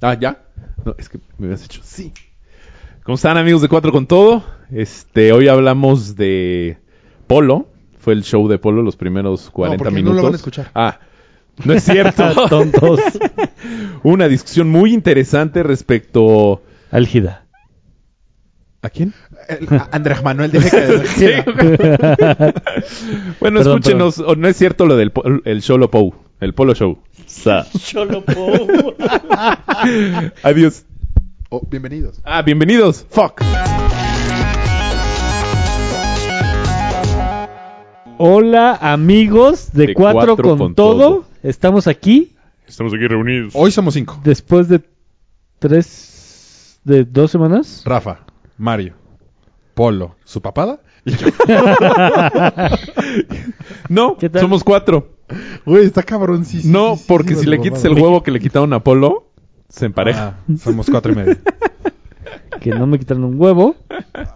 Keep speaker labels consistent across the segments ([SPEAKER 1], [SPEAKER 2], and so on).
[SPEAKER 1] Ah, ya. No, es que me habías hecho sí. ¿Cómo están amigos de Cuatro con Todo? Este, hoy hablamos de Polo. Fue el show de Polo los primeros 40
[SPEAKER 2] porque no
[SPEAKER 1] minutos.
[SPEAKER 2] lo van a escuchar.
[SPEAKER 1] Ah, no es cierto.
[SPEAKER 3] Tontos.
[SPEAKER 1] Una discusión muy interesante respecto...
[SPEAKER 3] Álgida.
[SPEAKER 1] ¿A quién?
[SPEAKER 2] El- a- Andrés Manuel dice que
[SPEAKER 1] Bueno,
[SPEAKER 3] Perdón,
[SPEAKER 1] escúchenos. o No es cierto lo del po- el show lo Pou. El Polo Show.
[SPEAKER 3] Yo lo puedo.
[SPEAKER 1] Adiós.
[SPEAKER 2] Oh, bienvenidos.
[SPEAKER 1] Ah, bienvenidos. Fuck.
[SPEAKER 3] Hola amigos de,
[SPEAKER 1] De
[SPEAKER 3] Cuatro, con, todo. Estamos aquí
[SPEAKER 1] Estamos aquí reunidos.
[SPEAKER 2] Hoy somos cinco.
[SPEAKER 3] después de tres, de dos semanas.
[SPEAKER 2] Rafa, Mario, Polo, su papada.
[SPEAKER 1] No,
[SPEAKER 3] ¿Qué tal?
[SPEAKER 1] somos cuatro.
[SPEAKER 2] Güey, está cabroncísimo.
[SPEAKER 1] No, porque si le quitas el ¿eh? huevo que le quitaron a Polo, se empareja.
[SPEAKER 3] Ah.
[SPEAKER 2] Ah, somos cuatro y medio.
[SPEAKER 3] Que no me quitaron un huevo.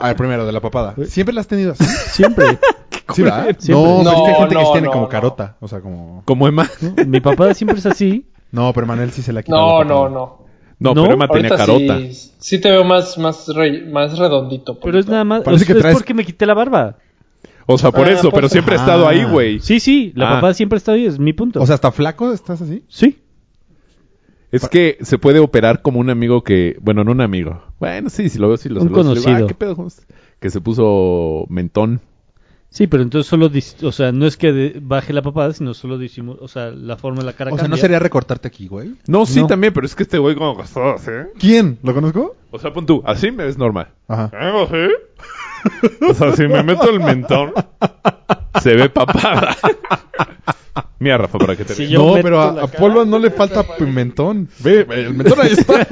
[SPEAKER 2] Ah, el primero, de la papada. ¿Siempre la has tenido así?
[SPEAKER 3] Siempre.
[SPEAKER 2] Sí, ¿verdad?
[SPEAKER 3] Siempre.
[SPEAKER 2] No, pero es que hay
[SPEAKER 4] No,
[SPEAKER 2] gente que
[SPEAKER 4] no,
[SPEAKER 2] sí tiene
[SPEAKER 4] no,
[SPEAKER 2] como
[SPEAKER 4] no.
[SPEAKER 2] carota. O sea, como...
[SPEAKER 1] Como Emma.
[SPEAKER 3] Mi papá siempre es así.
[SPEAKER 2] No, pero Manuel sí se la quitó.
[SPEAKER 4] No, no, no.
[SPEAKER 1] No,
[SPEAKER 3] ¿No?
[SPEAKER 1] pero Emma tenía
[SPEAKER 4] Ahorita
[SPEAKER 1] carota.
[SPEAKER 4] Sí, sí te veo más, más, re- más redondito.
[SPEAKER 3] Pero es nada más.
[SPEAKER 2] Parece
[SPEAKER 3] es-
[SPEAKER 2] que
[SPEAKER 3] es
[SPEAKER 2] traes-
[SPEAKER 3] porque me quité la barba.
[SPEAKER 1] O sea, por
[SPEAKER 4] Ah,
[SPEAKER 1] eso,
[SPEAKER 4] pues,
[SPEAKER 1] pero siempre ha estado
[SPEAKER 2] ah.
[SPEAKER 1] ahí, güey.
[SPEAKER 3] Sí, sí. La
[SPEAKER 1] Ah.
[SPEAKER 3] papá siempre está ahí. Es mi punto.
[SPEAKER 2] O sea, ¿hasta flaco estás así?
[SPEAKER 3] sí.
[SPEAKER 1] Es que se puede operar como un amigo que, bueno, no un amigo. Bueno, sí, si lo veo, sí lo
[SPEAKER 3] Un
[SPEAKER 1] saludo, sí le digo,
[SPEAKER 3] conocido.
[SPEAKER 1] "Ah, ¿qué pedo? Que se puso mentón.
[SPEAKER 3] Sí, pero entonces solo. dis- O sea, no es que de- baje la papada, sino solo decimos. O sea, la forma de la cara
[SPEAKER 2] O sea, ¿no
[SPEAKER 3] cambia.
[SPEAKER 2] sería recortarte aquí, güey?
[SPEAKER 1] No, sí,
[SPEAKER 3] No.
[SPEAKER 1] también, pero es que este güey como gastado así.
[SPEAKER 2] ¿Quién? ¿Lo conozco?
[SPEAKER 1] O sea, pon tú, así me ves normal.
[SPEAKER 2] Ajá.
[SPEAKER 1] Algo así. O sea, si me meto el mentón, se ve papada. Mira, Rafa, para que te
[SPEAKER 3] Sí,
[SPEAKER 1] veas.
[SPEAKER 3] Yo
[SPEAKER 2] no,
[SPEAKER 3] meto
[SPEAKER 2] pero
[SPEAKER 3] la
[SPEAKER 2] a, a
[SPEAKER 3] cara.
[SPEAKER 2] Polo no le falta pimentón. Ve, el mentón ahí está.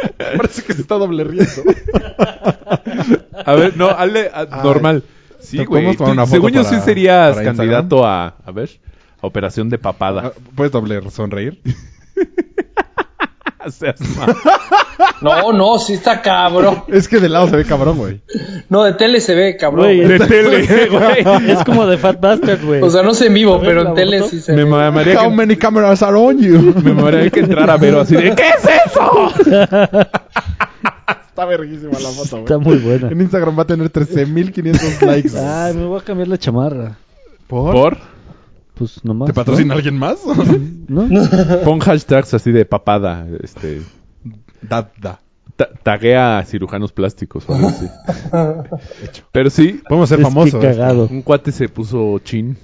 [SPEAKER 2] Parece que se está doble riendo.
[SPEAKER 1] A ver, no, hazle a-
[SPEAKER 2] Ay.
[SPEAKER 1] normal. Sí,
[SPEAKER 2] ¿Te
[SPEAKER 1] güey.
[SPEAKER 2] podemos tomar
[SPEAKER 1] Tú-
[SPEAKER 2] una foto
[SPEAKER 1] Según yo
[SPEAKER 2] para-
[SPEAKER 1] sí serías
[SPEAKER 2] para
[SPEAKER 1] candidato a, a ver, a operación de papada.
[SPEAKER 2] Ah, ¿Puedes doble sonreír? Ah.
[SPEAKER 1] O sea, ma-
[SPEAKER 4] No, no, sí está cabrón.
[SPEAKER 2] Es que de lado se ve cabrón, güey.
[SPEAKER 4] No, de tele se ve cabrón.
[SPEAKER 3] Güey,
[SPEAKER 4] güey.
[SPEAKER 1] de tele, güey.
[SPEAKER 3] Es como de Fat Bastard, güey.
[SPEAKER 4] O sea, no sé en vivo,
[SPEAKER 3] ¿Sabes
[SPEAKER 4] pero
[SPEAKER 3] la
[SPEAKER 4] en tele
[SPEAKER 3] foto?
[SPEAKER 4] sí se
[SPEAKER 1] Me
[SPEAKER 4] ve.
[SPEAKER 1] mamaría
[SPEAKER 2] How
[SPEAKER 1] que,
[SPEAKER 2] many cameras are on you?
[SPEAKER 1] me mamaría que entrar a Vero así de, ¿qué es eso?
[SPEAKER 2] Está verguísima la foto,
[SPEAKER 3] Está muy buena.
[SPEAKER 2] En Instagram va a tener 13.500 likes.
[SPEAKER 3] Ay, me voy a cambiar la chamarra.
[SPEAKER 2] Ah, ¿Por?
[SPEAKER 1] Por,
[SPEAKER 3] Pues nomás.
[SPEAKER 2] ¿Te patrocina alguien más?
[SPEAKER 3] ¿No?
[SPEAKER 1] pon hashtags así de papada, este,
[SPEAKER 2] da, da.
[SPEAKER 1] ta- taguea a cirujanos plásticos o algo así. Pero sí,
[SPEAKER 2] Podemos ser
[SPEAKER 3] Es
[SPEAKER 2] famosos.
[SPEAKER 3] que cagado.
[SPEAKER 1] un cuate se puso chin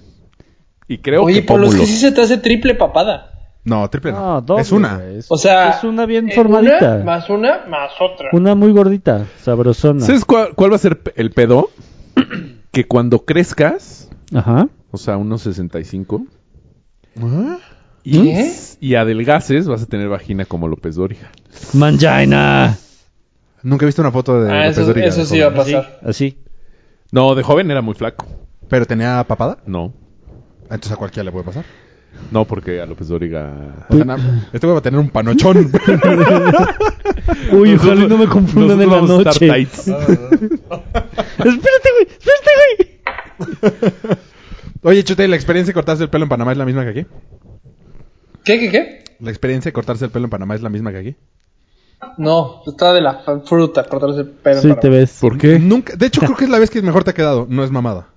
[SPEAKER 1] y creo
[SPEAKER 4] Oye,
[SPEAKER 1] que
[SPEAKER 4] por los
[SPEAKER 1] pómulo.
[SPEAKER 4] que sí se te hace triple papada.
[SPEAKER 2] No, triple no.
[SPEAKER 3] No, doble,
[SPEAKER 2] es una.
[SPEAKER 3] güey. Es-
[SPEAKER 4] O sea,
[SPEAKER 3] Es una bien
[SPEAKER 4] eh,
[SPEAKER 3] formadita.
[SPEAKER 4] una más una, más otra.
[SPEAKER 3] Una muy gordita, sabrosona.
[SPEAKER 1] ¿Sabes cuál, cuál va a ser pe- el pedo? que cuando crezcas,
[SPEAKER 3] Ajá.
[SPEAKER 1] o sea, unos 65,
[SPEAKER 2] ¿Ah?
[SPEAKER 1] Y,
[SPEAKER 4] ¿Qué?
[SPEAKER 1] y adelgaces, vas a tener vagina como López Dóriga.
[SPEAKER 3] Mangina.
[SPEAKER 2] Nunca he visto una foto de
[SPEAKER 4] Ah,
[SPEAKER 2] López
[SPEAKER 4] eso,
[SPEAKER 2] Dóriga,
[SPEAKER 4] eso sí va a
[SPEAKER 2] joven.
[SPEAKER 4] pasar.
[SPEAKER 3] Así.
[SPEAKER 1] No, de joven era muy flaco.
[SPEAKER 2] ¿Pero tenía papada?
[SPEAKER 1] No,
[SPEAKER 2] Entonces a cualquiera le puede pasar.
[SPEAKER 1] no, porque a López Dóriga.
[SPEAKER 2] O sea, na- este güey va a tener un panochón.
[SPEAKER 3] Uy, ojalá no me confundan en la
[SPEAKER 1] Nosotros vamos a
[SPEAKER 3] noche. Ah.
[SPEAKER 1] estar
[SPEAKER 3] Espérate,
[SPEAKER 1] tights.
[SPEAKER 3] güey. Espérate, güey.
[SPEAKER 2] Oye, Chute, ¿la experiencia de cortarse el pelo en Panamá es la misma que aquí?
[SPEAKER 4] ¿Qué, qué, qué?
[SPEAKER 2] ¿La experiencia de cortarse el pelo en Panamá es la misma que aquí?
[SPEAKER 4] No, está de la fa- fruta cortarse el pelo.
[SPEAKER 3] Sí,
[SPEAKER 4] para-
[SPEAKER 3] te ves.
[SPEAKER 1] ¿Por qué?
[SPEAKER 2] Nunca. De hecho, creo que es la vez que mejor te ha quedado. No es mamada.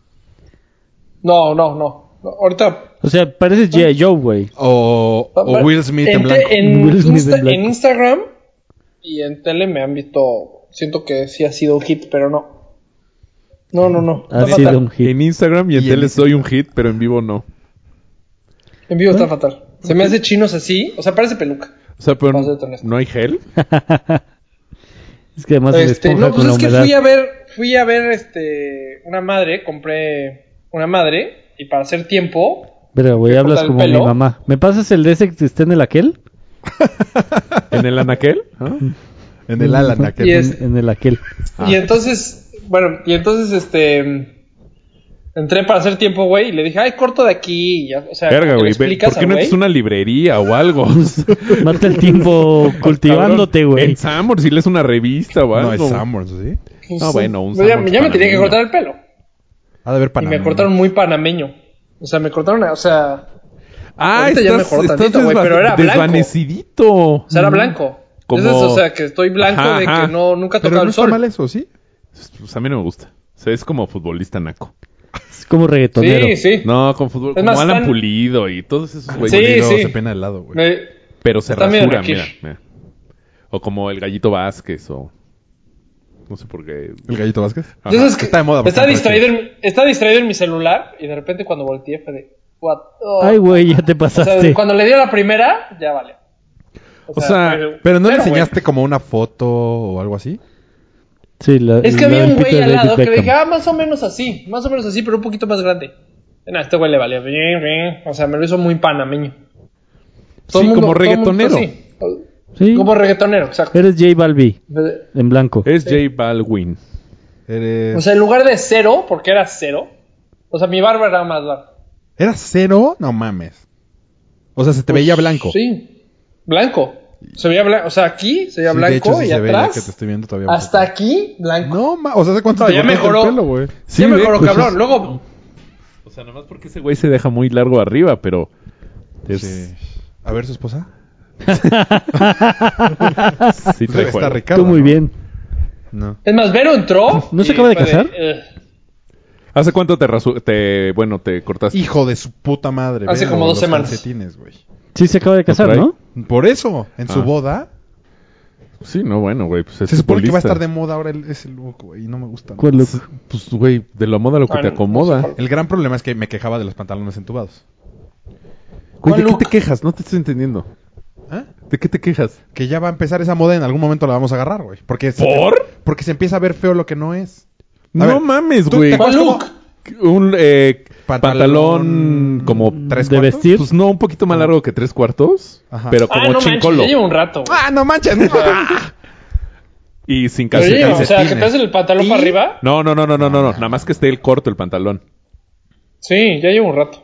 [SPEAKER 4] No, no, no. No, Ahorita.
[SPEAKER 3] O sea, pareces G.I. Joe, güey.
[SPEAKER 2] O,
[SPEAKER 4] Ah,
[SPEAKER 2] o Will Smith en
[SPEAKER 4] te-
[SPEAKER 2] blanco.
[SPEAKER 4] en
[SPEAKER 3] Will Smith en
[SPEAKER 4] Insta-
[SPEAKER 3] blanco.
[SPEAKER 4] en Instagram y en tele me han visto. Siento que sí ha sido un hit, pero no. No, no, no.
[SPEAKER 3] Ha
[SPEAKER 4] está
[SPEAKER 3] sido
[SPEAKER 4] fatal.
[SPEAKER 3] un hit.
[SPEAKER 1] En Instagram y en
[SPEAKER 2] Y en
[SPEAKER 1] tele soy un hit, pero en vivo no.
[SPEAKER 4] En vivo
[SPEAKER 3] ¿Eh?
[SPEAKER 4] está fatal. Se me hace chinos así. O sea, parece peluca.
[SPEAKER 1] O sea, pero
[SPEAKER 4] Vamos a ser honestos.
[SPEAKER 1] no hay gel.
[SPEAKER 3] Es que además se le
[SPEAKER 4] Este,
[SPEAKER 3] Ah, esponja
[SPEAKER 4] no, pues
[SPEAKER 3] con la
[SPEAKER 4] es que
[SPEAKER 3] humedad.
[SPEAKER 4] fui a ver, fui a ver este, una madre, compré una madre y para hacer tiempo,
[SPEAKER 3] Pero, güey, hablas
[SPEAKER 4] cortar el
[SPEAKER 3] como mi
[SPEAKER 4] pelo.
[SPEAKER 3] mamá. ¿Me pasas el de ese que está en el aquel?
[SPEAKER 1] En el anaquel. ¿Ah?
[SPEAKER 2] En el Alan. aquel.
[SPEAKER 4] Y es-
[SPEAKER 3] En, en el aquel.
[SPEAKER 4] y entonces, bueno, y entonces este entré para hacer tiempo, güey, y le dije, ay, corto de aquí, y ya, o sea,
[SPEAKER 1] Verga,
[SPEAKER 4] como que le
[SPEAKER 1] güey. ve-
[SPEAKER 4] explicas
[SPEAKER 1] ¿Por qué
[SPEAKER 4] al
[SPEAKER 1] no
[SPEAKER 4] güey.
[SPEAKER 1] es una librería o algo?
[SPEAKER 3] Mata el tiempo cultivándote,
[SPEAKER 1] Cabrón,
[SPEAKER 3] güey.
[SPEAKER 1] En Samur, si lees una revista o algo.
[SPEAKER 2] No, es Sanborns, ¿sí?
[SPEAKER 4] Pues,
[SPEAKER 1] No, bueno, un
[SPEAKER 4] pues ya,
[SPEAKER 1] sándwich
[SPEAKER 4] ya me tenía que
[SPEAKER 1] panameño.
[SPEAKER 4] cortar el pelo
[SPEAKER 2] Ha de haber
[SPEAKER 4] y
[SPEAKER 2] Panamá.
[SPEAKER 4] me cortaron muy panameño, o sea, me cortaron, o sea,
[SPEAKER 1] Ah,
[SPEAKER 4] Ahorita ya
[SPEAKER 1] estás,
[SPEAKER 4] mejoró
[SPEAKER 1] estás
[SPEAKER 4] tantito, güey,
[SPEAKER 1] desva-
[SPEAKER 4] pero era blanco.
[SPEAKER 1] desvanecidito.
[SPEAKER 4] o sea, era blanco,
[SPEAKER 1] como...
[SPEAKER 4] Entonces, o sea, que estoy blanco
[SPEAKER 1] Ajá,
[SPEAKER 4] de
[SPEAKER 1] ajá.
[SPEAKER 4] que no, nunca he
[SPEAKER 2] Pero no
[SPEAKER 4] tocado el
[SPEAKER 2] está
[SPEAKER 4] sol.
[SPEAKER 2] mal eso, ¿sí?
[SPEAKER 1] Pues a mí no me gusta. O sea, es como futbolista naco.
[SPEAKER 3] Es como reggaetonero.
[SPEAKER 4] Sí, sí.
[SPEAKER 1] No, con fútbol, como
[SPEAKER 4] más,
[SPEAKER 1] Alan
[SPEAKER 4] están-
[SPEAKER 1] Pulido y todos esos güeyes.
[SPEAKER 4] Sí,
[SPEAKER 2] Pulido
[SPEAKER 4] sí.
[SPEAKER 2] se pena de lado, güey.
[SPEAKER 4] Me-
[SPEAKER 1] Pero se
[SPEAKER 4] Está medio
[SPEAKER 1] rasura,
[SPEAKER 4] naquillo.
[SPEAKER 1] mira, mira. O como el Gallito Vázquez o... No sé por qué.
[SPEAKER 2] El gallito Vázquez.
[SPEAKER 1] Ajá.
[SPEAKER 4] Yo sabes que
[SPEAKER 2] Está de moda,
[SPEAKER 4] Está
[SPEAKER 2] por ejemplo,
[SPEAKER 4] distraído, en, está distraído en mi celular y de repente cuando volteé fue de. What? Oh.
[SPEAKER 3] Ay, güey, ya te
[SPEAKER 4] o sea,
[SPEAKER 3] pasaste.
[SPEAKER 4] cuando le dio la primera, ya vale.
[SPEAKER 2] O sea,
[SPEAKER 4] fue-
[SPEAKER 2] pero no le
[SPEAKER 4] pero, güey.
[SPEAKER 2] enseñaste como una foto o algo así.
[SPEAKER 3] Sí, la-
[SPEAKER 4] Es que
[SPEAKER 3] la
[SPEAKER 4] había
[SPEAKER 3] del
[SPEAKER 4] un
[SPEAKER 3] pito
[SPEAKER 4] güey
[SPEAKER 3] de
[SPEAKER 4] al
[SPEAKER 3] David
[SPEAKER 4] lado que le
[SPEAKER 3] Beckham.
[SPEAKER 4] dije, ah, más o menos así, más o menos así, pero un poquito más grande. Y nada, este güey le valía bien, bien. O sea, me lo hizo muy panameño. Todo
[SPEAKER 1] Sí,
[SPEAKER 4] el mundo-
[SPEAKER 1] como
[SPEAKER 4] todo el mundo
[SPEAKER 1] reggaetonero.
[SPEAKER 4] así.
[SPEAKER 3] Sí,
[SPEAKER 4] Como reggaetonero, exacto.
[SPEAKER 3] eres J Balbi, en blanco.
[SPEAKER 1] Es J Balwin.
[SPEAKER 2] Eres-
[SPEAKER 4] O sea, en lugar de cero, porque era cero, o sea, mi barba era más larga.
[SPEAKER 2] ¿Era cero? No mames. O sea, se te veía blanco.
[SPEAKER 4] pues Sí, blanco. Se veía blanco, o sea, aquí se veía
[SPEAKER 2] Sí, de
[SPEAKER 4] blanco
[SPEAKER 2] hecho, sí
[SPEAKER 4] y
[SPEAKER 2] se ve, ya
[SPEAKER 4] atrás.
[SPEAKER 2] que te estoy viendo todavía un
[SPEAKER 4] hasta aquí, blanco.
[SPEAKER 2] No, ma- o sea, ¿hace cuánto
[SPEAKER 4] No,
[SPEAKER 2] te
[SPEAKER 4] ya
[SPEAKER 2] cortaste
[SPEAKER 4] mejoró.
[SPEAKER 2] el pelo, güey?
[SPEAKER 1] Sí,
[SPEAKER 4] ya me
[SPEAKER 1] ve,
[SPEAKER 4] acuerdo,
[SPEAKER 1] pues,
[SPEAKER 4] cabrón.
[SPEAKER 1] es-
[SPEAKER 4] Luego,
[SPEAKER 1] O sea, nomás porque ese güey se deja muy largo arriba, pero... Es...
[SPEAKER 2] Sí. A ver, su esposa.
[SPEAKER 1] Sí, trae
[SPEAKER 2] Pues, Está
[SPEAKER 1] juego.
[SPEAKER 2] Ricardo,
[SPEAKER 3] Tú muy
[SPEAKER 2] ¿no?
[SPEAKER 3] bien.
[SPEAKER 2] No.
[SPEAKER 4] es más, Vero entró.
[SPEAKER 3] ¿No se
[SPEAKER 4] y
[SPEAKER 3] acaba de
[SPEAKER 4] fue
[SPEAKER 3] casar?
[SPEAKER 4] "Ugh".
[SPEAKER 1] ¿Hace cuánto te, rasu- te bueno te cortaste?
[SPEAKER 2] Hijo de su puta madre.
[SPEAKER 4] Hace
[SPEAKER 2] velo,
[SPEAKER 4] como dos
[SPEAKER 2] los
[SPEAKER 4] semanas.
[SPEAKER 2] calcetines, güey.
[SPEAKER 3] Sí, se acaba de casar,
[SPEAKER 1] trae?
[SPEAKER 3] ¿no?
[SPEAKER 2] Por eso, en su
[SPEAKER 1] Ah.
[SPEAKER 2] boda,
[SPEAKER 1] Sí, no bueno, güey, pues es
[SPEAKER 2] se supone que va a
[SPEAKER 1] futbolista.
[SPEAKER 2] estar de moda ahora el- ese look, güey, y no me gusta. ¿no?
[SPEAKER 3] ¿Cuál look?
[SPEAKER 1] Pues güey, de la moda lo que
[SPEAKER 4] Ah,
[SPEAKER 1] te
[SPEAKER 4] no,
[SPEAKER 1] acomoda.
[SPEAKER 4] no sé
[SPEAKER 2] El gran problema es que me quejaba de los pantalones entubados.
[SPEAKER 1] Güey, ¿de
[SPEAKER 4] ¿Cuál
[SPEAKER 1] qué
[SPEAKER 4] look?
[SPEAKER 1] te quejas? No te estoy entendiendo.
[SPEAKER 2] ¿Ah?
[SPEAKER 1] ¿De qué te quejas?
[SPEAKER 2] Que ya va a empezar esa moda, en algún momento la vamos a agarrar, güey. Porque se-
[SPEAKER 1] Oh.
[SPEAKER 2] porque se empieza a ver feo lo que no es.
[SPEAKER 1] No
[SPEAKER 2] ver,
[SPEAKER 1] mames,
[SPEAKER 2] ¿tú
[SPEAKER 1] güey.
[SPEAKER 2] te
[SPEAKER 4] ¿Cuál
[SPEAKER 2] ¿Cómo?
[SPEAKER 4] look?
[SPEAKER 1] Un eh, pantalón,
[SPEAKER 2] Pantalón-
[SPEAKER 1] como
[SPEAKER 2] ¿Tres
[SPEAKER 3] de
[SPEAKER 2] cuartos?
[SPEAKER 3] vestir.
[SPEAKER 1] pues no un poquito más largo que tres cuartos,
[SPEAKER 2] Ajá.
[SPEAKER 1] pero
[SPEAKER 4] Ah,
[SPEAKER 1] como
[SPEAKER 4] no manches,
[SPEAKER 1] chincolo
[SPEAKER 4] ya llevo un rato. güey.
[SPEAKER 2] ¡Ah, no manches! Ah,
[SPEAKER 1] y sin
[SPEAKER 4] Pero
[SPEAKER 1] calce-
[SPEAKER 4] ya llevo, o sea,
[SPEAKER 1] calcetines.
[SPEAKER 4] que te hacen el pantalón para arriba.
[SPEAKER 1] No, no, no, no, no, no,
[SPEAKER 2] Ah.
[SPEAKER 1] no, nada más que esté el corto el pantalón.
[SPEAKER 4] Sí, ya llevo un rato.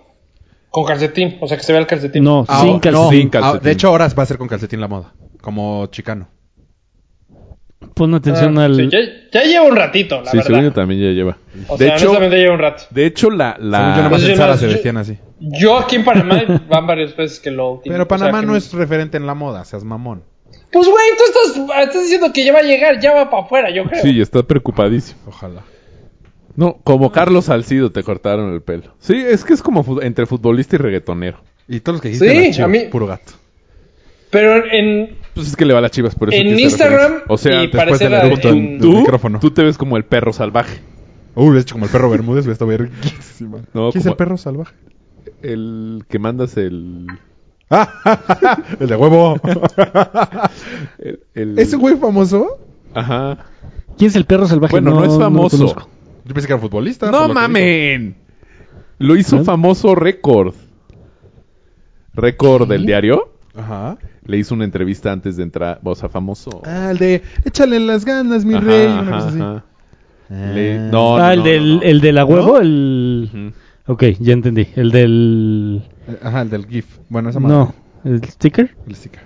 [SPEAKER 4] Con calcetín, o sea, que se vea el calcetín.
[SPEAKER 3] No,
[SPEAKER 2] Ah,
[SPEAKER 3] sin
[SPEAKER 2] no,
[SPEAKER 3] calcetín.
[SPEAKER 1] Sin
[SPEAKER 2] ah,
[SPEAKER 1] calcetín.
[SPEAKER 2] de hecho, ahora va a ser con calcetín la moda. Como chicano.
[SPEAKER 3] Pon
[SPEAKER 4] Ah,
[SPEAKER 3] atención al...
[SPEAKER 4] sí, ya, ya llevo un ratito, la
[SPEAKER 1] sí,
[SPEAKER 4] verdad.
[SPEAKER 1] según yo también ya lleva.
[SPEAKER 4] O
[SPEAKER 1] de
[SPEAKER 4] sea,
[SPEAKER 1] hecho,
[SPEAKER 4] honestamente ya llevo un rato.
[SPEAKER 1] de hecho la
[SPEAKER 2] Según yo,
[SPEAKER 1] la
[SPEAKER 2] nomás
[SPEAKER 4] Pues yo
[SPEAKER 2] en Zara
[SPEAKER 4] no-
[SPEAKER 2] se
[SPEAKER 4] yo-
[SPEAKER 2] vestían así.
[SPEAKER 4] Yo aquí en Panamá van varias veces que lo utilizo.
[SPEAKER 2] Pero Panamá
[SPEAKER 4] o sea, que-
[SPEAKER 2] no es referente en la moda, seas mamón.
[SPEAKER 4] Pues güey, tú estás, estás diciendo que ya va a llegar, ya va para afuera, yo creo.
[SPEAKER 1] sí, está preocupadísimo.
[SPEAKER 2] Ojalá.
[SPEAKER 1] No, como Carlos Salcido te cortaron el pelo. Sí, es que es como fu- entre futbolista y reggaetonero.
[SPEAKER 2] Y todos los que dijiste
[SPEAKER 4] Sí,
[SPEAKER 2] las chivas,
[SPEAKER 4] a mí-
[SPEAKER 2] puro gato.
[SPEAKER 4] Pero en,
[SPEAKER 1] Pues es que le va a las chivas, por eso
[SPEAKER 4] En
[SPEAKER 1] quise
[SPEAKER 4] Instagram
[SPEAKER 1] referencia. O sea,
[SPEAKER 4] y
[SPEAKER 1] después
[SPEAKER 4] parece
[SPEAKER 1] del
[SPEAKER 4] la-
[SPEAKER 1] eructo
[SPEAKER 4] en-
[SPEAKER 1] en-
[SPEAKER 2] del
[SPEAKER 1] ¿tú?
[SPEAKER 2] micrófono.
[SPEAKER 1] tú te ves como el perro salvaje.
[SPEAKER 2] Uy, de hecho, como el perro Bermúdez, güey, está verguísima.
[SPEAKER 1] No,
[SPEAKER 2] ¿Qué es
[SPEAKER 1] como-
[SPEAKER 2] el perro salvaje?
[SPEAKER 1] El que mandas el...
[SPEAKER 2] ¡Ah! el de huevo.
[SPEAKER 1] el- el-
[SPEAKER 2] ¿Ese güey famoso?
[SPEAKER 1] Ajá.
[SPEAKER 3] ¿Quién es el perro salvaje?
[SPEAKER 1] Bueno, Ah, no, es
[SPEAKER 3] lo
[SPEAKER 1] famoso.
[SPEAKER 3] conozco.
[SPEAKER 2] Yo pensé que era futbolista.
[SPEAKER 1] No,
[SPEAKER 2] por lo que dijo.
[SPEAKER 1] mamen. Lo hizo
[SPEAKER 3] ¿Eh?
[SPEAKER 1] famoso Record. Record del diario.
[SPEAKER 2] Ajá.
[SPEAKER 1] Le hizo una entrevista antes de entrar. O sea, famoso.
[SPEAKER 2] Ah, el de échale las ganas, mi
[SPEAKER 1] Ajá,
[SPEAKER 2] rey.
[SPEAKER 1] ajá,
[SPEAKER 2] Una cosa así.
[SPEAKER 1] ajá. Le-
[SPEAKER 2] Ah.
[SPEAKER 1] No, no,
[SPEAKER 3] ah, el,
[SPEAKER 1] no,
[SPEAKER 3] del,
[SPEAKER 1] no, no.
[SPEAKER 3] el de la huevo, el...
[SPEAKER 1] Ujú.
[SPEAKER 3] Ok, ya entendí. El del...
[SPEAKER 2] Eh, Ajá, el del GIF. Bueno, esa madre.
[SPEAKER 3] No, el sticker.
[SPEAKER 2] El sticker.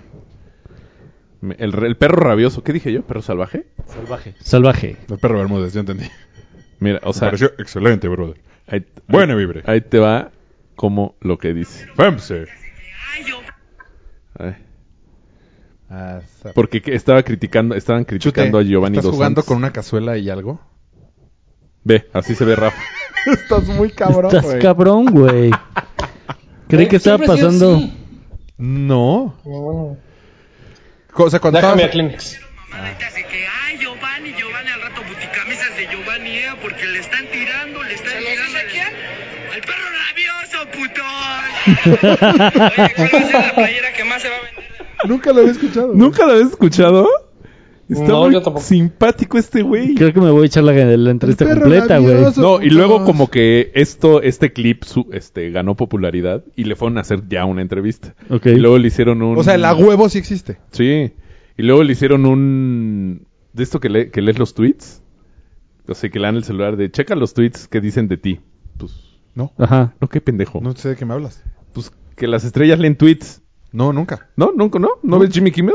[SPEAKER 1] Me- El, re- el perro rabioso, ¿qué dije yo? ¿Perro salvaje?
[SPEAKER 3] Salvaje. Salvaje.
[SPEAKER 2] El perro Bermúdez, yo entendí.
[SPEAKER 1] Mira, o
[SPEAKER 2] Me
[SPEAKER 1] sea,
[SPEAKER 2] pareció excelente, brother.
[SPEAKER 1] ahí,
[SPEAKER 2] Buena vibra.
[SPEAKER 1] ahí te va como lo que dice.
[SPEAKER 2] Femse.
[SPEAKER 1] Ay, porque que- estaba criticando, estaban criticando a Giovanni
[SPEAKER 2] ¿Estás
[SPEAKER 1] Dos
[SPEAKER 2] jugando
[SPEAKER 1] Santos.
[SPEAKER 2] con una cazuela y algo?
[SPEAKER 1] Ve, así se ve Rafa.
[SPEAKER 2] Estás muy cabrón,
[SPEAKER 3] Estás
[SPEAKER 2] güey.
[SPEAKER 3] cabrón, güey. Creí
[SPEAKER 4] Güey,
[SPEAKER 3] que estaba
[SPEAKER 4] siempre he sido
[SPEAKER 3] pasando...
[SPEAKER 4] así.
[SPEAKER 2] No.
[SPEAKER 4] Pero bueno,
[SPEAKER 2] O sea, cuando
[SPEAKER 4] Déjame a
[SPEAKER 2] estabas-
[SPEAKER 4] Kleenex.
[SPEAKER 5] Maditas de que, ay, Giovanni, Giovanni, al rato buticamisas de Giovanni, eh, porque le están tirando, le están tirando. ¿A quién? Al perro rabioso, putón. Oye, ¿cuál va a ser la playera que más se va a vender?
[SPEAKER 2] Nunca lo había escuchado.
[SPEAKER 1] ¿Nunca lo habías escuchado? Está
[SPEAKER 4] No,
[SPEAKER 1] muy
[SPEAKER 4] yo tampoco.
[SPEAKER 1] simpático este güey.
[SPEAKER 3] Creo que me voy a echar la, la entrevista
[SPEAKER 2] perro
[SPEAKER 3] completa, güey.
[SPEAKER 2] rabioso.
[SPEAKER 1] No, y luego como que esto, este clip su- este, ganó popularidad y le fueron a hacer ya una entrevista.
[SPEAKER 3] Ok.
[SPEAKER 1] Y luego le hicieron un...
[SPEAKER 2] O sea, el a huevo sí existe.
[SPEAKER 1] Sí. Y luego le hicieron un... De esto que, le- que lees los tweets. O sea, que le dan el celular de... Checa los tweets que dicen de ti. Pues...
[SPEAKER 2] No.
[SPEAKER 3] Ajá.
[SPEAKER 1] No, qué pendejo.
[SPEAKER 2] No sé de qué me hablas.
[SPEAKER 1] Pues que las estrellas leen tweets.
[SPEAKER 2] No, nunca.
[SPEAKER 1] ¿No? ¿Nunca, no? ¿No ves Jimmy Kimmel?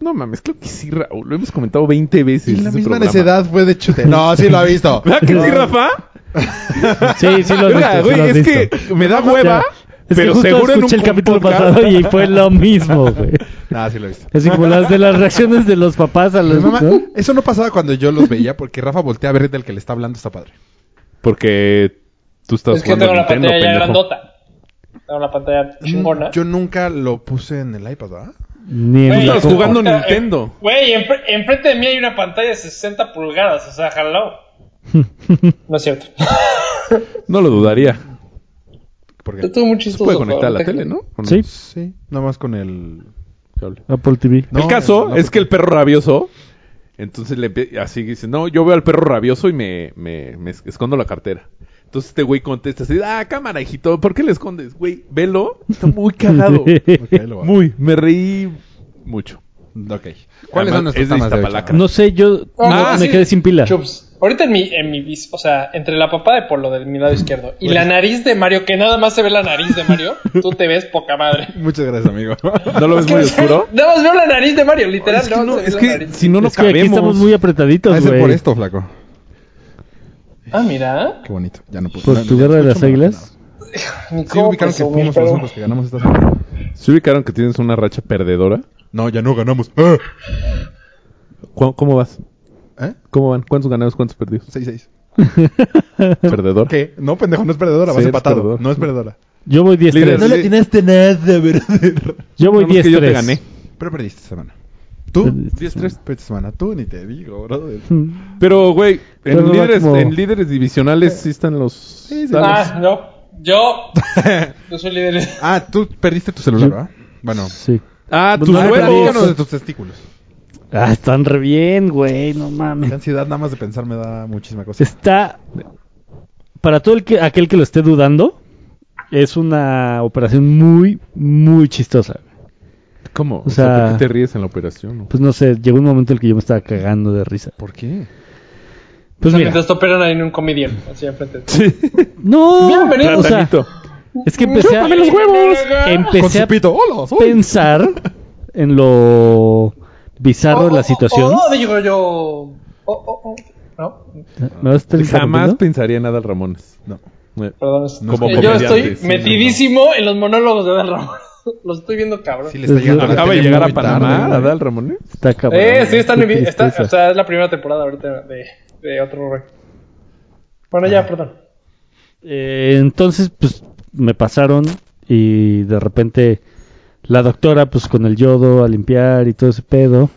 [SPEAKER 1] No mames, creo que sí, Raúl. Lo hemos comentado 20 veces.
[SPEAKER 2] Y la
[SPEAKER 1] ese
[SPEAKER 2] misma
[SPEAKER 1] programa.
[SPEAKER 2] necedad fue de chute. No, sí lo ha visto.
[SPEAKER 1] ¿Verdad que sí, Ah, Rafa?
[SPEAKER 3] Sí, sí lo has
[SPEAKER 1] Oiga,
[SPEAKER 3] visto, sí
[SPEAKER 1] güey,
[SPEAKER 3] lo has
[SPEAKER 1] es
[SPEAKER 3] visto.
[SPEAKER 1] que me da hueva
[SPEAKER 3] Ya. Es
[SPEAKER 1] Pero
[SPEAKER 3] que justo
[SPEAKER 1] seguro en
[SPEAKER 3] escuché
[SPEAKER 1] un
[SPEAKER 3] el capítulo
[SPEAKER 1] podcast-
[SPEAKER 3] pasado y fue lo mismo, güey.
[SPEAKER 2] Nada, sí lo he visto.
[SPEAKER 3] Así como las de las reacciones de los papás a
[SPEAKER 2] Mi
[SPEAKER 3] los...
[SPEAKER 2] mamá-
[SPEAKER 3] ¿no?
[SPEAKER 2] Eso no pasaba cuando yo los veía, porque Rafa voltea a ver del que le está hablando, está padre.
[SPEAKER 1] Porque tú estás
[SPEAKER 4] Es que
[SPEAKER 1] jugando
[SPEAKER 4] tengo la
[SPEAKER 1] Nintendo,
[SPEAKER 4] pantalla ya
[SPEAKER 1] pendejo.
[SPEAKER 4] grandota. Tengo la pantalla chingona.
[SPEAKER 2] Yo nunca lo puse en el iPad, ¿verdad?
[SPEAKER 3] Ni en
[SPEAKER 1] Tú
[SPEAKER 3] la
[SPEAKER 4] Güey,
[SPEAKER 1] estabas
[SPEAKER 3] compu.
[SPEAKER 1] jugando
[SPEAKER 4] o sea,
[SPEAKER 1] Nintendo.
[SPEAKER 4] eh, Güey, enfre- enfrente de mí hay una pantalla de 60 pulgadas, o sea, hello. No es cierto.
[SPEAKER 1] No lo dudaría.
[SPEAKER 2] Porque
[SPEAKER 4] Estuvo muy
[SPEAKER 1] Se
[SPEAKER 4] chistoso.
[SPEAKER 1] puede conectar a la
[SPEAKER 4] cabrón.
[SPEAKER 1] tele, ¿no? Con
[SPEAKER 3] Sí,
[SPEAKER 2] sí, nada más con el cable.
[SPEAKER 3] Apple TV.
[SPEAKER 1] el
[SPEAKER 2] No,
[SPEAKER 1] caso
[SPEAKER 2] no,
[SPEAKER 1] es que
[SPEAKER 2] porque-
[SPEAKER 1] el perro rabioso, entonces le empie- así dice, no, yo veo al perro rabioso y me, me, me es- escondo la cartera. Entonces este güey contesta así, ah, cámara, hijito, ¿por qué le escondes? Güey, velo, está muy cagado.
[SPEAKER 2] Ok, ahí lo va.
[SPEAKER 1] muy, me reí mucho.
[SPEAKER 2] Ok. ¿Cuáles
[SPEAKER 1] Además,
[SPEAKER 2] son nuestros
[SPEAKER 1] es de
[SPEAKER 2] temas de hoy,
[SPEAKER 1] Iztapalacra.
[SPEAKER 2] chaval?
[SPEAKER 3] No sé, yo
[SPEAKER 4] Ah,
[SPEAKER 3] no, me
[SPEAKER 4] sí.
[SPEAKER 3] quedé sin pila.
[SPEAKER 4] Chups. Ahorita en mi, en mi bis, o sea, entre la papá de Polo de mi lado izquierdo y la nariz de Mario, que nada más se ve la nariz de Mario, tú te ves poca madre.
[SPEAKER 2] Muchas gracias, amigo.
[SPEAKER 1] ¿No lo ves muy oscuro?
[SPEAKER 4] Nada más veo la nariz de Mario, literal.
[SPEAKER 1] Es que,
[SPEAKER 4] nada
[SPEAKER 1] no,
[SPEAKER 4] más se
[SPEAKER 1] es
[SPEAKER 4] ve
[SPEAKER 1] que
[SPEAKER 4] la nariz.
[SPEAKER 1] si no, no
[SPEAKER 3] es que aquí
[SPEAKER 1] cabemos. Ah,
[SPEAKER 3] estamos muy apretaditos,
[SPEAKER 2] Debe ser
[SPEAKER 3] güey.
[SPEAKER 2] por esto, flaco.
[SPEAKER 4] Ah, mira.
[SPEAKER 2] Qué bonito. Ya no puedo.
[SPEAKER 3] Por
[SPEAKER 2] no,
[SPEAKER 3] tu
[SPEAKER 2] ya
[SPEAKER 3] guerra
[SPEAKER 2] escucho,
[SPEAKER 3] de las
[SPEAKER 2] me
[SPEAKER 3] águilas.
[SPEAKER 2] imaginaba.
[SPEAKER 4] Ni
[SPEAKER 2] Sí,
[SPEAKER 4] cómo
[SPEAKER 2] ubicaron que
[SPEAKER 4] presumir,
[SPEAKER 2] fuimos
[SPEAKER 4] pero-
[SPEAKER 2] nosotros los que ganamos esta semana.
[SPEAKER 1] ¿Se ubicaron que tienes una racha perdedora?
[SPEAKER 2] No, ya no ganamos. ¡Ah!
[SPEAKER 1] ¿Cu- ¿Cómo vas?
[SPEAKER 2] ¿Eh?
[SPEAKER 1] ¿Cómo van? ¿Cuántos ganados, cuántos perdidos?
[SPEAKER 2] 6-6.
[SPEAKER 1] este. ¿Perdedor?
[SPEAKER 2] ¿Qué? No, pendejo, no es perdedora. Vas
[SPEAKER 1] Sí, eres
[SPEAKER 2] empatado.
[SPEAKER 1] perdedor.
[SPEAKER 2] No es perdedora.
[SPEAKER 3] Yo voy 10
[SPEAKER 1] Líder. No le
[SPEAKER 2] atinaste nada, verdadero.
[SPEAKER 3] Yo voy
[SPEAKER 1] Nada más
[SPEAKER 3] 10
[SPEAKER 1] que yo te gané.
[SPEAKER 2] Pero perdiste esta semana. ¿Tú?
[SPEAKER 3] Perdiste
[SPEAKER 2] Perdiste esta semana. Tú ni te digo, brother.
[SPEAKER 1] Pero, güey,
[SPEAKER 3] Pero
[SPEAKER 1] en
[SPEAKER 3] no va
[SPEAKER 1] líderes,
[SPEAKER 3] como-
[SPEAKER 1] en líderes divisionales sí están los...
[SPEAKER 2] sí.
[SPEAKER 1] Dallas.
[SPEAKER 4] Ah, no. Yo. Yo soy líder.
[SPEAKER 2] Ah, tú perdiste tu celular, ¿verdad? Bueno.
[SPEAKER 3] Sí.
[SPEAKER 1] Ah, tus
[SPEAKER 3] Pues No, no,
[SPEAKER 1] huevos.
[SPEAKER 2] Díganos de tus testículos.
[SPEAKER 3] Ah, están re bien, güey, no
[SPEAKER 2] La
[SPEAKER 3] mames.
[SPEAKER 2] ansiedad nada más de pensar me da muchísima cosa.
[SPEAKER 3] Está para todo el que, aquel que lo esté dudando, es una operación muy muy chistosa.
[SPEAKER 1] ¿Cómo? O,
[SPEAKER 3] O
[SPEAKER 1] sea,
[SPEAKER 3] sea-
[SPEAKER 1] ¿por qué te ríes en la operación?
[SPEAKER 3] Pues no sé, llegó un momento en el que yo me estaba cagando de risa.
[SPEAKER 1] ¿Por qué?
[SPEAKER 3] Pues mira,
[SPEAKER 4] Mientras te operan ahí en un comedian, así enfrente. de ti.
[SPEAKER 3] no,
[SPEAKER 4] Bienvenido.
[SPEAKER 3] o sea,
[SPEAKER 1] Platanito.
[SPEAKER 3] es que empecé a,
[SPEAKER 4] ¡Chúpame los huevos!
[SPEAKER 2] Con
[SPEAKER 3] empecé
[SPEAKER 2] su
[SPEAKER 3] a
[SPEAKER 2] pito. ¡Hola! soy!
[SPEAKER 3] pensar en lo bizarro
[SPEAKER 4] Oh,
[SPEAKER 3] de
[SPEAKER 4] oh,
[SPEAKER 3] la situación.
[SPEAKER 4] Oh, digo yo. Oh, oh, oh. No,
[SPEAKER 3] ¿Me vas a estar
[SPEAKER 1] Jamás
[SPEAKER 3] interrumpiendo?
[SPEAKER 1] pensaría en Adal Ramones.
[SPEAKER 2] No.
[SPEAKER 1] Eh,
[SPEAKER 4] perdón. es-
[SPEAKER 1] Como
[SPEAKER 4] eh, yo
[SPEAKER 1] comediante,
[SPEAKER 4] estoy
[SPEAKER 1] sí,
[SPEAKER 4] metidísimo en los monólogos de Adal Ramón. Los estoy viendo cabrón.
[SPEAKER 2] Sí, le está
[SPEAKER 3] Pues Es-
[SPEAKER 2] llegando.
[SPEAKER 1] Acaba de
[SPEAKER 2] Tiene
[SPEAKER 1] llegar a
[SPEAKER 2] muy tarde,
[SPEAKER 1] Panamá,
[SPEAKER 2] güey.
[SPEAKER 1] Adal Ramones.
[SPEAKER 3] Está cabrón.
[SPEAKER 4] eh, sí, están
[SPEAKER 3] Qué
[SPEAKER 4] en vi- está-
[SPEAKER 3] tristeza.
[SPEAKER 4] O sea, es la primera temporada ahorita de, de otro rey. Bueno, ya, perdón.
[SPEAKER 3] Eh, entonces, pues me pasaron y de repente la doctora, pues con el yodo a limpiar y todo ese pedo.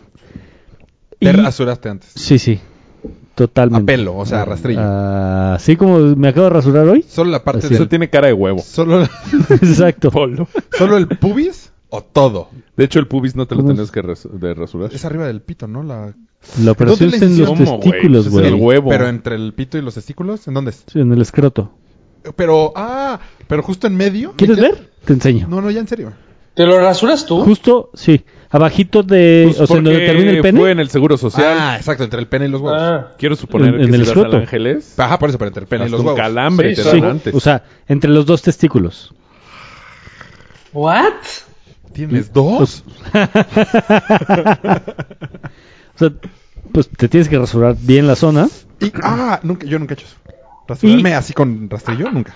[SPEAKER 2] Te
[SPEAKER 3] Y-
[SPEAKER 2] rasuraste antes.
[SPEAKER 3] Sí, sí,
[SPEAKER 2] A
[SPEAKER 3] totalmente.
[SPEAKER 2] pelo, o sea, a rastrillo.
[SPEAKER 3] ah, Así como me acabo de rasurar hoy.
[SPEAKER 2] Solo la parte
[SPEAKER 3] Así
[SPEAKER 2] del...
[SPEAKER 1] Eso tiene cara de huevo.
[SPEAKER 2] Solo,
[SPEAKER 3] Exacto.
[SPEAKER 1] Polo.
[SPEAKER 2] solo el pubis o todo.
[SPEAKER 1] De hecho, el pubis no te lo
[SPEAKER 3] ¿Cómo
[SPEAKER 1] tenías que ras- de rasurar.
[SPEAKER 2] Es arriba del pito, ¿no? La...
[SPEAKER 3] La operación
[SPEAKER 2] ¿Dónde
[SPEAKER 3] es
[SPEAKER 2] le
[SPEAKER 3] en los
[SPEAKER 1] hicieron? ¿Cómo, güey?
[SPEAKER 3] testículos,
[SPEAKER 1] Ese es el
[SPEAKER 3] güey.
[SPEAKER 1] huevo.
[SPEAKER 2] Pero entre el pito y los testículos, ¿en dónde es?
[SPEAKER 3] Sí, En el escroto.
[SPEAKER 2] Pero, ah, pero justo en medio.
[SPEAKER 3] ¿Quieres
[SPEAKER 2] ¿Ya?
[SPEAKER 3] ver? Te enseño.
[SPEAKER 2] No, no, ya en serio.
[SPEAKER 4] ¿Te lo rasuras tú?
[SPEAKER 3] Justo, sí. Abajito de...
[SPEAKER 1] Pues
[SPEAKER 3] o sea, donde
[SPEAKER 1] porque
[SPEAKER 3] termina el pene.
[SPEAKER 1] Fue en el Seguro Social.
[SPEAKER 2] ah, exacto, entre el pene y los huevos.
[SPEAKER 4] Ah,
[SPEAKER 1] Quiero suponer
[SPEAKER 3] En- en
[SPEAKER 1] que
[SPEAKER 3] el
[SPEAKER 1] si vas
[SPEAKER 3] escroto.
[SPEAKER 1] a Ángeles,
[SPEAKER 2] Ajá, por eso, pero entre el pene y
[SPEAKER 1] hasta
[SPEAKER 2] los
[SPEAKER 1] un
[SPEAKER 2] huevos.
[SPEAKER 1] calambre
[SPEAKER 4] Sí,
[SPEAKER 1] te dan
[SPEAKER 4] sí.
[SPEAKER 1] antes.
[SPEAKER 3] O sea, entre los dos testículos.
[SPEAKER 4] ¿what?
[SPEAKER 2] ¿Tienes dos?
[SPEAKER 3] O sea, pues te tienes que rasurar bien la zona.
[SPEAKER 2] Y, ah, nunca, yo nunca he hecho eso. Rasurarme así con rastrillo, nunca.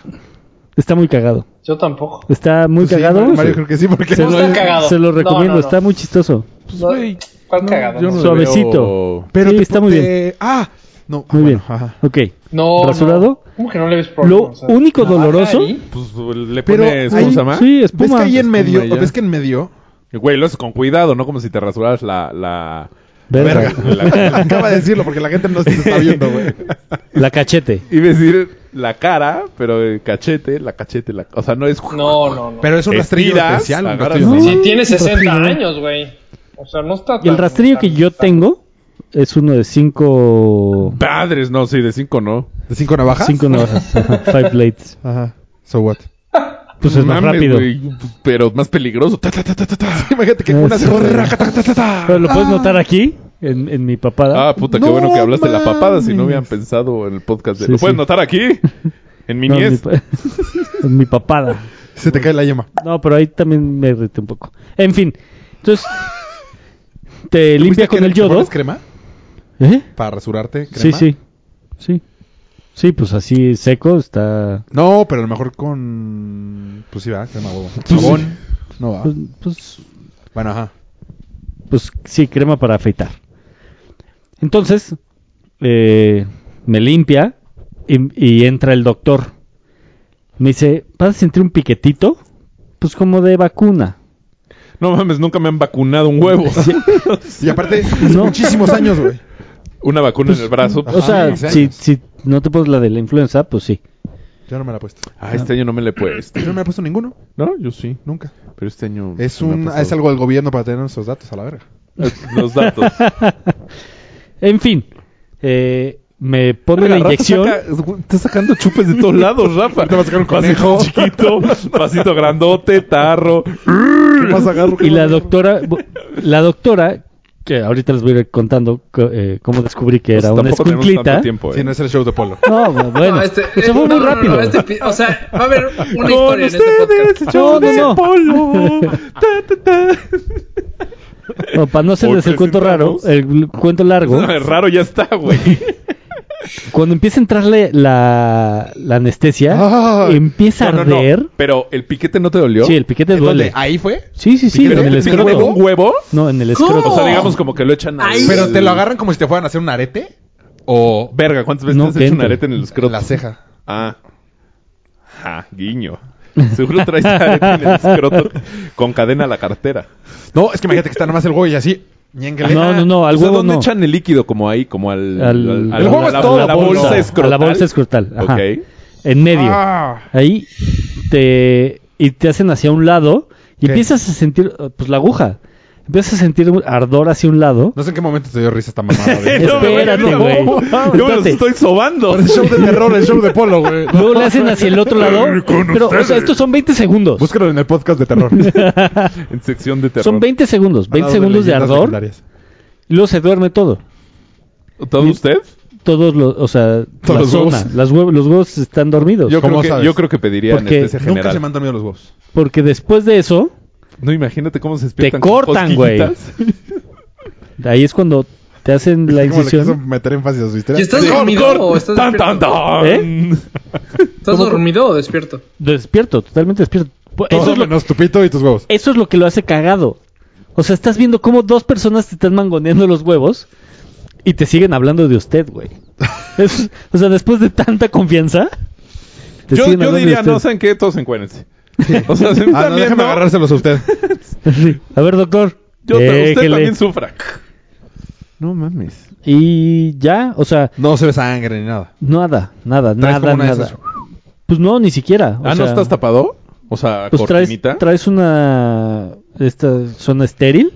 [SPEAKER 3] Está muy cagado.
[SPEAKER 4] Yo tampoco.
[SPEAKER 3] Está muy
[SPEAKER 2] Pues Sí,
[SPEAKER 3] cagado.
[SPEAKER 2] Mario, creo que sí, porque...
[SPEAKER 3] se,
[SPEAKER 4] No
[SPEAKER 3] lo,
[SPEAKER 4] está cagado.
[SPEAKER 3] se lo
[SPEAKER 4] No,
[SPEAKER 3] recomiendo,
[SPEAKER 4] no, no.
[SPEAKER 3] está muy chistoso.
[SPEAKER 4] No,
[SPEAKER 1] güey,
[SPEAKER 4] ¿Cuál
[SPEAKER 1] no,
[SPEAKER 4] cagado?
[SPEAKER 1] yo no
[SPEAKER 4] No,
[SPEAKER 1] le
[SPEAKER 3] Suavecito.
[SPEAKER 1] veo-
[SPEAKER 2] Pero
[SPEAKER 3] Sí,
[SPEAKER 2] te-
[SPEAKER 3] está muy
[SPEAKER 2] te-
[SPEAKER 3] bien.
[SPEAKER 2] Ah, no. ah,
[SPEAKER 3] Muy
[SPEAKER 2] bueno,
[SPEAKER 3] bien.
[SPEAKER 2] ajá.
[SPEAKER 3] Ok.
[SPEAKER 4] no.
[SPEAKER 3] ¿Rasurado?
[SPEAKER 4] ¿Cómo que no le ves
[SPEAKER 3] Lo
[SPEAKER 4] problema? O sea,
[SPEAKER 3] único
[SPEAKER 4] ¿navaja
[SPEAKER 3] doloroso-
[SPEAKER 4] ahí?
[SPEAKER 1] Pues le
[SPEAKER 2] Pero
[SPEAKER 1] pones... ¿Cómo
[SPEAKER 2] ahí-
[SPEAKER 1] se llama?
[SPEAKER 3] Sí, espuma.
[SPEAKER 2] ¿Ves que ahí en
[SPEAKER 1] Espuma
[SPEAKER 2] medio?
[SPEAKER 1] ya.
[SPEAKER 2] ¿Ves que en medio?
[SPEAKER 1] Güey, lo haces con cuidado, ¿no? Como si te rasuraras la... la...
[SPEAKER 3] Verga.
[SPEAKER 2] Verga. Acaba de decirlo porque la gente no se está viendo, güey.
[SPEAKER 3] La cachete.
[SPEAKER 1] Iba a decir la cara, pero el cachete, la cachete, la... O sea, no es...
[SPEAKER 4] No, no, no.
[SPEAKER 2] Pero es un rastrillo
[SPEAKER 1] Estiras,
[SPEAKER 2] especial. un
[SPEAKER 1] agarras
[SPEAKER 2] rastrillo
[SPEAKER 1] un-
[SPEAKER 2] normal.
[SPEAKER 4] Si tiene 60
[SPEAKER 3] Rastrillo.
[SPEAKER 4] años, güey. O sea, no está
[SPEAKER 3] Y el
[SPEAKER 4] tan-
[SPEAKER 3] rastrillo que
[SPEAKER 4] tan-
[SPEAKER 3] yo
[SPEAKER 4] tan-
[SPEAKER 3] tengo es uno de cinco...
[SPEAKER 1] Padres, no, sí, de cinco no.
[SPEAKER 2] ¿De cinco navajas?
[SPEAKER 3] Cinco navajas. Ajá, Five blades.
[SPEAKER 2] Ajá. So what?
[SPEAKER 3] Pues es más
[SPEAKER 1] Mames,
[SPEAKER 3] rápido.
[SPEAKER 1] güey, pero más peligroso. Ta, ta, ta, ta, ta, ta.
[SPEAKER 2] Imagínate que
[SPEAKER 3] Ah,
[SPEAKER 2] una
[SPEAKER 3] sí.
[SPEAKER 2] zorra. ca, ta, ta, ta, ta.
[SPEAKER 3] Pero lo puedes notar aquí, en, en mi papada.
[SPEAKER 1] Ah, puta, qué
[SPEAKER 2] No
[SPEAKER 1] bueno que hablaste de la papada. Si no
[SPEAKER 2] mames.
[SPEAKER 1] habían pensado en el podcast. De...
[SPEAKER 3] Sí,
[SPEAKER 1] ¿Lo puedes
[SPEAKER 3] sí.
[SPEAKER 1] notar aquí? En mi
[SPEAKER 3] No, en, mi
[SPEAKER 1] niez.
[SPEAKER 3] pa- en mi papada.
[SPEAKER 2] Se te cae la yema.
[SPEAKER 3] No, pero ahí también me irrité un poco. En fin, entonces te
[SPEAKER 2] ¿Viste
[SPEAKER 3] limpia
[SPEAKER 2] que
[SPEAKER 3] con el
[SPEAKER 2] te
[SPEAKER 3] yodo.
[SPEAKER 2] pones crema?
[SPEAKER 3] ¿Eh?
[SPEAKER 2] Para rasurarte.
[SPEAKER 3] Sí,
[SPEAKER 2] Crema?
[SPEAKER 3] sí. Sí. Sí, pues así seco está.
[SPEAKER 2] No, pero a lo mejor con. Pues sí, va, crema huevo.
[SPEAKER 3] Pues
[SPEAKER 2] Jabón.
[SPEAKER 3] sí.
[SPEAKER 2] No va.
[SPEAKER 3] Pues, pues,
[SPEAKER 2] Bueno, ajá.
[SPEAKER 3] pues sí, crema para afeitar. Entonces, eh, me limpia y, y entra el doctor. Me dice, ¿vas a sentir un piquetito? Pues como de vacuna.
[SPEAKER 1] No mames, nunca me han vacunado un huevo.
[SPEAKER 2] Y aparte, hace
[SPEAKER 3] No.
[SPEAKER 2] muchísimos años, güey.
[SPEAKER 1] Una vacuna en el brazo.
[SPEAKER 3] O sea,
[SPEAKER 2] dieciséis
[SPEAKER 3] si,
[SPEAKER 2] años.
[SPEAKER 3] si no te pones la de la influenza, pues sí.
[SPEAKER 2] Yo no me la he puesto.
[SPEAKER 1] Ah, este año no me le he puesto.
[SPEAKER 2] Yo no me he puesto ninguno.
[SPEAKER 1] No, yo sí.
[SPEAKER 2] Nunca.
[SPEAKER 1] Pero este año.
[SPEAKER 2] Es,
[SPEAKER 1] no me ha
[SPEAKER 2] un,
[SPEAKER 1] pasado.
[SPEAKER 2] es algo del gobierno para tener nuestros datos a la verga.
[SPEAKER 1] Los datos.
[SPEAKER 3] En fin, eh, me pone la
[SPEAKER 1] Rafa
[SPEAKER 3] inyección.
[SPEAKER 1] saca- está sacando chupes Pues de todos lados, Rafa. Te va a sacar un
[SPEAKER 2] conejo.
[SPEAKER 1] chiquito, vasito grandote, tarro.
[SPEAKER 2] ¿Qué más agarro?
[SPEAKER 3] Y la doctora, bu- la doctora, que ahorita les voy a ir contando co- eh, cómo descubrí que era
[SPEAKER 1] Pues
[SPEAKER 3] una
[SPEAKER 1] tampoco tenemos
[SPEAKER 3] escuinclita.
[SPEAKER 1] tanto tiempo, eh.
[SPEAKER 2] Sí, no es el show de Polo.
[SPEAKER 3] No, bueno,
[SPEAKER 4] No, este-
[SPEAKER 3] o sea, fue
[SPEAKER 4] no,
[SPEAKER 3] muy
[SPEAKER 4] no, no,
[SPEAKER 3] rápido.
[SPEAKER 4] no, este pi- o sea, va a haber una
[SPEAKER 1] Con
[SPEAKER 4] historia en este podcast.
[SPEAKER 1] ustedes, yo
[SPEAKER 3] No, no,
[SPEAKER 1] de
[SPEAKER 3] no.
[SPEAKER 1] polo. Ta, ta, ta.
[SPEAKER 3] No, para no hacerles
[SPEAKER 1] Hoy
[SPEAKER 3] el cuento raro,
[SPEAKER 1] presentamos-
[SPEAKER 3] el cuento largo,
[SPEAKER 1] No, raro ya está, güey.
[SPEAKER 3] cuando empieza a entrarle la, la anestesia,
[SPEAKER 2] Ah.
[SPEAKER 3] empieza a
[SPEAKER 1] No, no, no.
[SPEAKER 3] arder.
[SPEAKER 1] Pero el piquete no te dolió.
[SPEAKER 3] Sí, el piquete duele.
[SPEAKER 2] ¿Ahí fue?
[SPEAKER 3] Sí, sí, sí,
[SPEAKER 1] Pero
[SPEAKER 3] en el
[SPEAKER 1] ¿te picó
[SPEAKER 3] escroto.
[SPEAKER 1] un huevo.
[SPEAKER 3] No, en el
[SPEAKER 4] ¿Cómo?
[SPEAKER 3] escroto.
[SPEAKER 1] O sea, digamos como que lo echan al-
[SPEAKER 4] Ahí.
[SPEAKER 2] ¿Pero te lo agarran como si te fueran a hacer un arete? ¿O
[SPEAKER 1] Verga, ¿cuántas veces
[SPEAKER 3] No,
[SPEAKER 1] te has hecho un
[SPEAKER 3] dentro.
[SPEAKER 1] arete en el escroto?
[SPEAKER 2] la ceja?
[SPEAKER 1] Ah. Ja, guiño. Seguro traes arete en el escroto con cadena a la cartera.
[SPEAKER 2] No, es que imagínate que está nomás el huevo y así. ñénguele.
[SPEAKER 3] No, no, no, al
[SPEAKER 1] O sea,
[SPEAKER 3] huevo
[SPEAKER 1] ¿dónde
[SPEAKER 3] no.
[SPEAKER 1] echan el líquido? Como ahí, como al...
[SPEAKER 3] Al-
[SPEAKER 1] al-
[SPEAKER 3] El huevo
[SPEAKER 1] a
[SPEAKER 2] es todo,
[SPEAKER 1] a la bolsa,
[SPEAKER 3] a
[SPEAKER 1] escrotal.
[SPEAKER 3] la bolsa escrotal. Ajá.
[SPEAKER 1] Ok.
[SPEAKER 3] En medio.
[SPEAKER 2] Ah.
[SPEAKER 3] Ahí te y te hacen hacia un lado
[SPEAKER 2] ¿Qué?
[SPEAKER 3] y empiezas a sentir eh, pues la aguja. Empiezas a sentir un ardor hacia un lado.
[SPEAKER 2] No sé en qué momento te dio risa esta mamada. güey.
[SPEAKER 3] No, Espérate,
[SPEAKER 1] no,
[SPEAKER 3] güey.
[SPEAKER 1] no, no, Yo me los
[SPEAKER 3] Espérate.
[SPEAKER 1] estoy sobando.
[SPEAKER 2] el show de terror, el show de Polo, güey.
[SPEAKER 3] Luego le hacen hacia el otro lado. Pero o sea, estos son 20 segundos.
[SPEAKER 2] Búscalo en el podcast de terror.
[SPEAKER 1] En sección de terror.
[SPEAKER 3] Son 20 segundos,
[SPEAKER 1] Ah,
[SPEAKER 3] 20 segundos de,
[SPEAKER 2] leyendas
[SPEAKER 3] ardor
[SPEAKER 2] legendarias.
[SPEAKER 3] y luego se duerme todo.
[SPEAKER 1] ¿Todo usted?
[SPEAKER 3] Todos los, o sea,
[SPEAKER 2] Todos
[SPEAKER 3] la
[SPEAKER 2] los
[SPEAKER 3] zona,
[SPEAKER 2] huevos.
[SPEAKER 3] las huev- los huevos están dormidos.
[SPEAKER 1] Yo creo,
[SPEAKER 2] ¿Cómo
[SPEAKER 1] que,
[SPEAKER 2] sabes?
[SPEAKER 1] yo creo que pediría
[SPEAKER 3] Porque
[SPEAKER 1] anestesia
[SPEAKER 2] Nunca
[SPEAKER 1] general.
[SPEAKER 2] se me han dormido los huevos.
[SPEAKER 3] Porque después de eso,
[SPEAKER 1] No, imagínate cómo se despiertan
[SPEAKER 3] Te cortan, güey.
[SPEAKER 1] cosquillitas.
[SPEAKER 3] ahí es cuando te hacen
[SPEAKER 2] ¿Cómo
[SPEAKER 3] la
[SPEAKER 2] le quiso
[SPEAKER 3] incisión.
[SPEAKER 2] meter énfasis a su
[SPEAKER 4] ¿Y
[SPEAKER 2] historia?
[SPEAKER 4] estás dormido o estás
[SPEAKER 1] Tan,
[SPEAKER 4] despierto?
[SPEAKER 1] tan, tan.
[SPEAKER 3] ¿Eh?
[SPEAKER 4] ¿Estás dormido o despierto?
[SPEAKER 3] Despierto, totalmente despierto. Pues
[SPEAKER 2] Todo
[SPEAKER 3] Eso es, lo,
[SPEAKER 2] menos tu pito y tus huevos.
[SPEAKER 3] eso es lo que lo hace cagado. O sea, estás viendo cómo dos personas te están mangoneando los huevos y te siguen hablando de usted, güey. Es- o sea, después de tanta confianza. te
[SPEAKER 1] Yo,
[SPEAKER 3] siguen
[SPEAKER 1] yo
[SPEAKER 3] hablando de
[SPEAKER 1] diría,
[SPEAKER 3] usted.
[SPEAKER 1] no, ¿saben qué? Todos encuérense. O sea, si me
[SPEAKER 2] Ah,
[SPEAKER 1] están
[SPEAKER 2] no, déjame
[SPEAKER 1] viendo,
[SPEAKER 2] agarrárselos a usted.
[SPEAKER 3] Sí. A ver, doctor.
[SPEAKER 1] yo, usted
[SPEAKER 3] déjele.
[SPEAKER 1] también sufra. No mames.
[SPEAKER 3] Y ya, o sea,
[SPEAKER 2] No se ve sangre ni nada.
[SPEAKER 3] nada, nada,
[SPEAKER 2] Traes como
[SPEAKER 3] nada,
[SPEAKER 2] una de
[SPEAKER 3] nada.
[SPEAKER 2] esas.
[SPEAKER 3] Pues no, ni siquiera. o
[SPEAKER 1] ah,
[SPEAKER 3] sea,
[SPEAKER 1] ¿no estás tapado? O sea,
[SPEAKER 3] Pues traes,
[SPEAKER 1] cortinita.
[SPEAKER 3] traes una esta zona estéril,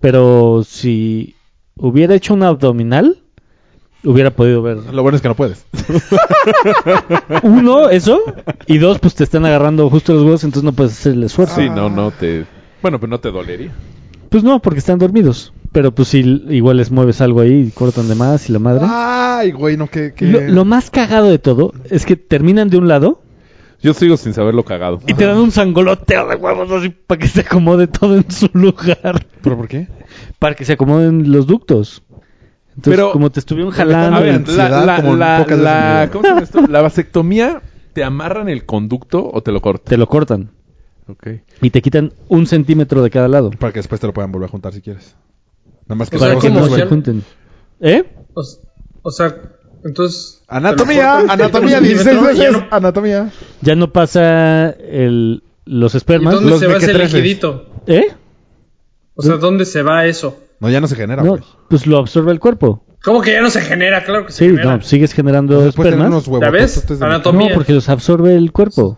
[SPEAKER 3] pero si hubiera hecho un abdominal, hubiera podido ver
[SPEAKER 2] Lo bueno es que no puedes.
[SPEAKER 3] uno eso y dos pues te están agarrando justo los huevos, entonces no puedes hacer el esfuerzo.
[SPEAKER 1] Sí,
[SPEAKER 2] Ah.
[SPEAKER 1] no, no te... Bueno, pero no te dolería.
[SPEAKER 3] Pues no, porque están dormidos. Pero pues si igual les mueves algo ahí y cortan de más y la madre.
[SPEAKER 2] Ay, güey, no, que... que-
[SPEAKER 3] Lo, lo más cagado de todo es que terminan de un lado
[SPEAKER 1] Yo sigo sin saberlo cagado.
[SPEAKER 3] y te dan un sangoloteo de huevos así para que se acomode todo en su lugar.
[SPEAKER 2] ¿Pero por qué?
[SPEAKER 3] para que se acomoden los ductos. Entonces,
[SPEAKER 2] pues,
[SPEAKER 1] Pero-
[SPEAKER 3] como te estuvieron
[SPEAKER 1] A
[SPEAKER 3] jalando.
[SPEAKER 2] de
[SPEAKER 1] ver,
[SPEAKER 2] ansiedad
[SPEAKER 1] la, la,
[SPEAKER 2] como
[SPEAKER 1] la-
[SPEAKER 2] pocas veces
[SPEAKER 1] la-
[SPEAKER 2] en mi vida.
[SPEAKER 1] ¿cómo se llama esto? La vasectomía, ¿te amarran el conducto o te lo cortan?
[SPEAKER 3] Te lo cortan
[SPEAKER 1] Ok.
[SPEAKER 3] y te quitan un centímetro de cada lado.
[SPEAKER 2] Para que después te lo puedan volver a juntar si quieres. Nada más que
[SPEAKER 4] sea,
[SPEAKER 3] para
[SPEAKER 2] los
[SPEAKER 3] que
[SPEAKER 4] ¿cómo
[SPEAKER 3] no
[SPEAKER 2] huevos
[SPEAKER 3] se
[SPEAKER 4] funciona?
[SPEAKER 3] junten. ¿Eh?
[SPEAKER 4] O, s- o sea, entonces...
[SPEAKER 2] Anatomía, anatomía, 16 veces. Anatomía.
[SPEAKER 3] Ya no pasa el, los
[SPEAKER 4] ¿Y
[SPEAKER 3] espermas.
[SPEAKER 4] dónde
[SPEAKER 2] Los
[SPEAKER 4] se va ese
[SPEAKER 2] mequetrefes.
[SPEAKER 4] liquidito?
[SPEAKER 3] ¿Eh?
[SPEAKER 4] O sea, ¿dónde se va eso?
[SPEAKER 2] No, ya no se genera,
[SPEAKER 3] No,
[SPEAKER 2] güey.
[SPEAKER 3] pues lo absorbe el cuerpo.
[SPEAKER 4] ¿Cómo que ya no se genera? Claro que se
[SPEAKER 3] Sí,
[SPEAKER 4] genera.
[SPEAKER 3] no, pues, sigues generando
[SPEAKER 2] Pues Después tener
[SPEAKER 3] espermas.
[SPEAKER 2] unos huevos.
[SPEAKER 4] ¿Ya ves?
[SPEAKER 3] No,
[SPEAKER 4] Anatomía.
[SPEAKER 3] porque los absorbe el cuerpo.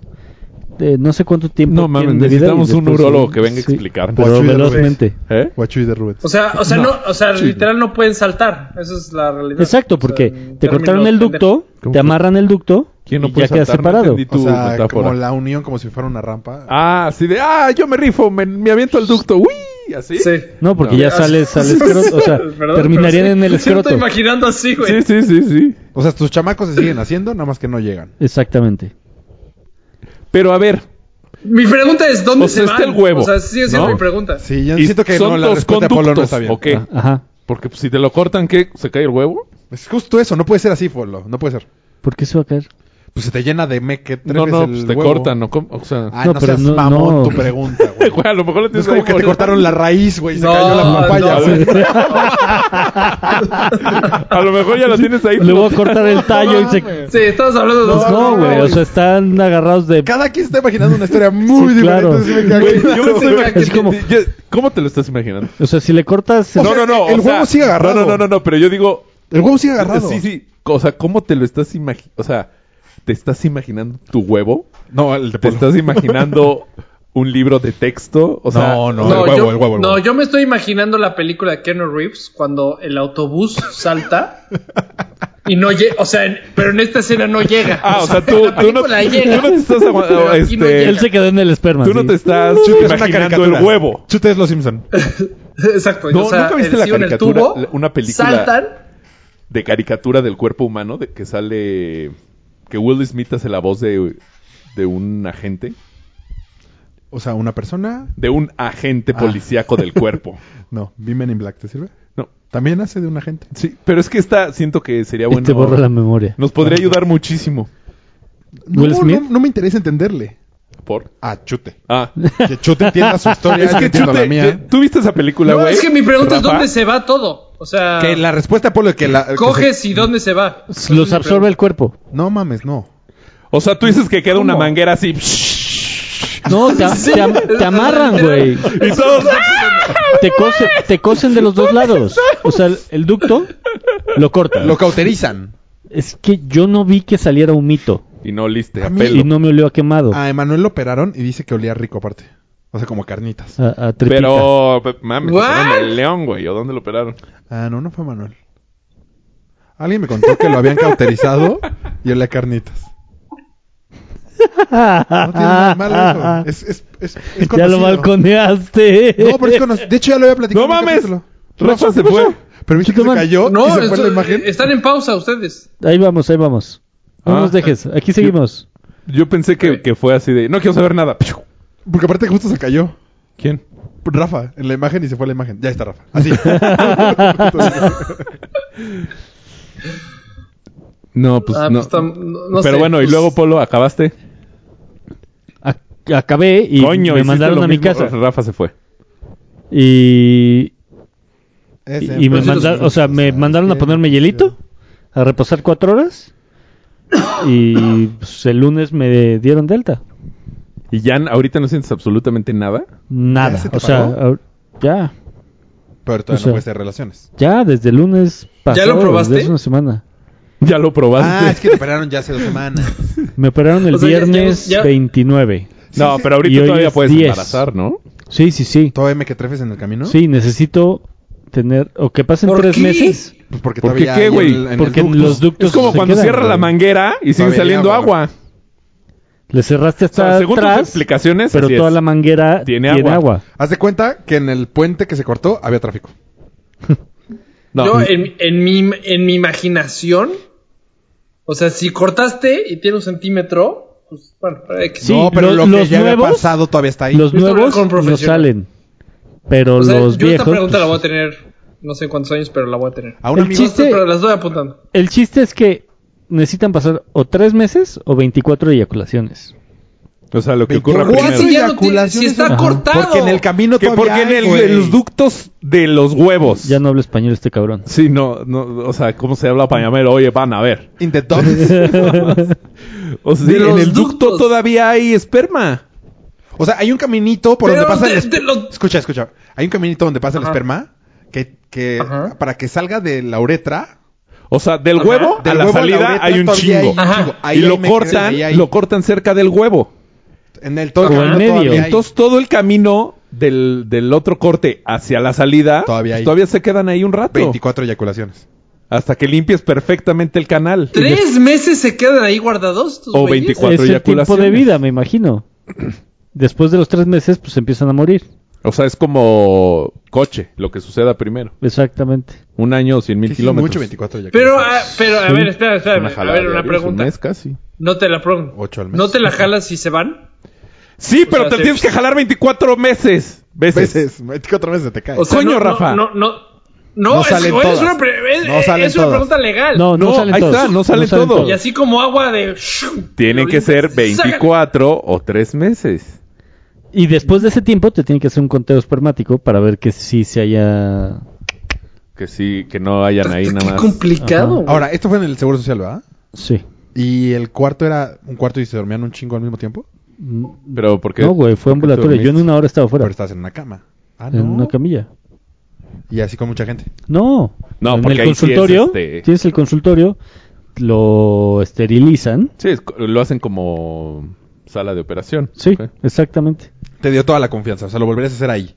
[SPEAKER 3] Eh, no sé cuánto tiempo.
[SPEAKER 1] No mames,
[SPEAKER 3] tienen de vida y
[SPEAKER 1] necesitamos un
[SPEAKER 3] después-
[SPEAKER 1] neurólogo que venga a
[SPEAKER 3] sí,
[SPEAKER 1] explicarnos.
[SPEAKER 3] Pero
[SPEAKER 2] Guachuy de los
[SPEAKER 3] velozmente.
[SPEAKER 1] ¿Eh?
[SPEAKER 2] Guachuy de Rubens.
[SPEAKER 4] O sea, o sea, no, o sea, literal no pueden saltar. Esa es la realidad.
[SPEAKER 3] Exacto,
[SPEAKER 4] O sea,
[SPEAKER 3] porque
[SPEAKER 4] en
[SPEAKER 3] te
[SPEAKER 4] términos
[SPEAKER 3] cortaron el ducto,
[SPEAKER 1] ¿Cómo
[SPEAKER 3] te
[SPEAKER 1] que-
[SPEAKER 3] amarran el ducto
[SPEAKER 1] ¿Quién no
[SPEAKER 3] y
[SPEAKER 1] puede
[SPEAKER 3] ya quedas
[SPEAKER 1] saltar? No
[SPEAKER 3] separado.
[SPEAKER 1] entendí.
[SPEAKER 2] O
[SPEAKER 1] tu
[SPEAKER 2] sea,
[SPEAKER 1] metáfora.
[SPEAKER 2] como la unión, como si fuera una rampa.
[SPEAKER 1] Ah, así de, ah, yo me rifo, me, me aviento el ducto, uy, así.
[SPEAKER 4] Sí. Ah,
[SPEAKER 3] No, porque
[SPEAKER 1] No.
[SPEAKER 3] ya sales, sales escroto, o sea,
[SPEAKER 4] Perdón,
[SPEAKER 3] terminarían
[SPEAKER 4] pero sí.
[SPEAKER 3] en el
[SPEAKER 4] Sí me
[SPEAKER 3] escroto.
[SPEAKER 4] estoy imaginando así, güey.
[SPEAKER 1] sí, sí, sí, sí.
[SPEAKER 2] O sea, tus chamacos se siguen haciendo, nada más que no llegan.
[SPEAKER 3] Exactamente.
[SPEAKER 1] Pero a ver,
[SPEAKER 4] Mi pregunta es, ¿dónde
[SPEAKER 1] O sea,
[SPEAKER 4] se va?
[SPEAKER 1] está el huevo,
[SPEAKER 4] O sea, sigue siendo
[SPEAKER 1] ¿no?
[SPEAKER 4] mi pregunta.
[SPEAKER 2] Sí, yo
[SPEAKER 1] y
[SPEAKER 2] siento que
[SPEAKER 1] son
[SPEAKER 2] no, la
[SPEAKER 1] dos
[SPEAKER 2] respuesta de Apolo no
[SPEAKER 1] conductos,
[SPEAKER 2] está bien.
[SPEAKER 1] ¿o qué?
[SPEAKER 3] Ah, Ajá.
[SPEAKER 1] Porque pues, si te lo cortan, ¿qué? ¿Se cae el huevo?
[SPEAKER 2] Es justo eso, no puede ser así, Polo. No puede ser.
[SPEAKER 3] ¿Por qué se va a caer?
[SPEAKER 2] Pues se te llena de me que
[SPEAKER 1] No, no,
[SPEAKER 2] el
[SPEAKER 1] pues te
[SPEAKER 2] huevo.
[SPEAKER 1] cortan, ¿no? ¿Cómo? O sea,
[SPEAKER 2] Ah,
[SPEAKER 3] No,
[SPEAKER 2] no,
[SPEAKER 3] pero
[SPEAKER 2] seas
[SPEAKER 3] no-
[SPEAKER 2] mamón tu
[SPEAKER 3] no.
[SPEAKER 2] pregunta, güey.
[SPEAKER 1] güey, a lo mejor la
[SPEAKER 2] No
[SPEAKER 1] tienes
[SPEAKER 2] es como
[SPEAKER 1] ahí
[SPEAKER 2] que te
[SPEAKER 1] molida.
[SPEAKER 2] cortaron la raíz, güey. Se
[SPEAKER 4] No,
[SPEAKER 2] cayó la papaya,
[SPEAKER 4] no.
[SPEAKER 2] Ah, güey.
[SPEAKER 1] A lo mejor ya la tienes ahí.
[SPEAKER 3] Le voy a cortar el tallo y se...
[SPEAKER 2] mames.
[SPEAKER 4] Sí, estamos hablando de
[SPEAKER 3] Pues no, güey, o sea, están agarrados de...
[SPEAKER 2] Cada quien está imaginando una historia muy
[SPEAKER 3] Sí,
[SPEAKER 2] diferente.
[SPEAKER 3] claro.
[SPEAKER 2] así me cago.
[SPEAKER 1] Güey, yo me estoy
[SPEAKER 4] Es
[SPEAKER 1] imaginando-
[SPEAKER 3] como-
[SPEAKER 1] yo- ¿Cómo te lo estás imaginando?
[SPEAKER 3] O sea, si le cortas...
[SPEAKER 2] O sea, el
[SPEAKER 1] juego
[SPEAKER 2] huevo sigue agarrado.
[SPEAKER 1] No, no, no, no, pero yo digo.
[SPEAKER 2] El huevo sigue agarrado.
[SPEAKER 1] Sí, sí. O sea, ¿cómo te lo estás imaginando? O sea, ¿te estás imaginando tu huevo?
[SPEAKER 2] No, el
[SPEAKER 1] ¿Te
[SPEAKER 2] de polo.
[SPEAKER 1] estás imaginando un libro de texto? O sea,
[SPEAKER 2] No, no,
[SPEAKER 4] No,
[SPEAKER 2] el huevo,
[SPEAKER 4] yo,
[SPEAKER 2] el huevo, el
[SPEAKER 4] no,
[SPEAKER 2] huevo.
[SPEAKER 4] yo me estoy imaginando la película de Keanu Reeves cuando el autobús salta y no llega, o sea, en- pero en esta escena no llega.
[SPEAKER 1] Ah, o sea, tú,
[SPEAKER 4] la
[SPEAKER 1] tú, no, tú
[SPEAKER 4] película llega,
[SPEAKER 1] no te estás agu-
[SPEAKER 4] pero aquí no
[SPEAKER 1] este,
[SPEAKER 3] Él se quedó en el esperma.
[SPEAKER 1] tú no
[SPEAKER 3] sí.
[SPEAKER 1] te estás
[SPEAKER 2] Chute es una
[SPEAKER 1] imaginando el
[SPEAKER 2] caricatura.
[SPEAKER 1] huevo.
[SPEAKER 2] Chute es los Simpson.
[SPEAKER 4] Exacto,
[SPEAKER 1] No,
[SPEAKER 4] o sea,
[SPEAKER 1] ¿nunca viste
[SPEAKER 4] el
[SPEAKER 1] la
[SPEAKER 4] tío en el
[SPEAKER 1] caricatura?
[SPEAKER 4] tubo,
[SPEAKER 1] La- una película-
[SPEAKER 4] Saltan,
[SPEAKER 1] De caricatura del cuerpo humano, de que sale. Que Will Smith hace la voz de, de un agente.
[SPEAKER 2] O sea, una persona.
[SPEAKER 1] De un agente
[SPEAKER 2] Ah.
[SPEAKER 1] policíaco del cuerpo.
[SPEAKER 2] No, Vimen in Black, ¿te sirve?
[SPEAKER 1] No,
[SPEAKER 2] También hace de un agente.
[SPEAKER 1] sí, pero es que esta siento que sería
[SPEAKER 3] Y
[SPEAKER 1] bueno.
[SPEAKER 3] te borra Este la memoria.
[SPEAKER 1] Nos
[SPEAKER 4] Ah.
[SPEAKER 1] podría ayudar muchísimo.
[SPEAKER 3] Will
[SPEAKER 2] no,
[SPEAKER 3] Smith.
[SPEAKER 2] No, no me interesa entenderle.
[SPEAKER 1] ¿Por?
[SPEAKER 2] Ah, Chute.
[SPEAKER 1] Ah.
[SPEAKER 2] Que Chute entienda su historia.
[SPEAKER 1] Es
[SPEAKER 2] yo
[SPEAKER 1] que
[SPEAKER 2] entiendo
[SPEAKER 1] chute, eh,
[SPEAKER 2] la mía.
[SPEAKER 1] ¿tú viste esa película,
[SPEAKER 4] No,
[SPEAKER 1] güey?
[SPEAKER 4] es que mi pregunta es
[SPEAKER 1] Rafa,
[SPEAKER 4] dónde se va todo. O sea,
[SPEAKER 2] Que la respuesta Polo es que la. que
[SPEAKER 4] coges y dónde se va.
[SPEAKER 3] Los absorbe el cuerpo.
[SPEAKER 2] se- No mames, no.
[SPEAKER 1] O sea, tú dices que queda una manguera así.
[SPEAKER 3] No, te, te am- te amarran, güey.
[SPEAKER 1] Y todos.
[SPEAKER 3] Te cosen, te cosen de los dos lados. O sea, el- el ducto lo corta.
[SPEAKER 2] Lo cauterizan.
[SPEAKER 3] Es que yo no vi que saliera un mito.
[SPEAKER 1] Y no oliste a
[SPEAKER 2] A mí-
[SPEAKER 1] pelo.
[SPEAKER 3] Y no me olió a quemado.
[SPEAKER 2] A Emanuel lo operaron y dice que olía rico aparte. O sea, como carnitas.
[SPEAKER 3] A, a tripita.
[SPEAKER 1] Pero, pe- mames,
[SPEAKER 4] ¿What?
[SPEAKER 1] operaron el león, güey. ¿O dónde lo operaron?
[SPEAKER 2] Ah, no, no fue Manuel. Alguien me contó que lo habían cauterizado y olía a carnitas. No tiene nada de malo eso. Es, es, es, es
[SPEAKER 3] ya lo
[SPEAKER 2] conocido.
[SPEAKER 3] balconeaste.
[SPEAKER 2] No, pero es conocido. De hecho, ya lo había platicado.
[SPEAKER 1] ¡No
[SPEAKER 2] en un
[SPEAKER 1] mames!
[SPEAKER 2] capítulo.
[SPEAKER 1] Rafa
[SPEAKER 4] pues,
[SPEAKER 1] se fue.
[SPEAKER 2] Pero viste que se
[SPEAKER 3] Superman.
[SPEAKER 2] cayó y
[SPEAKER 4] No,
[SPEAKER 2] se fue
[SPEAKER 4] esto-
[SPEAKER 2] la imagen.
[SPEAKER 4] están en pausa ustedes.
[SPEAKER 3] Ahí vamos, ahí vamos. No
[SPEAKER 1] Ah.
[SPEAKER 3] nos dejes. Aquí seguimos.
[SPEAKER 1] Yo pensé que, que fue así de. No quiero saber nada.
[SPEAKER 2] Porque aparte justo se cayó.
[SPEAKER 1] ¿Quién?
[SPEAKER 2] Rafa, en la imagen y se fue la imagen. Ya está Rafa. Así.
[SPEAKER 1] No, pues
[SPEAKER 4] Ah,
[SPEAKER 1] no.
[SPEAKER 4] pues, tam- no- no
[SPEAKER 1] pero
[SPEAKER 4] sé,
[SPEAKER 1] bueno, y
[SPEAKER 4] pues,
[SPEAKER 1] luego, Polo, acabaste.
[SPEAKER 3] A- acabé y
[SPEAKER 1] Coño,
[SPEAKER 3] me
[SPEAKER 1] hiciste
[SPEAKER 3] mandaron
[SPEAKER 1] lo
[SPEAKER 3] a mi
[SPEAKER 1] mismo.
[SPEAKER 3] casa.
[SPEAKER 1] Rafa se fue.
[SPEAKER 3] Y,
[SPEAKER 2] Ese,
[SPEAKER 3] y, y me
[SPEAKER 2] pues,
[SPEAKER 3] mandaron, o sea, me
[SPEAKER 2] ¿sabes
[SPEAKER 3] mandaron a
[SPEAKER 2] qué?
[SPEAKER 3] ponerme hielito, a reposar cuatro horas. Y pues, el lunes me dieron delta.
[SPEAKER 1] Y Jan, ahorita no sientes absolutamente nada.
[SPEAKER 3] Nada.
[SPEAKER 2] se te
[SPEAKER 3] O sea,
[SPEAKER 2] paró?
[SPEAKER 3] ahor- ya.
[SPEAKER 2] Pero
[SPEAKER 3] O
[SPEAKER 2] todavía
[SPEAKER 3] sea-
[SPEAKER 2] no puedes tener relaciones.
[SPEAKER 3] Ya, desde el lunes pasado.
[SPEAKER 4] lo probaste?
[SPEAKER 3] desde hace una semana.
[SPEAKER 1] Ya lo probaste.
[SPEAKER 2] Ah, es que te operaron ya hace dos semanas.
[SPEAKER 3] Me operaron el
[SPEAKER 4] O sea, ya- ya-
[SPEAKER 3] viernes
[SPEAKER 4] ya-
[SPEAKER 3] 29.
[SPEAKER 1] no,
[SPEAKER 2] sí, sí.
[SPEAKER 1] pero
[SPEAKER 3] Y
[SPEAKER 1] ahorita
[SPEAKER 3] hoy
[SPEAKER 1] todavía
[SPEAKER 3] es
[SPEAKER 1] puedes
[SPEAKER 3] 10.
[SPEAKER 1] embarazar, ¿no?
[SPEAKER 3] Sí, sí, sí.
[SPEAKER 2] ¿Todavía me que trefes en el camino?
[SPEAKER 3] Sí, necesito tener... O que pasen
[SPEAKER 4] ¿Por
[SPEAKER 3] tres
[SPEAKER 4] qué?
[SPEAKER 3] meses.
[SPEAKER 2] Pues porque
[SPEAKER 1] ¿Por qué
[SPEAKER 2] todavía
[SPEAKER 1] qué,
[SPEAKER 2] hay
[SPEAKER 1] güey?
[SPEAKER 2] el- en el
[SPEAKER 3] Porque
[SPEAKER 2] ducto.
[SPEAKER 3] los ductos
[SPEAKER 1] Es como
[SPEAKER 3] se
[SPEAKER 1] cuando
[SPEAKER 3] quedan,
[SPEAKER 1] cierra la
[SPEAKER 3] güey.
[SPEAKER 1] manguera y sigue
[SPEAKER 2] Todavía hay
[SPEAKER 1] saliendo
[SPEAKER 2] agua.
[SPEAKER 1] agua.
[SPEAKER 3] Le
[SPEAKER 1] O
[SPEAKER 3] cerraste hasta
[SPEAKER 1] sea, según tus
[SPEAKER 3] atrás,
[SPEAKER 1] explicaciones,
[SPEAKER 3] pero
[SPEAKER 1] así
[SPEAKER 3] toda
[SPEAKER 1] es.
[SPEAKER 3] la manguera
[SPEAKER 1] Tiene
[SPEAKER 3] tiene,
[SPEAKER 1] agua.
[SPEAKER 3] agua.
[SPEAKER 2] Haz de cuenta que en el puente que se cortó había tráfico.
[SPEAKER 1] No. mm.
[SPEAKER 4] Yo, en, en mi, en mi imaginación, o sea, si cortaste y tiene un centímetro, pues bueno, X.
[SPEAKER 3] Sí,
[SPEAKER 2] no, pero
[SPEAKER 3] lo-
[SPEAKER 2] lo, que
[SPEAKER 3] los
[SPEAKER 2] ya había
[SPEAKER 3] nuevos-
[SPEAKER 2] pasado todavía está ahí.
[SPEAKER 3] Los
[SPEAKER 4] Yo estoy hablando
[SPEAKER 3] nuevos
[SPEAKER 4] con un
[SPEAKER 3] no
[SPEAKER 4] profesional.
[SPEAKER 3] salen. Pero
[SPEAKER 4] O sea,
[SPEAKER 3] los
[SPEAKER 4] yo
[SPEAKER 3] viejos...
[SPEAKER 4] esta pregunta la voy
[SPEAKER 3] pues,
[SPEAKER 4] a tener, no sé en cuántos años, pero la voy a tener.
[SPEAKER 2] A Ah, un
[SPEAKER 3] el
[SPEAKER 2] amigo-
[SPEAKER 3] chiste-
[SPEAKER 4] Pero las voy apuntando.
[SPEAKER 3] El chiste es que necesitan pasar o tres meses o 24 eyaculaciones.
[SPEAKER 1] O sea, lo que
[SPEAKER 2] Veinticuatro.
[SPEAKER 1] ocurra primero.
[SPEAKER 2] Cuatro
[SPEAKER 4] Si ya no tiene-
[SPEAKER 2] eyaculaciones
[SPEAKER 4] si está
[SPEAKER 2] en-
[SPEAKER 4] cortado.
[SPEAKER 2] Porque en el camino
[SPEAKER 1] Que
[SPEAKER 2] todavía
[SPEAKER 1] porque en
[SPEAKER 2] hay,
[SPEAKER 1] el-
[SPEAKER 2] güey.
[SPEAKER 1] en los ductos de los huevos.
[SPEAKER 3] Ya no hablo español este cabrón.
[SPEAKER 1] Sí, no, no, o sea, ¿cómo se habla pañamero? Oye, van a ver.
[SPEAKER 2] In the ducts.
[SPEAKER 1] O sea,
[SPEAKER 4] De
[SPEAKER 1] en
[SPEAKER 4] los
[SPEAKER 1] el ducto
[SPEAKER 4] ductos.
[SPEAKER 1] todavía hay esperma.
[SPEAKER 2] O sea, hay un caminito por
[SPEAKER 4] Pero
[SPEAKER 2] donde pasa
[SPEAKER 4] de-
[SPEAKER 2] el es-
[SPEAKER 4] de los-
[SPEAKER 2] Escucha, escucha. Hay un caminito donde pasa
[SPEAKER 4] Ajá.
[SPEAKER 2] el esperma que, que
[SPEAKER 4] Ajá.
[SPEAKER 2] para que salga de la uretra.
[SPEAKER 1] O sea, del
[SPEAKER 4] Ajá.
[SPEAKER 1] huevo
[SPEAKER 2] Del
[SPEAKER 1] a la
[SPEAKER 2] huevo
[SPEAKER 1] salida
[SPEAKER 2] uretra
[SPEAKER 1] hay un
[SPEAKER 2] todavía
[SPEAKER 1] chingo.
[SPEAKER 4] Ajá.
[SPEAKER 2] Ahí-
[SPEAKER 1] y lo
[SPEAKER 2] ahí me
[SPEAKER 1] cortan,
[SPEAKER 2] creo, ahí hay-
[SPEAKER 1] lo cortan cerca del huevo.
[SPEAKER 2] en el todo
[SPEAKER 3] O en
[SPEAKER 2] camino
[SPEAKER 3] medio.
[SPEAKER 2] todavía hay.
[SPEAKER 1] Entonces todo el camino del, del otro corte hacia la salida pues,
[SPEAKER 2] Todavía hay.
[SPEAKER 1] todavía se quedan ahí un rato
[SPEAKER 2] 24 eyaculaciones.
[SPEAKER 1] hasta que limpies perfectamente el canal.
[SPEAKER 4] ¿Tres meses se quedan ahí guardados? estos
[SPEAKER 1] O
[SPEAKER 4] güeyes?
[SPEAKER 1] 24. Cuatro
[SPEAKER 3] Es el tiempo de
[SPEAKER 1] eyaculaciones.
[SPEAKER 3] vida, me imagino. Después de los tres meses, pues empiezan a morir.
[SPEAKER 1] O sea, es como coche, lo que suceda primero.
[SPEAKER 3] Exactamente.
[SPEAKER 1] Un año o cien mil
[SPEAKER 2] Sí, sí,
[SPEAKER 1] kilómetros.
[SPEAKER 2] mucho 24
[SPEAKER 4] Pero,
[SPEAKER 2] eyaculaciones.
[SPEAKER 4] ah, pero, a
[SPEAKER 3] Sí.
[SPEAKER 4] ver, espera, espera.
[SPEAKER 1] Una
[SPEAKER 4] a
[SPEAKER 1] jalada
[SPEAKER 4] ver,
[SPEAKER 1] diaria,
[SPEAKER 4] una
[SPEAKER 1] es
[SPEAKER 4] pregunta.
[SPEAKER 1] Un mes casi.
[SPEAKER 4] No te la pregunto.
[SPEAKER 2] Ocho al mes.
[SPEAKER 4] ¿No te la jalas si se van?
[SPEAKER 1] Sí, pero
[SPEAKER 4] sea,
[SPEAKER 1] te
[SPEAKER 4] sí.
[SPEAKER 1] tienes que jalar 24 meses. Veces.
[SPEAKER 2] veces, 24 veces te cae.
[SPEAKER 4] O sea,
[SPEAKER 1] Coño,
[SPEAKER 4] no,
[SPEAKER 1] Rafa.
[SPEAKER 4] No, no, no, No,
[SPEAKER 2] No
[SPEAKER 4] es,
[SPEAKER 2] salen
[SPEAKER 4] güey, es
[SPEAKER 2] todas.
[SPEAKER 4] una, pre- es-
[SPEAKER 2] No salen
[SPEAKER 4] es una
[SPEAKER 2] todas.
[SPEAKER 4] pregunta legal.
[SPEAKER 3] No, no,
[SPEAKER 1] No,
[SPEAKER 3] salen
[SPEAKER 1] ahí
[SPEAKER 3] todos.
[SPEAKER 1] está, no salen todos.
[SPEAKER 4] Y así como agua de...
[SPEAKER 1] Tiene que ser
[SPEAKER 4] Saca-
[SPEAKER 1] 24 o 3 meses.
[SPEAKER 3] Y después de ese tiempo te tienen que hacer un conteo espermático para ver que sí se haya...
[SPEAKER 1] Que sí, que no hayan ahí
[SPEAKER 4] Qué
[SPEAKER 1] nada más.
[SPEAKER 4] complicado. güey.
[SPEAKER 2] Ahora, esto fue en el Seguro Social, ¿verdad?
[SPEAKER 3] Sí.
[SPEAKER 2] Y el cuarto era un cuarto y se dormían un chingo al mismo tiempo.
[SPEAKER 1] Pero porque
[SPEAKER 3] No, güey, fue ambulatorio. Yo en una hora estaba
[SPEAKER 2] Pero
[SPEAKER 3] fuera.
[SPEAKER 2] estabas en una cama. Ah,
[SPEAKER 3] En
[SPEAKER 2] no.
[SPEAKER 3] una camilla.
[SPEAKER 2] Y así con mucha gente.
[SPEAKER 3] No.
[SPEAKER 1] No,
[SPEAKER 3] en
[SPEAKER 1] porque
[SPEAKER 3] el
[SPEAKER 1] ahí sí es,
[SPEAKER 3] consultorio,
[SPEAKER 1] este-
[SPEAKER 3] tienes el consultorio, lo esterilizan.
[SPEAKER 1] Sí, es co- lo hacen como sala de operación.
[SPEAKER 3] Sí,
[SPEAKER 1] Ok.
[SPEAKER 3] exactamente.
[SPEAKER 2] Te dio toda la confianza, o sea, lo volverías a hacer ahí.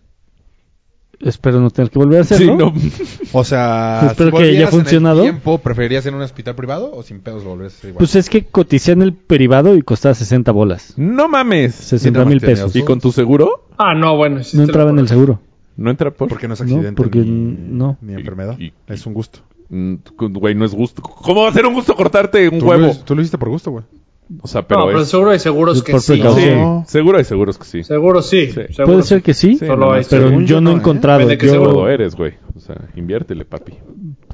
[SPEAKER 3] Espero no tener que volver a hacerlo.
[SPEAKER 1] Sí, no.
[SPEAKER 2] O sea,
[SPEAKER 3] Espero que
[SPEAKER 2] volvieras
[SPEAKER 3] haya
[SPEAKER 2] en el
[SPEAKER 3] funcionado.
[SPEAKER 2] tiempo, ¿Preferirías en un hospital privado o sin pedos lo volverías a hacer igual?
[SPEAKER 3] Pues es que coticé en el privado y costaba 60 bolas.
[SPEAKER 1] No mames.
[SPEAKER 3] 60 mil
[SPEAKER 2] más tenías
[SPEAKER 3] pesos.
[SPEAKER 1] ¿Y con tu seguro?
[SPEAKER 4] Ah, no, bueno. sí
[SPEAKER 3] No
[SPEAKER 4] te lo
[SPEAKER 3] entraba en
[SPEAKER 4] puedo
[SPEAKER 3] el seguro.
[SPEAKER 1] No entra por.
[SPEAKER 2] porque no es
[SPEAKER 3] No,
[SPEAKER 2] accidente
[SPEAKER 3] porque
[SPEAKER 2] ni,
[SPEAKER 3] no.
[SPEAKER 2] ni enfermedad.
[SPEAKER 1] Y- y-
[SPEAKER 2] es un gusto.
[SPEAKER 1] Mm, Güey, no es gusto. ¿Cómo va a ser un gusto cortarte un
[SPEAKER 2] Tú
[SPEAKER 1] huevo?
[SPEAKER 2] Lo, tú lo hiciste por gusto, güey.
[SPEAKER 1] O sea,
[SPEAKER 4] No,
[SPEAKER 1] pero.
[SPEAKER 4] pero
[SPEAKER 1] es...
[SPEAKER 4] seguro hay seguros que
[SPEAKER 3] Por
[SPEAKER 4] sí.
[SPEAKER 1] Sí,
[SPEAKER 3] precaución.
[SPEAKER 2] No.
[SPEAKER 1] seguro hay seguros que sí.
[SPEAKER 4] Seguro sí.
[SPEAKER 1] Sí.
[SPEAKER 4] seguro
[SPEAKER 3] Puede
[SPEAKER 4] sí.
[SPEAKER 3] ser que sí,
[SPEAKER 1] Sí,
[SPEAKER 4] Solo
[SPEAKER 1] no,
[SPEAKER 4] hay
[SPEAKER 3] pero
[SPEAKER 2] según
[SPEAKER 3] yo
[SPEAKER 2] yo
[SPEAKER 3] no he
[SPEAKER 2] no, ¿eh?
[SPEAKER 3] encontrado.
[SPEAKER 4] Depende de qué
[SPEAKER 3] Yo-
[SPEAKER 4] seguro
[SPEAKER 1] Todo eres, güey. O sea, inviértele, papi.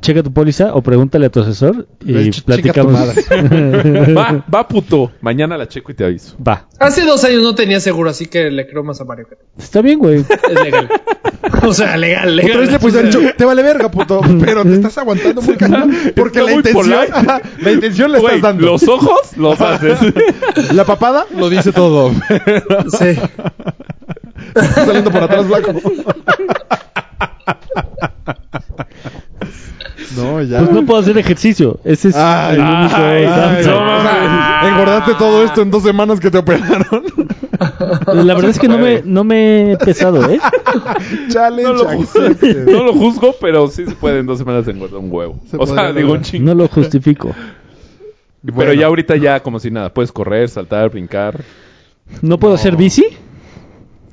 [SPEAKER 3] Checa tu póliza o pregúntale a tu asesor y
[SPEAKER 2] Ve, ch- checa tu
[SPEAKER 3] platicamos.
[SPEAKER 1] va, va, puto. Mañana la checo y te aviso.
[SPEAKER 3] Va.
[SPEAKER 4] Hace dos años no tenía seguro, así que le creo más a Mario. que-
[SPEAKER 3] Está bien, güey.
[SPEAKER 4] Es legal. o sea, legal, legal.
[SPEAKER 2] Otra vez le pusieron cho- te vale verga, puto, pero te estás aguantando muy cañón porque
[SPEAKER 1] Está muy
[SPEAKER 2] la intención,
[SPEAKER 1] polite.
[SPEAKER 2] ajá, la intención le
[SPEAKER 1] Güey,
[SPEAKER 2] estás dando.
[SPEAKER 1] los ojos los haces.
[SPEAKER 2] La papada lo dice todo.
[SPEAKER 4] Sí.
[SPEAKER 2] Saliendo por atrás blanco. No, ya.
[SPEAKER 3] Pues no puedo hacer ejercicio. Ese es
[SPEAKER 2] Ay,
[SPEAKER 3] el único
[SPEAKER 1] ay, Ah,
[SPEAKER 3] downside.
[SPEAKER 1] no
[SPEAKER 2] O sea, engordaste todo esto en dos semanas que te operaron.
[SPEAKER 3] La verdad es que no me, no me he pesado, ¿eh?
[SPEAKER 2] Challenge
[SPEAKER 1] No lo
[SPEAKER 2] accepted.
[SPEAKER 1] No lo juzgo, pero sí se puede en dos semanas engordar un huevo.
[SPEAKER 2] Se
[SPEAKER 1] o sea,
[SPEAKER 2] podría
[SPEAKER 1] digo un
[SPEAKER 2] lograr.
[SPEAKER 1] chingo.
[SPEAKER 3] No lo justifico.
[SPEAKER 1] Pero
[SPEAKER 2] Bueno.
[SPEAKER 1] ya ahorita ya como si nada. Puedes correr, saltar, brincar.
[SPEAKER 3] No puedo hacer bici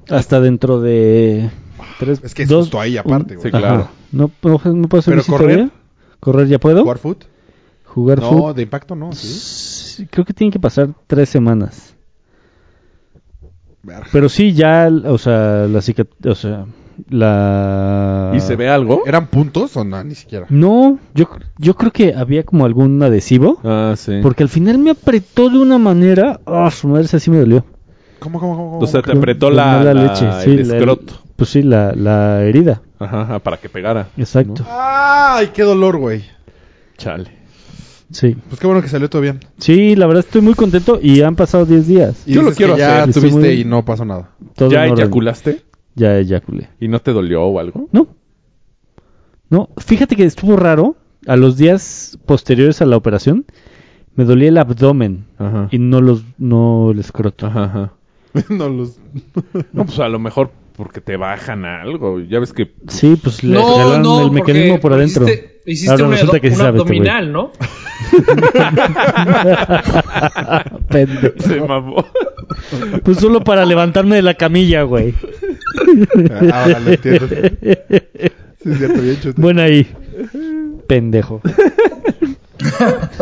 [SPEAKER 3] hasta dentro de tres,
[SPEAKER 2] Es que es
[SPEAKER 3] dos-
[SPEAKER 2] justo ahí aparte,
[SPEAKER 1] Sí,
[SPEAKER 2] güey.
[SPEAKER 3] Ajá.
[SPEAKER 1] claro.
[SPEAKER 3] No, no, no puedo hacer
[SPEAKER 2] Pero
[SPEAKER 3] bici
[SPEAKER 2] correr.
[SPEAKER 3] todavía. Correr ya puedo.
[SPEAKER 2] ¿Jugar foot?
[SPEAKER 3] Jugar
[SPEAKER 2] No,
[SPEAKER 3] fútbol.
[SPEAKER 2] de impacto no, sí.
[SPEAKER 3] Sí, Creo que tienen que pasar tres semanas. Pero sí, ya, o sea, la cicat- o
[SPEAKER 2] Ah.
[SPEAKER 3] sea, la...
[SPEAKER 1] ¿Y se ve algo?
[SPEAKER 2] ¿Eran puntos o no? Ni siquiera.
[SPEAKER 3] No, yo, yo creo que había como algún adhesivo.
[SPEAKER 1] Ah, sí.
[SPEAKER 3] Porque al final me apretó de una manera. Ah, su madre, esa sí me dolió.
[SPEAKER 2] ¿Cómo, cómo, cómo?
[SPEAKER 1] O sea, te
[SPEAKER 3] Con-
[SPEAKER 1] apretó
[SPEAKER 3] con
[SPEAKER 1] la,
[SPEAKER 3] mala
[SPEAKER 1] la-
[SPEAKER 3] sí,
[SPEAKER 1] el
[SPEAKER 3] la-
[SPEAKER 1] escroto.
[SPEAKER 3] pues sí, la, la herida.
[SPEAKER 1] Ajá, ajá, para que pegara.
[SPEAKER 3] Exacto.
[SPEAKER 2] ¡Ay, qué dolor, güey!
[SPEAKER 1] Chale.
[SPEAKER 3] Sí.
[SPEAKER 2] Pues qué bueno que salió todo bien.
[SPEAKER 3] Sí, la verdad estoy muy contento y han pasado 10 días.
[SPEAKER 2] Y
[SPEAKER 1] Yo lo
[SPEAKER 2] dices que
[SPEAKER 1] quiero
[SPEAKER 2] ya
[SPEAKER 1] hacer.
[SPEAKER 3] Estoy
[SPEAKER 2] tuviste
[SPEAKER 3] muy-
[SPEAKER 2] y no pasó nada.
[SPEAKER 3] Todo
[SPEAKER 1] ¿Ya
[SPEAKER 3] en orden.
[SPEAKER 1] eyaculaste?
[SPEAKER 3] Ya eyaculé.
[SPEAKER 1] ¿Y no te dolió o algo?
[SPEAKER 3] No. No, fíjate que estuvo raro. A los días posteriores a la operación, me dolía el abdomen
[SPEAKER 1] Ajá.
[SPEAKER 3] y no los no el escroto.
[SPEAKER 1] Ajá, ajá.
[SPEAKER 2] no los...
[SPEAKER 1] No, pues a lo mejor porque te bajan algo. Ya ves que...
[SPEAKER 3] Sí, pues le
[SPEAKER 4] No,
[SPEAKER 3] jalaron
[SPEAKER 4] no,
[SPEAKER 3] el
[SPEAKER 4] porque
[SPEAKER 3] mecanismo por adentro.
[SPEAKER 4] Hiciste, hiciste
[SPEAKER 3] Ahora
[SPEAKER 4] una
[SPEAKER 3] resulta
[SPEAKER 4] do-
[SPEAKER 3] que sí
[SPEAKER 4] un
[SPEAKER 3] sabes, güey.
[SPEAKER 4] abdominal, ¿no?
[SPEAKER 3] Pendejo.
[SPEAKER 1] Se mamó.
[SPEAKER 3] Pues solo para levantarme de la camilla, güey.
[SPEAKER 2] Ah, Ahora lo entiendo. Sí, es cierto, bien chute.
[SPEAKER 3] Bueno ahí. Pendejo.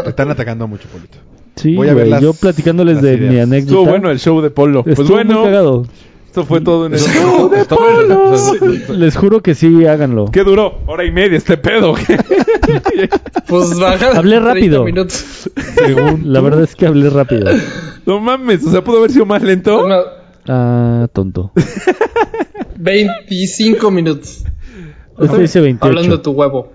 [SPEAKER 2] Te están atacando mucho, Polito.
[SPEAKER 3] Sí,
[SPEAKER 2] Voy a ver
[SPEAKER 3] güey,
[SPEAKER 2] las-
[SPEAKER 3] yo platicándoles
[SPEAKER 2] las
[SPEAKER 3] de
[SPEAKER 2] ideas.
[SPEAKER 3] mi anécdota.
[SPEAKER 1] Estuvo bueno el show de Polo. pues
[SPEAKER 3] Estuvo muy
[SPEAKER 1] bueno,
[SPEAKER 3] cagado.
[SPEAKER 1] esto fue todo en el
[SPEAKER 2] Stop.
[SPEAKER 3] Les juro que sí, háganlo.
[SPEAKER 1] ¿Qué duró? Hora y media este pedo.
[SPEAKER 4] Pues baja. de
[SPEAKER 3] Hablé
[SPEAKER 4] 30
[SPEAKER 3] rápido.
[SPEAKER 4] minutos.
[SPEAKER 3] La verdad es que hablé rápido.
[SPEAKER 1] no mames, o sea, pudo haber sido más lento.
[SPEAKER 4] Una-
[SPEAKER 3] Ah, tonto.
[SPEAKER 4] 25 minutos.
[SPEAKER 3] Esto dice 28.
[SPEAKER 4] Hablando de tu huevo.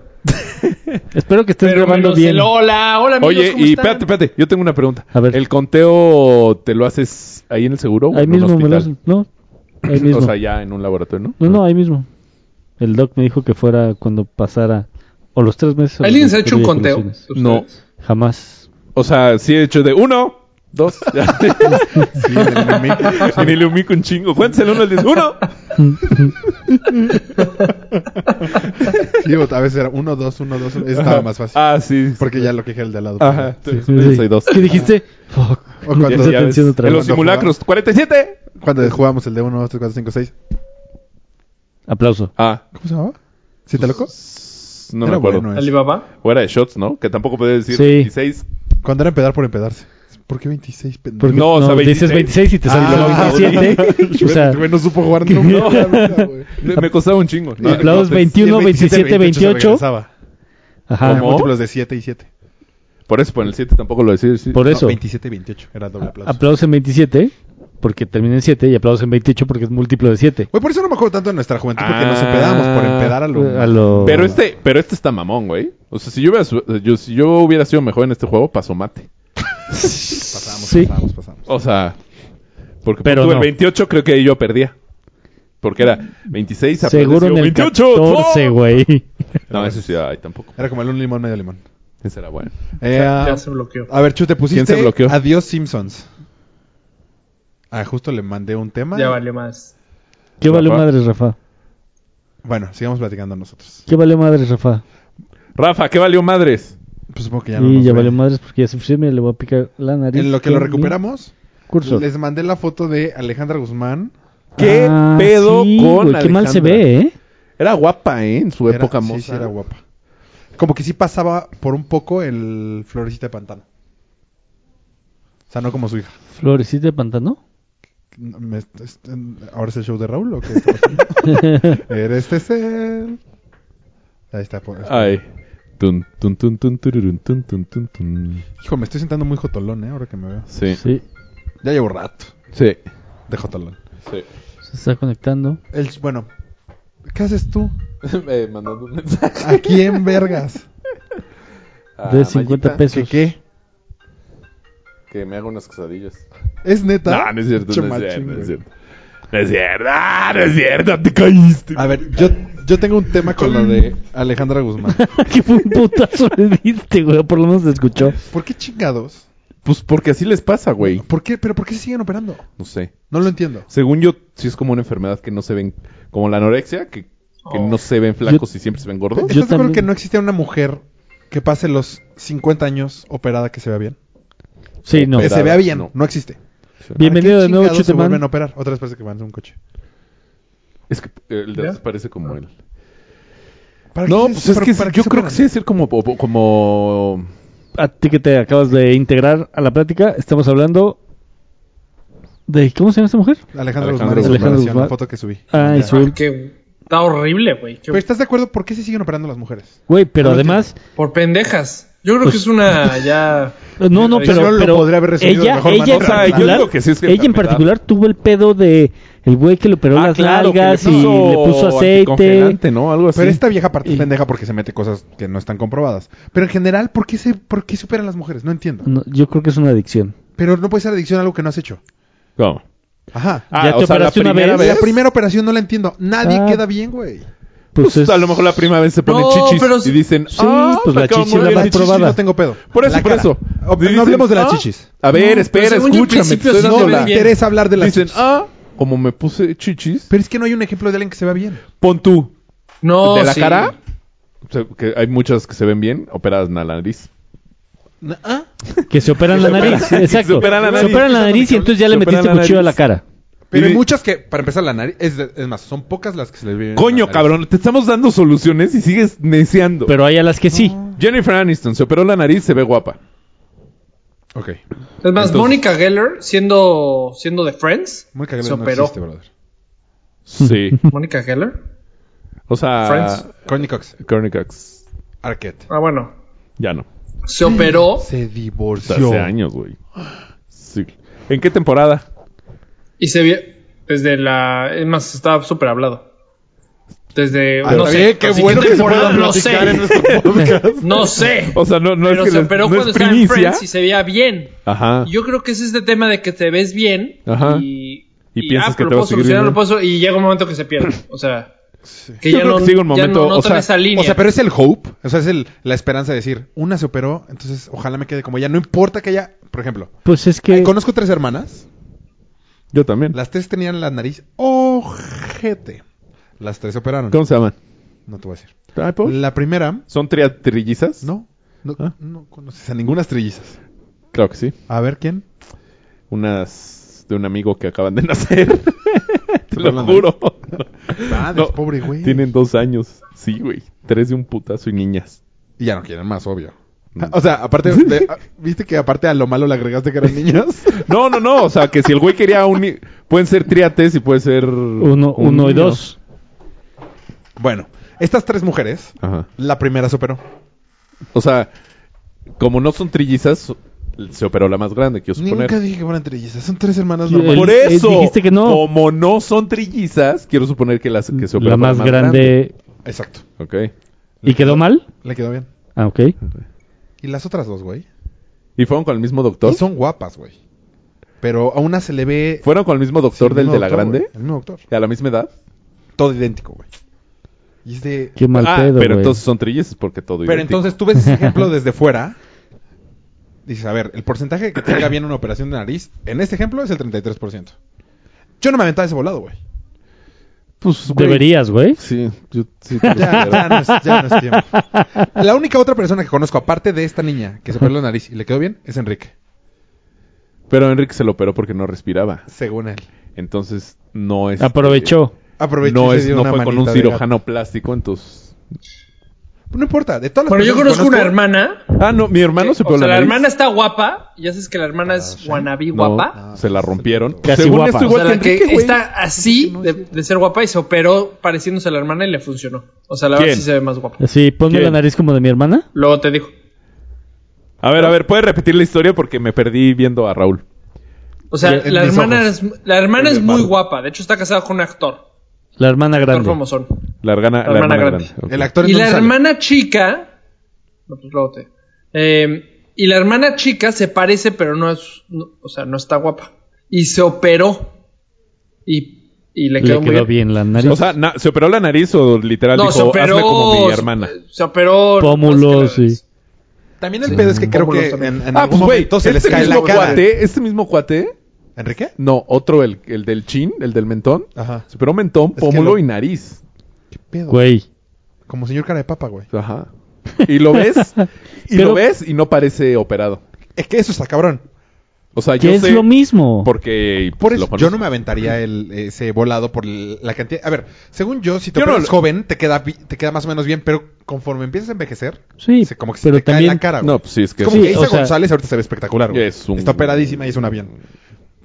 [SPEAKER 3] Espero que estés
[SPEAKER 4] Pero
[SPEAKER 3] grabando
[SPEAKER 4] menos
[SPEAKER 3] bien.
[SPEAKER 4] el hola, hola amigos,
[SPEAKER 1] Oye,
[SPEAKER 4] ¿cómo
[SPEAKER 1] y
[SPEAKER 4] están?
[SPEAKER 1] espérate, espérate, yo tengo una pregunta.
[SPEAKER 3] A ver.
[SPEAKER 1] ¿El conteo te lo haces ahí en el seguro? o
[SPEAKER 3] Ahí
[SPEAKER 1] en un
[SPEAKER 3] mismo me lo
[SPEAKER 1] hospital?
[SPEAKER 3] hacen. No, ahí mismo.
[SPEAKER 1] O sea, ya en un laboratorio, ¿no?
[SPEAKER 3] No, no, ahí mismo. El doc me dijo que fuera cuando pasara. O los tres meses. o
[SPEAKER 4] ¿Alguien
[SPEAKER 3] los
[SPEAKER 4] se ha hecho un
[SPEAKER 3] tres
[SPEAKER 4] conteo?
[SPEAKER 3] eyaculaciones.
[SPEAKER 1] No.
[SPEAKER 3] Jamás.
[SPEAKER 1] O sea, sí he hecho de uno, dos. ya.
[SPEAKER 2] Sí, en el momento.
[SPEAKER 1] en el humico un chingo. Cuéntese el uno al diez. Uno.
[SPEAKER 2] Sí, a veces era uno, dos, uno, dos. uno. Eso estaba más fácil.
[SPEAKER 1] Ah, sí.
[SPEAKER 2] Porque ya lo que dije el de al lado.
[SPEAKER 1] Ajá. Sí,
[SPEAKER 3] Sí, sí.
[SPEAKER 1] soy dos.
[SPEAKER 3] ¿Qué dijiste? Fuck.
[SPEAKER 2] O cuando-
[SPEAKER 3] Ya
[SPEAKER 1] Ya
[SPEAKER 3] se te
[SPEAKER 1] ves,
[SPEAKER 3] enciende otra
[SPEAKER 1] en
[SPEAKER 3] vez.
[SPEAKER 1] los simulacros. 47.
[SPEAKER 2] Cuando jugábamos el de 1, 2, 3, 4, 5, 6.
[SPEAKER 3] Aplauso.
[SPEAKER 1] Ah,
[SPEAKER 2] ¿Cómo se llamaba? ¿Sí te loco?
[SPEAKER 1] no me
[SPEAKER 2] Era
[SPEAKER 1] acuerdo.
[SPEAKER 2] bueno, eh.
[SPEAKER 4] Alibaba.
[SPEAKER 1] O era de shots, ¿no? Que tampoco podía decir
[SPEAKER 3] Sí.
[SPEAKER 1] 16.
[SPEAKER 2] Cuando era empedar por empedarse. ¿Por qué 26, pendejo?
[SPEAKER 3] Porque
[SPEAKER 1] No, o
[SPEAKER 3] no,
[SPEAKER 1] sea,
[SPEAKER 3] dices
[SPEAKER 1] 26.
[SPEAKER 3] 26 y te salió
[SPEAKER 2] Ah,
[SPEAKER 3] 27. o sea,
[SPEAKER 2] Güey, no supo jugar nunca. la vida, güey.
[SPEAKER 1] Le- Me costaba un chingo. No,
[SPEAKER 3] Y aplausos
[SPEAKER 2] pues,
[SPEAKER 3] 21,
[SPEAKER 2] sí, el 28
[SPEAKER 3] 27,
[SPEAKER 2] se
[SPEAKER 3] 28.
[SPEAKER 2] regresaba.
[SPEAKER 3] ajá.
[SPEAKER 2] Eran
[SPEAKER 1] ¿Cómo?
[SPEAKER 2] Múltiplos de 7 y 7.
[SPEAKER 1] Por eso, por el 7 tampoco lo decía. sí.
[SPEAKER 3] Por eso. ah,
[SPEAKER 2] 27 y 28. Era doble aplauso.
[SPEAKER 3] Aplausos en 27 porque termina en 7 y aplausos en 28 porque es múltiplo de 7.
[SPEAKER 2] Güey, por eso no me acuerdo tanto de nuestra juventud, porque
[SPEAKER 1] Ah.
[SPEAKER 2] nos empedamos por empedar a lo...
[SPEAKER 3] A lo-
[SPEAKER 1] Pero este, pero este está mamón, güey. O sea, si yo hubiera, su- yo- si yo hubiera sido mejor en este juego, pasó mate.
[SPEAKER 2] Pasamos,
[SPEAKER 3] Sí.
[SPEAKER 2] pasamos, pasamos.
[SPEAKER 1] O sea, porque
[SPEAKER 3] Pero
[SPEAKER 1] tuve
[SPEAKER 3] no.
[SPEAKER 1] el 28 creo que ahí yo perdía. Porque era 26,
[SPEAKER 3] Seguro en
[SPEAKER 1] apareció
[SPEAKER 3] el 14,
[SPEAKER 1] ¡Oh!
[SPEAKER 3] güey.
[SPEAKER 1] No, eso sí, ay, tampoco.
[SPEAKER 2] Era como el un limón, medio limón.
[SPEAKER 1] Ese era bueno.
[SPEAKER 2] Eh,
[SPEAKER 4] Ya
[SPEAKER 2] ah,
[SPEAKER 4] se bloqueó.
[SPEAKER 2] a ver, Chu, te pusiste...
[SPEAKER 1] se bloqueó?
[SPEAKER 2] Adiós, Simpsons. Ah, justo le mandé un tema.
[SPEAKER 4] Ya valió más.
[SPEAKER 3] ¿Qué valió
[SPEAKER 1] Rafa.
[SPEAKER 3] madres, Rafa?
[SPEAKER 2] Bueno, sigamos platicando nosotros.
[SPEAKER 3] ¿Qué valió madres, Rafa?
[SPEAKER 1] Rafa, ¿qué valió madres?
[SPEAKER 2] Pues supongo que ya no
[SPEAKER 3] Y
[SPEAKER 2] nos
[SPEAKER 3] ya
[SPEAKER 2] ve.
[SPEAKER 3] valió madres porque ya se sí, mira, le voy a picar la nariz.
[SPEAKER 2] En lo que lo
[SPEAKER 3] Qué
[SPEAKER 2] recuperamos,
[SPEAKER 3] lindo Cursor.
[SPEAKER 2] les mandé la foto de Alejandra Guzmán.
[SPEAKER 1] ¿Qué
[SPEAKER 3] Ah,
[SPEAKER 1] pedo
[SPEAKER 3] sí,
[SPEAKER 1] con
[SPEAKER 3] güey, Qué mal se
[SPEAKER 1] Alejandra?
[SPEAKER 3] ve, ¿eh?
[SPEAKER 1] Era guapa, ¿eh? En su
[SPEAKER 2] Era-
[SPEAKER 1] época
[SPEAKER 2] sí,
[SPEAKER 1] moza.
[SPEAKER 2] sí, era guapa. Como que sí pasaba por un poco el Florecita de Pantano. O sea, no como su hija.
[SPEAKER 3] Florecita de pantano.
[SPEAKER 2] No, me- este- ¿Ahora es el show de Raúl o qué? está pasando? Eres este es el... Ahí está. pues. por-
[SPEAKER 1] Ay. Tun, tun, tun, tun, tururun, tun, tun, tun, tun.
[SPEAKER 2] Hijo, me estoy sentando muy jotolón, ¿eh? Ahora que me veo.
[SPEAKER 1] Sí. Sí.
[SPEAKER 3] Sí,
[SPEAKER 2] Ya llevo rato
[SPEAKER 1] Sí.
[SPEAKER 2] de jotolón.
[SPEAKER 3] se está conectando.
[SPEAKER 2] El, bueno, ¿qué haces tú?
[SPEAKER 1] Me mandó un mensaje.
[SPEAKER 2] Aquí en Vergas.
[SPEAKER 1] Ah,
[SPEAKER 3] de 50
[SPEAKER 1] Mayita,
[SPEAKER 3] pesos.
[SPEAKER 2] ¿Qué?
[SPEAKER 1] Que me haga unas quesadillas.
[SPEAKER 2] ¿Es neta?
[SPEAKER 1] No, no es cierto, no es
[SPEAKER 2] Chamachín,
[SPEAKER 1] cierto, no es
[SPEAKER 2] güey.
[SPEAKER 1] cierto. No es cierto, ah, no es cierto, te caíste.
[SPEAKER 2] A ver, yo, yo tengo un tema con lo de Alejandra Guzmán.
[SPEAKER 3] que fue un putazo le diste, güey. Por lo menos se escuchó.
[SPEAKER 2] ¿Por qué chingados?
[SPEAKER 1] Pues porque así les pasa, güey.
[SPEAKER 2] ¿Por qué? ¿Pero por qué siguen operando?
[SPEAKER 1] No sé.
[SPEAKER 2] No lo entiendo.
[SPEAKER 1] Según yo, sí es como una enfermedad que no se ven, como la anorexia, que, que
[SPEAKER 4] Oh.
[SPEAKER 1] no se ven flacos y siempre se ven gordos.
[SPEAKER 2] ¿Estás de acuerdo
[SPEAKER 3] también.
[SPEAKER 2] que no existe una mujer que pase los 50 años operada que se vea bien?
[SPEAKER 3] Sí, no.
[SPEAKER 2] que se vea bien, no,
[SPEAKER 1] no.
[SPEAKER 2] existe.
[SPEAKER 3] Bienvenido
[SPEAKER 2] ¿Para Ah, qué
[SPEAKER 3] de nuevo,
[SPEAKER 2] chingados se
[SPEAKER 3] Chuteman.
[SPEAKER 2] vuelven a operar? Otra vez parece que van a un coche.
[SPEAKER 1] Es que eh, el de
[SPEAKER 4] ¿Ya?
[SPEAKER 1] atrás parece como el...
[SPEAKER 2] ¿Para
[SPEAKER 1] No,
[SPEAKER 2] qué-
[SPEAKER 1] pues es
[SPEAKER 2] pero
[SPEAKER 1] que
[SPEAKER 2] para qué
[SPEAKER 1] yo
[SPEAKER 2] se
[SPEAKER 1] creo que sí
[SPEAKER 2] operan?
[SPEAKER 1] es ser como... como- como
[SPEAKER 3] A ti que te acabas de integrar a la plática, estamos hablando de... ¿Cómo se llama esta mujer?
[SPEAKER 2] Alejandra,
[SPEAKER 1] Alejandra
[SPEAKER 2] Guzmán,
[SPEAKER 1] Guzmán.
[SPEAKER 2] Guzmán,
[SPEAKER 3] Alejandra
[SPEAKER 2] la
[SPEAKER 3] Guzmán.
[SPEAKER 2] foto que subí.
[SPEAKER 3] Ah,
[SPEAKER 2] Ya.
[SPEAKER 3] es su-
[SPEAKER 4] Porque está horrible, güey. Qué-
[SPEAKER 2] Pero ¿estás de acuerdo por qué se siguen operando las mujeres?
[SPEAKER 3] Güey, pero
[SPEAKER 2] No lo
[SPEAKER 3] además...
[SPEAKER 4] Por pendejas. Yo
[SPEAKER 1] pues,
[SPEAKER 4] creo que es una ya.
[SPEAKER 3] No, no,
[SPEAKER 4] Yo
[SPEAKER 3] pero,
[SPEAKER 2] lo
[SPEAKER 3] pero
[SPEAKER 2] podría haber resumido de
[SPEAKER 3] ella,
[SPEAKER 2] mejor
[SPEAKER 3] ella en
[SPEAKER 2] manera. O sea, yo
[SPEAKER 3] particular,
[SPEAKER 1] digo que sí es que
[SPEAKER 3] ella en
[SPEAKER 1] enfermedad.
[SPEAKER 3] particular tuvo el pedo de el güey que le operó
[SPEAKER 1] Ah,
[SPEAKER 3] las
[SPEAKER 1] claro, que
[SPEAKER 3] nalgas y
[SPEAKER 1] puso
[SPEAKER 3] le puso aceite.
[SPEAKER 1] anticongelante, ¿no? Algo así.
[SPEAKER 2] Pero esta vieja parte es pendeja porque se mete cosas que no están comprobadas. Pero en general, ¿por qué se, por qué se operan las mujeres? No
[SPEAKER 1] Mm.
[SPEAKER 2] entiendo.
[SPEAKER 3] No, yo creo que es una adicción.
[SPEAKER 2] Pero no puede ser adicción a algo que no has hecho.
[SPEAKER 1] ¿Cómo?
[SPEAKER 2] Ajá.
[SPEAKER 1] Ah,
[SPEAKER 3] ¿Ya te
[SPEAKER 1] o sea, la
[SPEAKER 3] operaste una
[SPEAKER 1] primera
[SPEAKER 3] vez?
[SPEAKER 2] La primera operación no la entiendo. Nadie
[SPEAKER 3] Ah.
[SPEAKER 2] queda bien, güey.
[SPEAKER 3] Pues,
[SPEAKER 1] Pues
[SPEAKER 3] es-
[SPEAKER 1] a lo mejor la primera vez se ponen
[SPEAKER 4] No,
[SPEAKER 1] chichis
[SPEAKER 4] pero
[SPEAKER 1] y
[SPEAKER 4] sí-
[SPEAKER 1] dicen,
[SPEAKER 3] sí,
[SPEAKER 1] "Ah,
[SPEAKER 3] pues
[SPEAKER 1] me
[SPEAKER 3] la
[SPEAKER 1] acabo de
[SPEAKER 3] chichi
[SPEAKER 1] morir
[SPEAKER 3] la
[SPEAKER 1] de
[SPEAKER 3] más
[SPEAKER 1] chichis".
[SPEAKER 2] Sí,
[SPEAKER 3] probada.
[SPEAKER 2] no tengo pedo.
[SPEAKER 1] Por eso,
[SPEAKER 2] La
[SPEAKER 1] por
[SPEAKER 2] cara.
[SPEAKER 1] eso.
[SPEAKER 2] O-
[SPEAKER 1] Dicen,
[SPEAKER 2] no hablemos de las
[SPEAKER 1] "Ah,
[SPEAKER 2] chichis.
[SPEAKER 1] A ver, espera,
[SPEAKER 4] Pero según yo, al
[SPEAKER 1] escúchame.
[SPEAKER 4] principio
[SPEAKER 1] estoy
[SPEAKER 4] sí
[SPEAKER 2] No
[SPEAKER 1] dando
[SPEAKER 4] se
[SPEAKER 2] me
[SPEAKER 4] ven
[SPEAKER 1] la-
[SPEAKER 4] bien.
[SPEAKER 2] interesa hablar de las
[SPEAKER 1] Dicen,
[SPEAKER 2] chichis.
[SPEAKER 1] ah, como me puse chichis,
[SPEAKER 2] Pero es que no hay un ejemplo de alguien que se vea bien.
[SPEAKER 1] pon tú.
[SPEAKER 4] No.
[SPEAKER 1] de la
[SPEAKER 4] sí.
[SPEAKER 1] cara, o sea, que hay muchas que se ven bien, operadas en la nariz. "Ah".
[SPEAKER 2] Ah,
[SPEAKER 3] que se operan la nariz. Exacto. Se
[SPEAKER 1] operan la nariz.
[SPEAKER 3] operan la nariz y entonces ya le
[SPEAKER 1] Se operan
[SPEAKER 3] metiste
[SPEAKER 1] la
[SPEAKER 3] cuchillo a la
[SPEAKER 1] nariz.
[SPEAKER 3] cara.
[SPEAKER 2] Pero hay
[SPEAKER 1] Y-
[SPEAKER 2] muchas que, para empezar, la nariz. Es, de- es más, son pocas las que se les ve bien.
[SPEAKER 1] Coño,
[SPEAKER 2] la nariz.
[SPEAKER 1] cabrón, te estamos dando soluciones y sigues neceando.
[SPEAKER 3] Pero hay a las que sí.
[SPEAKER 1] Jennifer Aniston se operó la nariz, se ve guapa.
[SPEAKER 2] Ok.
[SPEAKER 4] Es más, Mónica Geller, siendo, siendo de Friends,
[SPEAKER 2] Muy
[SPEAKER 4] se
[SPEAKER 2] cagado. No
[SPEAKER 4] operó.
[SPEAKER 2] existe, brother.
[SPEAKER 1] Sí.
[SPEAKER 4] Mónica Geller.
[SPEAKER 1] O sea,
[SPEAKER 4] Friends.
[SPEAKER 2] Courtney Cox.
[SPEAKER 1] Courtney Cox,
[SPEAKER 2] Arquette.
[SPEAKER 4] Ah, bueno.
[SPEAKER 1] ya no.
[SPEAKER 4] Se operó
[SPEAKER 2] Se
[SPEAKER 1] Hasta
[SPEAKER 2] divorció.
[SPEAKER 1] hace años, güey. Sí. ¿En qué temporada?
[SPEAKER 4] y se vio desde la. Es más, estaba súper hablado. Desde.
[SPEAKER 2] Ah,
[SPEAKER 4] no
[SPEAKER 2] está
[SPEAKER 4] sé.
[SPEAKER 2] bien, qué
[SPEAKER 4] así
[SPEAKER 2] bueno que se
[SPEAKER 4] temporada,
[SPEAKER 2] pueda
[SPEAKER 4] no sé.
[SPEAKER 2] platicar en este- nuestro podcast.
[SPEAKER 4] No sé.
[SPEAKER 1] O sea, no, no
[SPEAKER 4] pero
[SPEAKER 1] es que
[SPEAKER 4] se
[SPEAKER 1] les-
[SPEAKER 4] operó
[SPEAKER 1] no
[SPEAKER 4] cuando
[SPEAKER 1] es
[SPEAKER 4] estaba en
[SPEAKER 1] primicia.
[SPEAKER 4] Friends y se veía bien.
[SPEAKER 1] Ajá.
[SPEAKER 4] Yo creo que es este tema de que te ves bien
[SPEAKER 1] Ajá.
[SPEAKER 4] y, ah,
[SPEAKER 1] Y piensas que
[SPEAKER 4] lo
[SPEAKER 1] te
[SPEAKER 4] puedo
[SPEAKER 1] vas a seguir
[SPEAKER 4] solucionar,
[SPEAKER 1] viendo.
[SPEAKER 4] lo puedo sol- y llega un momento que se pierde. O sea, que
[SPEAKER 1] Yo
[SPEAKER 4] ya
[SPEAKER 1] creo
[SPEAKER 4] no,
[SPEAKER 1] que sigue un
[SPEAKER 4] ya
[SPEAKER 1] momento,
[SPEAKER 4] no, no
[SPEAKER 1] o
[SPEAKER 4] te
[SPEAKER 1] sea,
[SPEAKER 4] ves esa línea.
[SPEAKER 2] O sea, pero es el hope, o sea, es el, la esperanza de decir, una se operó, entonces ojalá me quede como ella. No importa que ella, por ejemplo,
[SPEAKER 3] Pues es que
[SPEAKER 2] conozco tres hermanas,
[SPEAKER 1] Yo también.
[SPEAKER 2] las tres tenían la nariz ojete. Las tres se operaron.
[SPEAKER 1] ¿Cómo se llaman?
[SPEAKER 2] No te voy a decir.
[SPEAKER 1] Ay, pues,
[SPEAKER 2] La primera,
[SPEAKER 1] ¿Son tria- trillizas?
[SPEAKER 2] no, no,
[SPEAKER 1] ¿Ah?
[SPEAKER 2] no conoces a ninguna trillizas.
[SPEAKER 1] Claro que sí.
[SPEAKER 2] A ver quién.
[SPEAKER 1] Unas de un amigo que acaban de nacer. Te lo
[SPEAKER 2] Perdóname.
[SPEAKER 1] juro.
[SPEAKER 2] Madres, pobre güey.
[SPEAKER 1] Tienen dos años. Sí, güey. Tres de un putazo y niñas.
[SPEAKER 2] Y ya no quieren más, obvio. O sea, aparte, le- a- ¿viste que aparte a lo malo le agregaste que eran niños?
[SPEAKER 1] No, no, no. O sea, que si el güey quería un... ni- Pueden ser triates y puede ser...
[SPEAKER 3] Uno,
[SPEAKER 1] un
[SPEAKER 3] uno y
[SPEAKER 1] niño.
[SPEAKER 3] dos.
[SPEAKER 2] Bueno, estas tres mujeres,
[SPEAKER 1] Ajá.
[SPEAKER 2] la primera superó.
[SPEAKER 1] O sea, como no son trillizas, se operó la más grande, quiero suponer.
[SPEAKER 2] Nunca dije que fueran trillizas, son tres hermanas
[SPEAKER 3] Sí,
[SPEAKER 2] normales.
[SPEAKER 1] Por
[SPEAKER 3] El- el-
[SPEAKER 1] eso,
[SPEAKER 3] dijiste que no.
[SPEAKER 1] como no son trillizas, quiero suponer que, las, que se operó
[SPEAKER 3] La más grande.
[SPEAKER 2] Exacto,
[SPEAKER 1] Ok.
[SPEAKER 3] ¿Y quedó mal?
[SPEAKER 2] le quedó bien.
[SPEAKER 3] Ah, ok.
[SPEAKER 2] ¿Y las otras dos, güey?
[SPEAKER 1] ¿Y fueron con el mismo doctor?
[SPEAKER 2] Y son guapas, güey. Pero a una se le ve...
[SPEAKER 1] ¿Fueron con el mismo
[SPEAKER 2] Sí,
[SPEAKER 1] doctor
[SPEAKER 2] el
[SPEAKER 1] del
[SPEAKER 2] mismo
[SPEAKER 1] de la
[SPEAKER 2] doctor,
[SPEAKER 1] grande?
[SPEAKER 2] güey, El mismo doctor.
[SPEAKER 1] ¿A la misma edad?
[SPEAKER 2] Todo idéntico, güey. Y es de...
[SPEAKER 3] Qué mal
[SPEAKER 1] ah,
[SPEAKER 3] pedo,
[SPEAKER 1] pero
[SPEAKER 3] güey.
[SPEAKER 1] entonces son trillizas porque todo
[SPEAKER 2] Pero
[SPEAKER 1] idéntico.
[SPEAKER 2] entonces tú ves ese ejemplo desde fuera. Dices, a ver, el porcentaje que tenga bien una operación de nariz, en este ejemplo es el 33%. Yo no me aventaba ese volado, güey.
[SPEAKER 1] Pues, güey,
[SPEAKER 3] Deberías, güey.
[SPEAKER 1] Sí, yo sí.
[SPEAKER 2] Ya, ya no es, ya no es tiempo. La única otra persona que conozco, aparte de esta niña que se operó la nariz y le quedó bien, es Enrique.
[SPEAKER 1] Pero Enrique se lo operó porque no respiraba.
[SPEAKER 2] Según él.
[SPEAKER 1] Entonces, no es...
[SPEAKER 3] Aprovechó.
[SPEAKER 2] Aprovechó
[SPEAKER 1] no
[SPEAKER 2] y se
[SPEAKER 1] es,
[SPEAKER 2] dio
[SPEAKER 1] no
[SPEAKER 2] una
[SPEAKER 1] fue con
[SPEAKER 2] manita
[SPEAKER 1] un
[SPEAKER 2] de
[SPEAKER 1] cirujano plástico, entonces...
[SPEAKER 2] gato. No importa, de todas las
[SPEAKER 4] Bueno, yo
[SPEAKER 2] personas que
[SPEAKER 4] conozco una hermana.
[SPEAKER 1] Ah, no, mi hermano se operó
[SPEAKER 4] o sea, la
[SPEAKER 1] nariz.
[SPEAKER 4] hermana está guapa. Ya sabes que la hermana es wannabe
[SPEAKER 1] No,
[SPEAKER 4] guapa.
[SPEAKER 1] se la rompieron.
[SPEAKER 3] Casi
[SPEAKER 1] Según
[SPEAKER 3] guapa.
[SPEAKER 1] esto,
[SPEAKER 4] Ah, O
[SPEAKER 1] igual
[SPEAKER 4] sea,
[SPEAKER 1] que
[SPEAKER 4] la que
[SPEAKER 1] Enrique, güey.
[SPEAKER 4] está así de, de ser guapa y se operó pareciéndose a la hermana y le funcionó. O sea, la verdad
[SPEAKER 1] ¿Quién?
[SPEAKER 4] sí se ve más guapa.
[SPEAKER 3] Sí, ponme
[SPEAKER 1] ¿Quién?
[SPEAKER 3] la nariz como de mi hermana.
[SPEAKER 4] Luego te dijo.
[SPEAKER 1] A ver, a ver, ¿puedes repetir la historia? Porque me perdí viendo a Raúl.
[SPEAKER 4] O sea,
[SPEAKER 2] En
[SPEAKER 4] la
[SPEAKER 2] mis
[SPEAKER 4] hermana,
[SPEAKER 2] ojos.
[SPEAKER 4] es, la hermana es muy
[SPEAKER 2] hermano.
[SPEAKER 4] guapa. De hecho, está casada con un actor.
[SPEAKER 3] La hermana
[SPEAKER 4] Actor
[SPEAKER 3] grande.
[SPEAKER 4] famosón.
[SPEAKER 1] La hermana, la hermana grande. ok.
[SPEAKER 2] El actor en
[SPEAKER 4] Y
[SPEAKER 2] dónde
[SPEAKER 4] la
[SPEAKER 2] sale?
[SPEAKER 4] hermana chica. No, pues luego te- eh, y la hermana chica se parece, pero no es. no- o sea, no está guapa. Y se operó. Y, y le
[SPEAKER 3] Le
[SPEAKER 4] quedó,
[SPEAKER 3] quedó
[SPEAKER 4] muy
[SPEAKER 3] bien. la nariz.
[SPEAKER 1] O sea, na- ¿se operó la nariz o literal
[SPEAKER 4] No,
[SPEAKER 1] dijo,
[SPEAKER 4] se operó.
[SPEAKER 1] hazme como mi hermana?
[SPEAKER 4] Se operó.
[SPEAKER 3] Pómulos
[SPEAKER 4] no,
[SPEAKER 3] y...
[SPEAKER 4] es que
[SPEAKER 2] También el pedo es que creo que
[SPEAKER 4] Pómulos también.
[SPEAKER 2] en, en
[SPEAKER 1] Ah,
[SPEAKER 2] algún
[SPEAKER 1] pues güey,
[SPEAKER 2] momento se les
[SPEAKER 1] este
[SPEAKER 2] cae la
[SPEAKER 1] mismo
[SPEAKER 2] cara.
[SPEAKER 1] cuate, este mismo cuate,
[SPEAKER 2] ¿Enrique?
[SPEAKER 1] no, otro, el, el del chin, el del mentón,
[SPEAKER 2] Ajá.
[SPEAKER 1] se operó mentón,
[SPEAKER 2] Ah. que
[SPEAKER 1] pómulo
[SPEAKER 2] lo-
[SPEAKER 1] y nariz.
[SPEAKER 2] ¿Qué pedo?
[SPEAKER 3] Güey.
[SPEAKER 2] Como señor cara de papa, güey.
[SPEAKER 1] Ajá. Y lo ves, y
[SPEAKER 3] Pero-
[SPEAKER 1] lo ves y no parece operado.
[SPEAKER 2] Es que eso está cabrón.
[SPEAKER 1] O sea, yo
[SPEAKER 3] Que es
[SPEAKER 1] sé
[SPEAKER 3] lo mismo.
[SPEAKER 1] porque pues,
[SPEAKER 2] Por
[SPEAKER 1] lo
[SPEAKER 2] eso,
[SPEAKER 1] conozco.
[SPEAKER 2] yo no me aventaría el, ese volado por l- la cantidad. A ver, según yo, si te
[SPEAKER 1] Yo no
[SPEAKER 2] operas
[SPEAKER 1] lo-
[SPEAKER 2] joven, te queda, bi- te queda más o menos bien, pero conforme empiezas a envejecer,
[SPEAKER 3] Sí,
[SPEAKER 2] se- como que se
[SPEAKER 3] pero
[SPEAKER 2] te cae
[SPEAKER 3] también...
[SPEAKER 2] la cara. güey.
[SPEAKER 1] No, pues sí, es que
[SPEAKER 2] Es como
[SPEAKER 3] Sí,
[SPEAKER 2] que Isa
[SPEAKER 3] o sea-
[SPEAKER 2] González ahorita se ve espectacular, güey.
[SPEAKER 1] Es un-
[SPEAKER 2] Está operadísima y es un avión.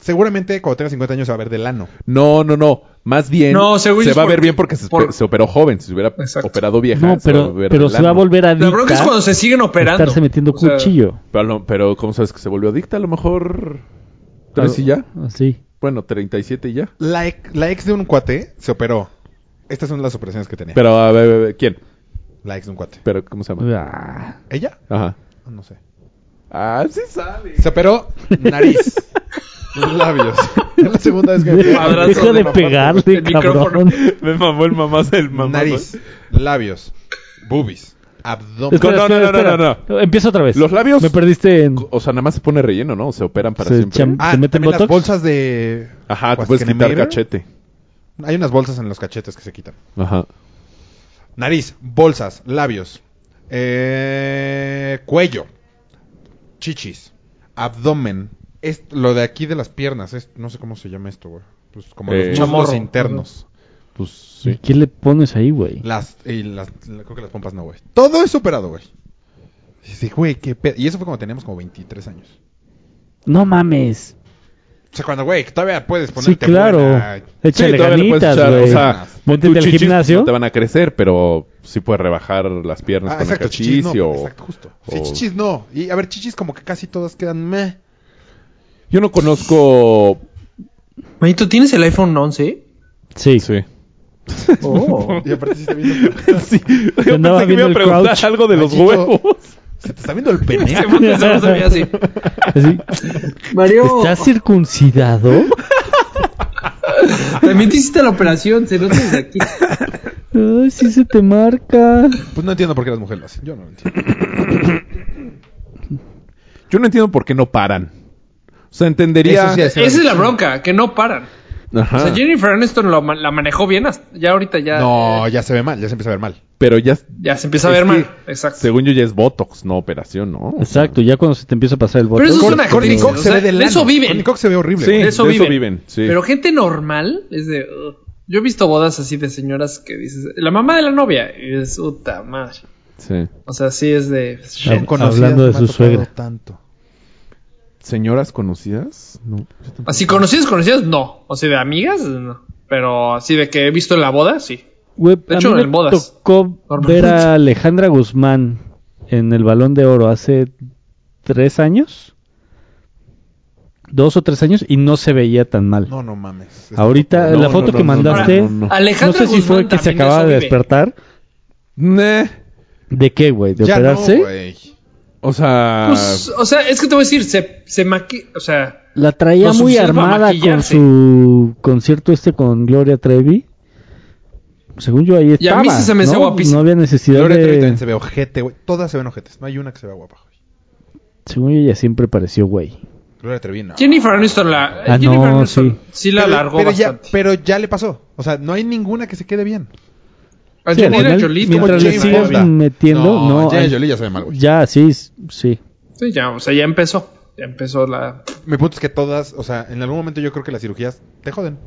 [SPEAKER 2] Seguramente cuando tenga 50 años se va a ver del ano.
[SPEAKER 1] No, no, no. Más bien
[SPEAKER 4] No, según
[SPEAKER 1] se
[SPEAKER 4] es
[SPEAKER 1] va a
[SPEAKER 4] por-
[SPEAKER 1] ver bien porque se,
[SPEAKER 4] por-
[SPEAKER 1] se operó joven. Si se hubiera
[SPEAKER 4] Exacto.
[SPEAKER 1] operado vieja,
[SPEAKER 3] No,
[SPEAKER 1] se va a
[SPEAKER 3] pero,
[SPEAKER 1] volver
[SPEAKER 3] pero
[SPEAKER 1] del
[SPEAKER 3] se va a
[SPEAKER 1] ano.
[SPEAKER 3] volver
[SPEAKER 4] la
[SPEAKER 3] adicta.
[SPEAKER 4] bronca es cuando se siguen operando.
[SPEAKER 3] Estarse metiendo
[SPEAKER 4] O sea,
[SPEAKER 3] cuchillo.
[SPEAKER 1] Pero, no- pero, ¿cómo sabes que se volvió adicta? A lo mejor tres y ya.
[SPEAKER 3] Así.
[SPEAKER 1] Bueno, 37 y ya.
[SPEAKER 2] La, ex- la ex de un cuate se operó. Estas son las operaciones que tenía.
[SPEAKER 1] Pero, a ver, a ver, ¿quién?
[SPEAKER 2] La ex de un cuate.
[SPEAKER 1] Pero, ¿cómo se llama?
[SPEAKER 3] Ah,
[SPEAKER 2] ¿Ella?
[SPEAKER 1] Ajá.
[SPEAKER 2] No sé.
[SPEAKER 1] Ah, sí sabe.
[SPEAKER 2] Se operó nariz, labios. Es la segunda vez que me pegan.
[SPEAKER 4] Madrazo
[SPEAKER 3] Deja de
[SPEAKER 4] de
[SPEAKER 3] pegarle,
[SPEAKER 4] el micrófono.
[SPEAKER 3] cabrón.
[SPEAKER 1] Me mamó el mamá el mamá.
[SPEAKER 2] Nariz, labios, boobies, abdomen.
[SPEAKER 3] Espera,
[SPEAKER 1] No, no,
[SPEAKER 3] espera,
[SPEAKER 1] no,
[SPEAKER 3] espera.
[SPEAKER 1] no, no,
[SPEAKER 3] Empieza otra vez.
[SPEAKER 1] Los labios-
[SPEAKER 3] Me perdiste en...
[SPEAKER 1] O sea, nada más se pone relleno, ¿no? Se operan para
[SPEAKER 3] Se
[SPEAKER 1] siempre.
[SPEAKER 3] cham-
[SPEAKER 2] Ah,
[SPEAKER 3] ¿Se meten
[SPEAKER 2] también las
[SPEAKER 3] botox?
[SPEAKER 2] bolsas de...
[SPEAKER 1] Ajá, te
[SPEAKER 2] Pues,
[SPEAKER 1] puedes
[SPEAKER 2] que
[SPEAKER 1] quitar
[SPEAKER 2] negra.
[SPEAKER 1] cachete.
[SPEAKER 2] Hay unas bolsas en los cachetes que se quitan.
[SPEAKER 1] Ajá.
[SPEAKER 2] Nariz, bolsas, labios, eh, cuello, chichis, abdomen, es lo de aquí de las piernas, es- no sé cómo se llama esto, güey. Pues como
[SPEAKER 1] Eh,
[SPEAKER 2] los chamorros
[SPEAKER 4] chamorro.
[SPEAKER 2] internos.
[SPEAKER 1] Pues
[SPEAKER 3] ¿Y
[SPEAKER 1] sí.
[SPEAKER 3] ¿Qué le pones ahí, güey?
[SPEAKER 2] Las, y las, la- creo que las pompas no, güey. Todo es superado, güey. Y dice, güey, qué pedo. Y eso fue cuando teníamos como 23 años.
[SPEAKER 3] No mames.
[SPEAKER 2] O sea, cuando, güey, todavía puedes
[SPEAKER 3] Sí,
[SPEAKER 2] ponerte
[SPEAKER 3] claro.
[SPEAKER 2] buena.
[SPEAKER 3] Échale
[SPEAKER 1] Sí, todavía le puedes
[SPEAKER 3] ganitas,
[SPEAKER 1] echar,
[SPEAKER 3] güey.
[SPEAKER 1] O sea,
[SPEAKER 3] Métete
[SPEAKER 1] tus
[SPEAKER 3] al
[SPEAKER 1] chichis
[SPEAKER 3] gimnasio.
[SPEAKER 1] No te van a crecer, pero sí puedes rebajar las piernas
[SPEAKER 2] Ah,
[SPEAKER 1] con
[SPEAKER 2] exacto, chichis no.
[SPEAKER 1] ejercicio. o-
[SPEAKER 2] Exacto, justo. Sí,
[SPEAKER 1] o-
[SPEAKER 2] chichis no. Y a ver, chichis como que casi todas quedan meh.
[SPEAKER 1] Yo no conozco.
[SPEAKER 4] Manito, ¿tienes el iPhone 11?
[SPEAKER 3] Sí.
[SPEAKER 1] Sí.
[SPEAKER 4] Oh.
[SPEAKER 2] Y aparte sí está viendo-
[SPEAKER 1] sí. Yo
[SPEAKER 3] andaba
[SPEAKER 1] pensé que me iba
[SPEAKER 3] viendo
[SPEAKER 1] a
[SPEAKER 3] el
[SPEAKER 1] preguntar
[SPEAKER 3] crouch.
[SPEAKER 1] algo de los
[SPEAKER 2] Machito.
[SPEAKER 1] huevos.
[SPEAKER 2] Se te está viendo el pene.
[SPEAKER 4] Qué puto, eso no se veía así.
[SPEAKER 3] Así,
[SPEAKER 4] Mario,
[SPEAKER 3] ¿Estás circuncidado?
[SPEAKER 4] también te hiciste la operación, se nota desde aquí.
[SPEAKER 3] Ay, sí se te marca.
[SPEAKER 2] Pues no entiendo por qué las mujeres lo hacen. Yo no lo entiendo.
[SPEAKER 1] Yo no entiendo por qué no paran. O sea, entendería.
[SPEAKER 2] Eso sí es-
[SPEAKER 4] Esa es la bronca, que no paran.
[SPEAKER 1] Ajá.
[SPEAKER 3] Ah.
[SPEAKER 4] O sea, Jennifer Aniston lo ma- la manejó bien, hasta- ya ahorita ya,
[SPEAKER 2] No, ya se ve mal, ya se empieza a ver mal.
[SPEAKER 1] Pero ya,
[SPEAKER 4] ya se empieza a
[SPEAKER 1] Es
[SPEAKER 4] ver
[SPEAKER 1] que-
[SPEAKER 4] mal. Exacto.
[SPEAKER 1] según yo, ya es botox, no operación, ¿no?
[SPEAKER 3] Exacto, ya cuando se te empieza a pasar el
[SPEAKER 4] Pero
[SPEAKER 3] botón.
[SPEAKER 4] eso es
[SPEAKER 2] Con-
[SPEAKER 4] una
[SPEAKER 2] Courtney
[SPEAKER 4] actriz,
[SPEAKER 2] Cox
[SPEAKER 4] o
[SPEAKER 2] se
[SPEAKER 4] sea,
[SPEAKER 2] ve del
[SPEAKER 4] de eso
[SPEAKER 2] ano.
[SPEAKER 4] viven.
[SPEAKER 2] Courtney Cox se ve horrible.
[SPEAKER 1] Sí,
[SPEAKER 2] güey.
[SPEAKER 1] de
[SPEAKER 4] eso
[SPEAKER 1] eso viven.
[SPEAKER 4] viven.
[SPEAKER 1] sí.
[SPEAKER 4] Pero gente normal es de. "Ugh". Yo he visto bodas así de señoras que dices. La mamá de la novia. Y es puta madre.
[SPEAKER 1] Sí.
[SPEAKER 4] O sea, sí es de...
[SPEAKER 3] Hab- hablando de su suegra.
[SPEAKER 2] Tanto.
[SPEAKER 1] ¿Señoras conocidas? No. yo tampoco.
[SPEAKER 4] Así conocidas, conocidas, no. O sea, de amigas, no. Pero así de que he visto en la boda, sí.
[SPEAKER 3] Güey,
[SPEAKER 4] De
[SPEAKER 3] a
[SPEAKER 4] hecho,
[SPEAKER 3] mí me
[SPEAKER 4] en bodas.
[SPEAKER 3] tocó
[SPEAKER 4] Normalmente.
[SPEAKER 3] ver a Alejandra Guzmán en el Balón de Oro hace tres años, dos o tres años, y no se veía tan mal.
[SPEAKER 2] No, no mames.
[SPEAKER 3] Ahorita,
[SPEAKER 1] No,
[SPEAKER 3] la
[SPEAKER 1] no,
[SPEAKER 3] foto
[SPEAKER 1] no,
[SPEAKER 3] que
[SPEAKER 1] no, no,
[SPEAKER 3] mandaste,
[SPEAKER 1] no, no, no.
[SPEAKER 3] no
[SPEAKER 4] Alejandra
[SPEAKER 3] sé si fue
[SPEAKER 4] Guzmán
[SPEAKER 3] que se
[SPEAKER 4] también
[SPEAKER 3] acababa
[SPEAKER 4] eso
[SPEAKER 3] de
[SPEAKER 4] vive.
[SPEAKER 3] despertar.
[SPEAKER 1] Neh.
[SPEAKER 3] ¿De qué, güey? ¿De
[SPEAKER 2] Ya no,
[SPEAKER 3] operarse?
[SPEAKER 2] güey.
[SPEAKER 1] O sea...
[SPEAKER 4] Pues, o sea, es que te voy a decir, se, se maqui... O sea,
[SPEAKER 3] La traía
[SPEAKER 4] No
[SPEAKER 3] muy
[SPEAKER 4] suficiente para
[SPEAKER 3] armada con
[SPEAKER 4] maquillarse.
[SPEAKER 3] su concierto este con Gloria Trevi. Según yo ahí
[SPEAKER 4] Y a
[SPEAKER 3] estaba.
[SPEAKER 4] mí sí se me hacía
[SPEAKER 3] ¿no?
[SPEAKER 4] guapísima.
[SPEAKER 3] No había necesidad
[SPEAKER 2] Gloria
[SPEAKER 3] de...
[SPEAKER 2] Trevi también se ve ojete, güey. Todas se ven ojetes. No hay una que se vea guapa, güey.
[SPEAKER 3] Según yo ella siempre pareció güey.
[SPEAKER 2] Gloria Trevi no.
[SPEAKER 4] Jennifer Aniston la... eh,
[SPEAKER 3] Ah,
[SPEAKER 4] Jennifer
[SPEAKER 3] no,
[SPEAKER 4] Aniston sí. la alargó
[SPEAKER 2] pero
[SPEAKER 4] bastante.
[SPEAKER 2] Ya, pero ya le pasó. O sea, no hay ninguna que se quede bien.
[SPEAKER 3] Sí, al
[SPEAKER 4] Angelina
[SPEAKER 3] final,
[SPEAKER 4] Jolie tuvo
[SPEAKER 3] mientras le
[SPEAKER 2] James
[SPEAKER 4] muchísima-
[SPEAKER 3] sigas
[SPEAKER 2] Bond.
[SPEAKER 3] metiendo, no,
[SPEAKER 2] Angelina
[SPEAKER 3] al-
[SPEAKER 2] Jolie ya se ve mal, güey.
[SPEAKER 3] ya sí, s- sí.
[SPEAKER 4] Sí, ya, o sea, ya empezó. Ya empezó la...
[SPEAKER 2] Mi punto es que todas, o sea, en algún momento yo creo que las cirugías te joden.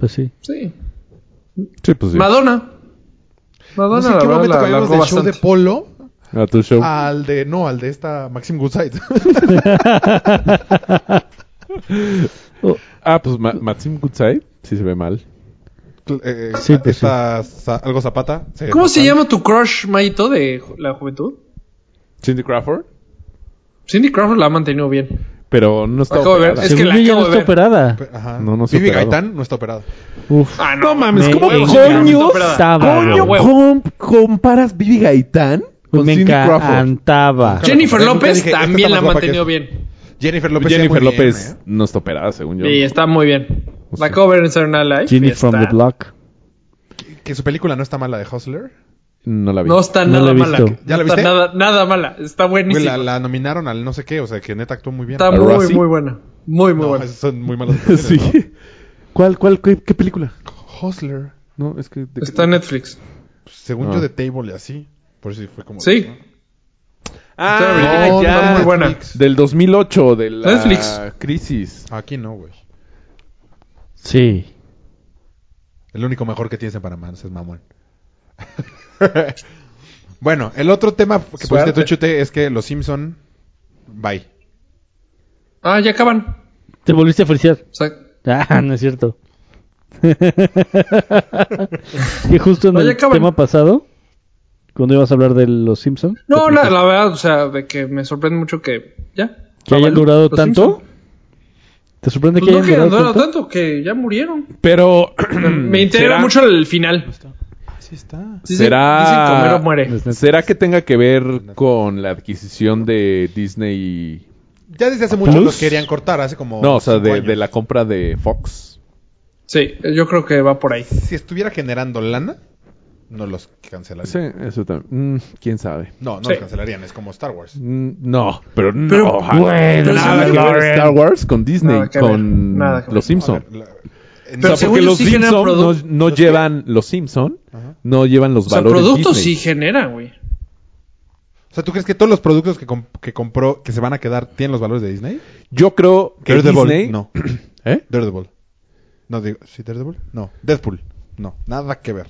[SPEAKER 3] Pues sí.
[SPEAKER 4] Sí.
[SPEAKER 1] Sí, pues sí.
[SPEAKER 4] Madonna. Madonna,
[SPEAKER 2] No sé en
[SPEAKER 4] la
[SPEAKER 2] qué
[SPEAKER 4] verdad,
[SPEAKER 2] momento
[SPEAKER 4] la
[SPEAKER 2] cambiamos
[SPEAKER 4] alargó
[SPEAKER 2] del show de
[SPEAKER 4] bastante.
[SPEAKER 2] polo
[SPEAKER 1] A tu show.
[SPEAKER 4] Ah.
[SPEAKER 2] al de, no, al de esta Maxim Goodside.
[SPEAKER 3] Oh,
[SPEAKER 1] Ah, pues Ma- Maxim Goodside sí se ve mal.
[SPEAKER 2] Eh,
[SPEAKER 3] Sí, pues
[SPEAKER 2] esta, za- algo zapata.
[SPEAKER 4] ¿Cómo se llama tu crush, Maito, de ju- la juventud?
[SPEAKER 1] Cindy Crawford.
[SPEAKER 4] Cindy Crawford la ha mantenido bien.
[SPEAKER 1] Pero no está
[SPEAKER 4] Acabo de ver,
[SPEAKER 1] operada.
[SPEAKER 4] es que
[SPEAKER 3] según
[SPEAKER 4] la
[SPEAKER 3] yo ya
[SPEAKER 4] acabo
[SPEAKER 3] no
[SPEAKER 4] de
[SPEAKER 3] está
[SPEAKER 4] ver.
[SPEAKER 3] operada.
[SPEAKER 2] Ajá.
[SPEAKER 1] No, no está
[SPEAKER 2] Vivi
[SPEAKER 1] operado.
[SPEAKER 2] Gaitán no está operada.
[SPEAKER 3] Uf.
[SPEAKER 4] Ah,
[SPEAKER 1] No mames,
[SPEAKER 3] ¿cómo
[SPEAKER 4] huevo,
[SPEAKER 3] coño
[SPEAKER 4] sí, está operada.
[SPEAKER 3] estaba?
[SPEAKER 4] Ah,
[SPEAKER 1] Coño,
[SPEAKER 4] huevo.
[SPEAKER 1] com- comparas Vivi Gaitán con
[SPEAKER 3] me
[SPEAKER 1] Cindy Crawford.
[SPEAKER 3] encantaba.
[SPEAKER 4] Jennifer
[SPEAKER 2] Nunca
[SPEAKER 4] López
[SPEAKER 2] dije, "Esta
[SPEAKER 4] también
[SPEAKER 2] está
[SPEAKER 4] la ha
[SPEAKER 2] más guapa
[SPEAKER 4] mantenido
[SPEAKER 2] que
[SPEAKER 4] bien.
[SPEAKER 2] Jennifer López. se ve
[SPEAKER 1] Jennifer
[SPEAKER 2] muy bien,
[SPEAKER 1] López
[SPEAKER 2] ¿eh?
[SPEAKER 1] no está operada, según yo.
[SPEAKER 4] Sí, está muy bien. La acabo de ver en Saturday Night Live.
[SPEAKER 3] Ginny
[SPEAKER 4] y está-
[SPEAKER 3] from the block.
[SPEAKER 2] Que, que su película no está mala de Hustler.
[SPEAKER 1] No la vi.
[SPEAKER 4] No está
[SPEAKER 3] No la
[SPEAKER 4] nada
[SPEAKER 3] he
[SPEAKER 4] mala.
[SPEAKER 3] visto.
[SPEAKER 2] ¿Ya la
[SPEAKER 4] No está
[SPEAKER 2] viste?
[SPEAKER 4] Nada, nada mala. Está
[SPEAKER 2] Güey,
[SPEAKER 4] buenísima.
[SPEAKER 2] la, la nominaron al no sé qué, o sea, que neta actuó muy bien.
[SPEAKER 4] Está
[SPEAKER 1] la
[SPEAKER 4] muy,
[SPEAKER 1] Razzie.
[SPEAKER 4] muy buena. Muy, muy
[SPEAKER 2] No,
[SPEAKER 4] buena.
[SPEAKER 2] esas son muy malas.
[SPEAKER 1] sí.
[SPEAKER 2] opciones,
[SPEAKER 1] ¿Cuál, cuál, qué, qué película?
[SPEAKER 2] ¿no? Hustler.
[SPEAKER 1] No, es que... de-
[SPEAKER 4] Está en Netflix.
[SPEAKER 2] Según
[SPEAKER 1] Ah.
[SPEAKER 2] yo, de Table y así. Por eso fue como.
[SPEAKER 4] Sí.
[SPEAKER 1] Ah,
[SPEAKER 4] No,
[SPEAKER 1] ya.
[SPEAKER 4] está muy buena.
[SPEAKER 2] Netflix.
[SPEAKER 1] Del 2008, de la
[SPEAKER 4] Netflix.
[SPEAKER 1] crisis.
[SPEAKER 2] "Ah, Aquí no, güey.
[SPEAKER 3] Sí.
[SPEAKER 2] El único mejor que tienes en Panamá ese es mamón. bueno, el otro tema que pusiste tú, Chute, es que los Simpson. Bye.
[SPEAKER 4] Ah, ya acaban.
[SPEAKER 3] Te volviste a friciar.
[SPEAKER 4] O sea,
[SPEAKER 3] Ah, no es cierto. y justo en
[SPEAKER 4] Oye,
[SPEAKER 3] el
[SPEAKER 4] cabrón.
[SPEAKER 3] tema pasado, cuando ibas a hablar de los Simpsons,
[SPEAKER 4] no, la, la verdad, o sea, de que me sorprende mucho que ya.
[SPEAKER 3] que hayan
[SPEAKER 4] Acabaron
[SPEAKER 3] durado
[SPEAKER 4] los
[SPEAKER 3] tanto,
[SPEAKER 4] Simpson.
[SPEAKER 3] ¿te sorprende
[SPEAKER 4] Pues
[SPEAKER 3] que
[SPEAKER 4] no, que
[SPEAKER 3] hayan
[SPEAKER 4] han
[SPEAKER 3] durado
[SPEAKER 4] durado
[SPEAKER 3] tanto?
[SPEAKER 4] tanto, que ya murieron.
[SPEAKER 1] Pero...
[SPEAKER 4] Me interesa
[SPEAKER 1] ¿será-
[SPEAKER 4] mucho el final.
[SPEAKER 2] Así está.
[SPEAKER 4] Dicen,
[SPEAKER 1] Será-
[SPEAKER 4] dicen comer o muere.
[SPEAKER 3] Pues, neta.
[SPEAKER 1] ¿Será que tenga que ver con la adquisición de Disney?
[SPEAKER 2] Ya desde hace mucho
[SPEAKER 3] Plus.
[SPEAKER 2] los querían cortar, hace como.
[SPEAKER 1] No, o sea,
[SPEAKER 2] cinco
[SPEAKER 1] de,
[SPEAKER 2] años.
[SPEAKER 1] de la compra de Fox.
[SPEAKER 4] Sí, yo creo que va por ahí.
[SPEAKER 2] Si estuviera generando lana, no los cancelarían.
[SPEAKER 1] Sí, eso también. Mm, ¿Quién sabe?
[SPEAKER 2] No, no
[SPEAKER 4] Sí.
[SPEAKER 2] los cancelarían, es como Star Wars.
[SPEAKER 1] Mm, No, pero no.
[SPEAKER 4] Pero,
[SPEAKER 1] ojalá.
[SPEAKER 3] güey,
[SPEAKER 1] Nada
[SPEAKER 4] nada
[SPEAKER 1] que
[SPEAKER 4] que
[SPEAKER 1] ver
[SPEAKER 4] ver.
[SPEAKER 1] Star Wars con Disney,
[SPEAKER 4] Nada que ver,
[SPEAKER 1] con
[SPEAKER 4] nada que ver.
[SPEAKER 1] los Simpson.
[SPEAKER 2] A ver, la- en-
[SPEAKER 1] O
[SPEAKER 4] Pero
[SPEAKER 1] sea,
[SPEAKER 4] según
[SPEAKER 1] porque
[SPEAKER 4] yo
[SPEAKER 1] los
[SPEAKER 4] sí generan
[SPEAKER 1] Simpson no,
[SPEAKER 4] produ-
[SPEAKER 1] no llevan los Simpson, no llevan los
[SPEAKER 4] O sea,
[SPEAKER 1] valores
[SPEAKER 4] productos
[SPEAKER 1] Disney.
[SPEAKER 4] sí genera, güey.
[SPEAKER 2] O sea, ¿tú crees que todos los productos que, comp- que compró, que se van a quedar, tienen los valores de Disney?
[SPEAKER 1] Yo creo que
[SPEAKER 2] Daredevil,
[SPEAKER 1] Disney,
[SPEAKER 2] no.
[SPEAKER 1] ¿Eh?
[SPEAKER 2] Daredevil. No digo, ¿sí Daredevil? No, Deadpool. No, nada que ver.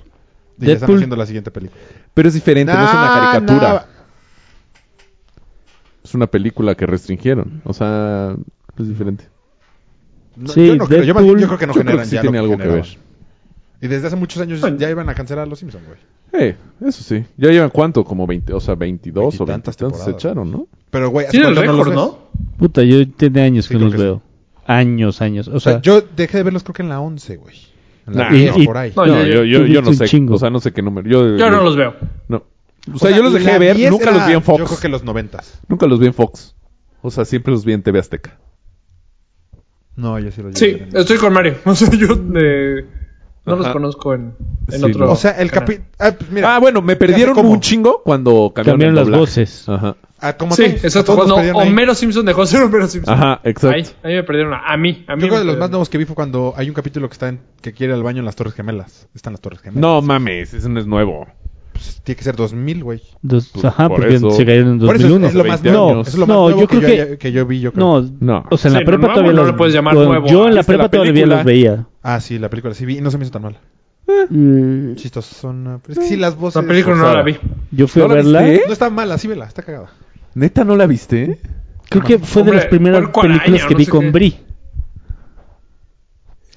[SPEAKER 2] Y ya están
[SPEAKER 3] Deadpool.
[SPEAKER 2] haciendo la siguiente película.
[SPEAKER 1] pero es diferente, no es
[SPEAKER 2] Nah,
[SPEAKER 1] una caricatura,
[SPEAKER 2] nah.
[SPEAKER 1] es una película que restringieron, o sea, es diferente.
[SPEAKER 2] No,
[SPEAKER 3] Sí,
[SPEAKER 2] yo, no creo, yo, más bien-
[SPEAKER 3] Deadpool,
[SPEAKER 2] yo creo que no
[SPEAKER 1] Yo creo
[SPEAKER 2] generan
[SPEAKER 1] que sí
[SPEAKER 2] ya lo
[SPEAKER 1] tiene algo que
[SPEAKER 2] generaban.
[SPEAKER 1] ver.
[SPEAKER 2] Y desde hace muchos años ya iban a cancelar a los Simpsons, güey.
[SPEAKER 1] Eh, eso sí. Ya llevan cuánto, como 20, o sea, 22 o 20
[SPEAKER 2] Veintitantas
[SPEAKER 1] se
[SPEAKER 2] temporadas.
[SPEAKER 1] echaron, ¿no?
[SPEAKER 2] Pero, güey, ¿hace
[SPEAKER 4] Tiene el
[SPEAKER 2] cuánto los
[SPEAKER 4] récord,
[SPEAKER 2] ves?
[SPEAKER 4] ¿no?
[SPEAKER 3] Puta, yo tiene años
[SPEAKER 2] Sí,
[SPEAKER 3] que
[SPEAKER 2] creo
[SPEAKER 3] los
[SPEAKER 2] que sí.
[SPEAKER 3] veo. Años, años. O
[SPEAKER 2] O sea,
[SPEAKER 3] sea,
[SPEAKER 2] yo dejé de verlos creo que en la 11, güey. En la
[SPEAKER 1] Ah. Nah,
[SPEAKER 2] 10
[SPEAKER 3] y-
[SPEAKER 2] por ahí.
[SPEAKER 4] No,
[SPEAKER 1] No,
[SPEAKER 4] yo-
[SPEAKER 1] yo, yo,
[SPEAKER 3] tú
[SPEAKER 1] yo
[SPEAKER 3] viste
[SPEAKER 1] no
[SPEAKER 3] un
[SPEAKER 1] sé,
[SPEAKER 3] chingo.
[SPEAKER 1] o sea, no sé qué número. Yo, eh,
[SPEAKER 4] Yo no los veo.
[SPEAKER 1] no. O sea, yo los dejé
[SPEAKER 2] la
[SPEAKER 1] de ver,
[SPEAKER 2] 10
[SPEAKER 1] nunca
[SPEAKER 2] era-
[SPEAKER 1] los vi en
[SPEAKER 2] Yo creo
[SPEAKER 1] Fox.
[SPEAKER 2] que los 90.
[SPEAKER 1] Nunca los vi en Fox. O sea, siempre los vi en TV Azteca.
[SPEAKER 2] No, yo sí los
[SPEAKER 4] Sí, estoy con Mario. O sea, yo eh, no los
[SPEAKER 1] Ajá.
[SPEAKER 4] conozco en, en
[SPEAKER 1] Sí,
[SPEAKER 4] otro.
[SPEAKER 1] no.
[SPEAKER 2] O sea, el
[SPEAKER 4] canal.
[SPEAKER 2] capítulo... Ah, pues mira.
[SPEAKER 1] ah, bueno, me perdieron
[SPEAKER 2] cómo.
[SPEAKER 1] un chingo cuando cambiaron, el
[SPEAKER 3] Cambiaron las
[SPEAKER 1] doblaje.
[SPEAKER 3] voces.
[SPEAKER 1] Ajá,
[SPEAKER 2] Ah, como
[SPEAKER 4] Sí,
[SPEAKER 2] a todos- a
[SPEAKER 4] exacto.
[SPEAKER 2] todos nos
[SPEAKER 4] Cuando
[SPEAKER 2] perdieron ahí.
[SPEAKER 4] Homero Simpson dejó de ser Homero Simpson.
[SPEAKER 1] Ajá Ah, exacto.
[SPEAKER 4] Ahí, ahí me perdieron. A a mí. A
[SPEAKER 2] Yo creo
[SPEAKER 4] mí me
[SPEAKER 2] que de los
[SPEAKER 4] perdieron.
[SPEAKER 2] más nuevos que vi fue cuando hay un capítulo que está en, que quiere ir al baño en las Torres Gemelas. Están las Torres Gemelas.
[SPEAKER 1] No mames, eso no es nuevo.
[SPEAKER 2] Pues, tiene que ser 2000, güey.
[SPEAKER 3] dos-
[SPEAKER 1] por-
[SPEAKER 3] ajá,
[SPEAKER 1] por
[SPEAKER 3] porque
[SPEAKER 1] eso-
[SPEAKER 3] se cayeron en
[SPEAKER 2] Por eso es-
[SPEAKER 3] 2001.
[SPEAKER 2] es lo más
[SPEAKER 1] 20
[SPEAKER 2] nuevo.
[SPEAKER 1] años.
[SPEAKER 2] Es lo más
[SPEAKER 3] No,
[SPEAKER 2] nuevo
[SPEAKER 3] yo
[SPEAKER 2] que,
[SPEAKER 3] creo
[SPEAKER 2] yo,
[SPEAKER 3] que-
[SPEAKER 2] que yo vi, yo creo.
[SPEAKER 3] No,
[SPEAKER 1] No.
[SPEAKER 3] o sea, en
[SPEAKER 4] Sí,
[SPEAKER 3] la prepa
[SPEAKER 4] nuevo
[SPEAKER 3] todavía
[SPEAKER 4] no
[SPEAKER 3] los-
[SPEAKER 4] lo puedes llamar
[SPEAKER 3] yo-
[SPEAKER 4] nuevo.
[SPEAKER 3] Yo en la
[SPEAKER 2] este
[SPEAKER 4] Viste
[SPEAKER 3] prepa
[SPEAKER 1] la
[SPEAKER 3] todavía
[SPEAKER 1] película.
[SPEAKER 3] los veía.
[SPEAKER 2] Ah, sí, la película sí vi y no se me hizo tan mal.
[SPEAKER 3] Mm,
[SPEAKER 2] Chistosona. Pero ah, es que sí, las voces...
[SPEAKER 4] La película
[SPEAKER 2] o sea,
[SPEAKER 4] no la vi.
[SPEAKER 3] Yo fui
[SPEAKER 1] ¿No
[SPEAKER 3] a
[SPEAKER 1] la
[SPEAKER 3] verla.
[SPEAKER 1] viste? ¿Eh?
[SPEAKER 2] No está mala, sí vela, está cagada.
[SPEAKER 1] ¿Neta no la viste?
[SPEAKER 3] Creo que fue
[SPEAKER 4] Hombre,
[SPEAKER 3] de las primeras
[SPEAKER 4] ¿cuál- cuál
[SPEAKER 3] películas
[SPEAKER 4] año?
[SPEAKER 3] que
[SPEAKER 4] No
[SPEAKER 3] vi
[SPEAKER 4] sé
[SPEAKER 3] con
[SPEAKER 4] qué.
[SPEAKER 3] Brie.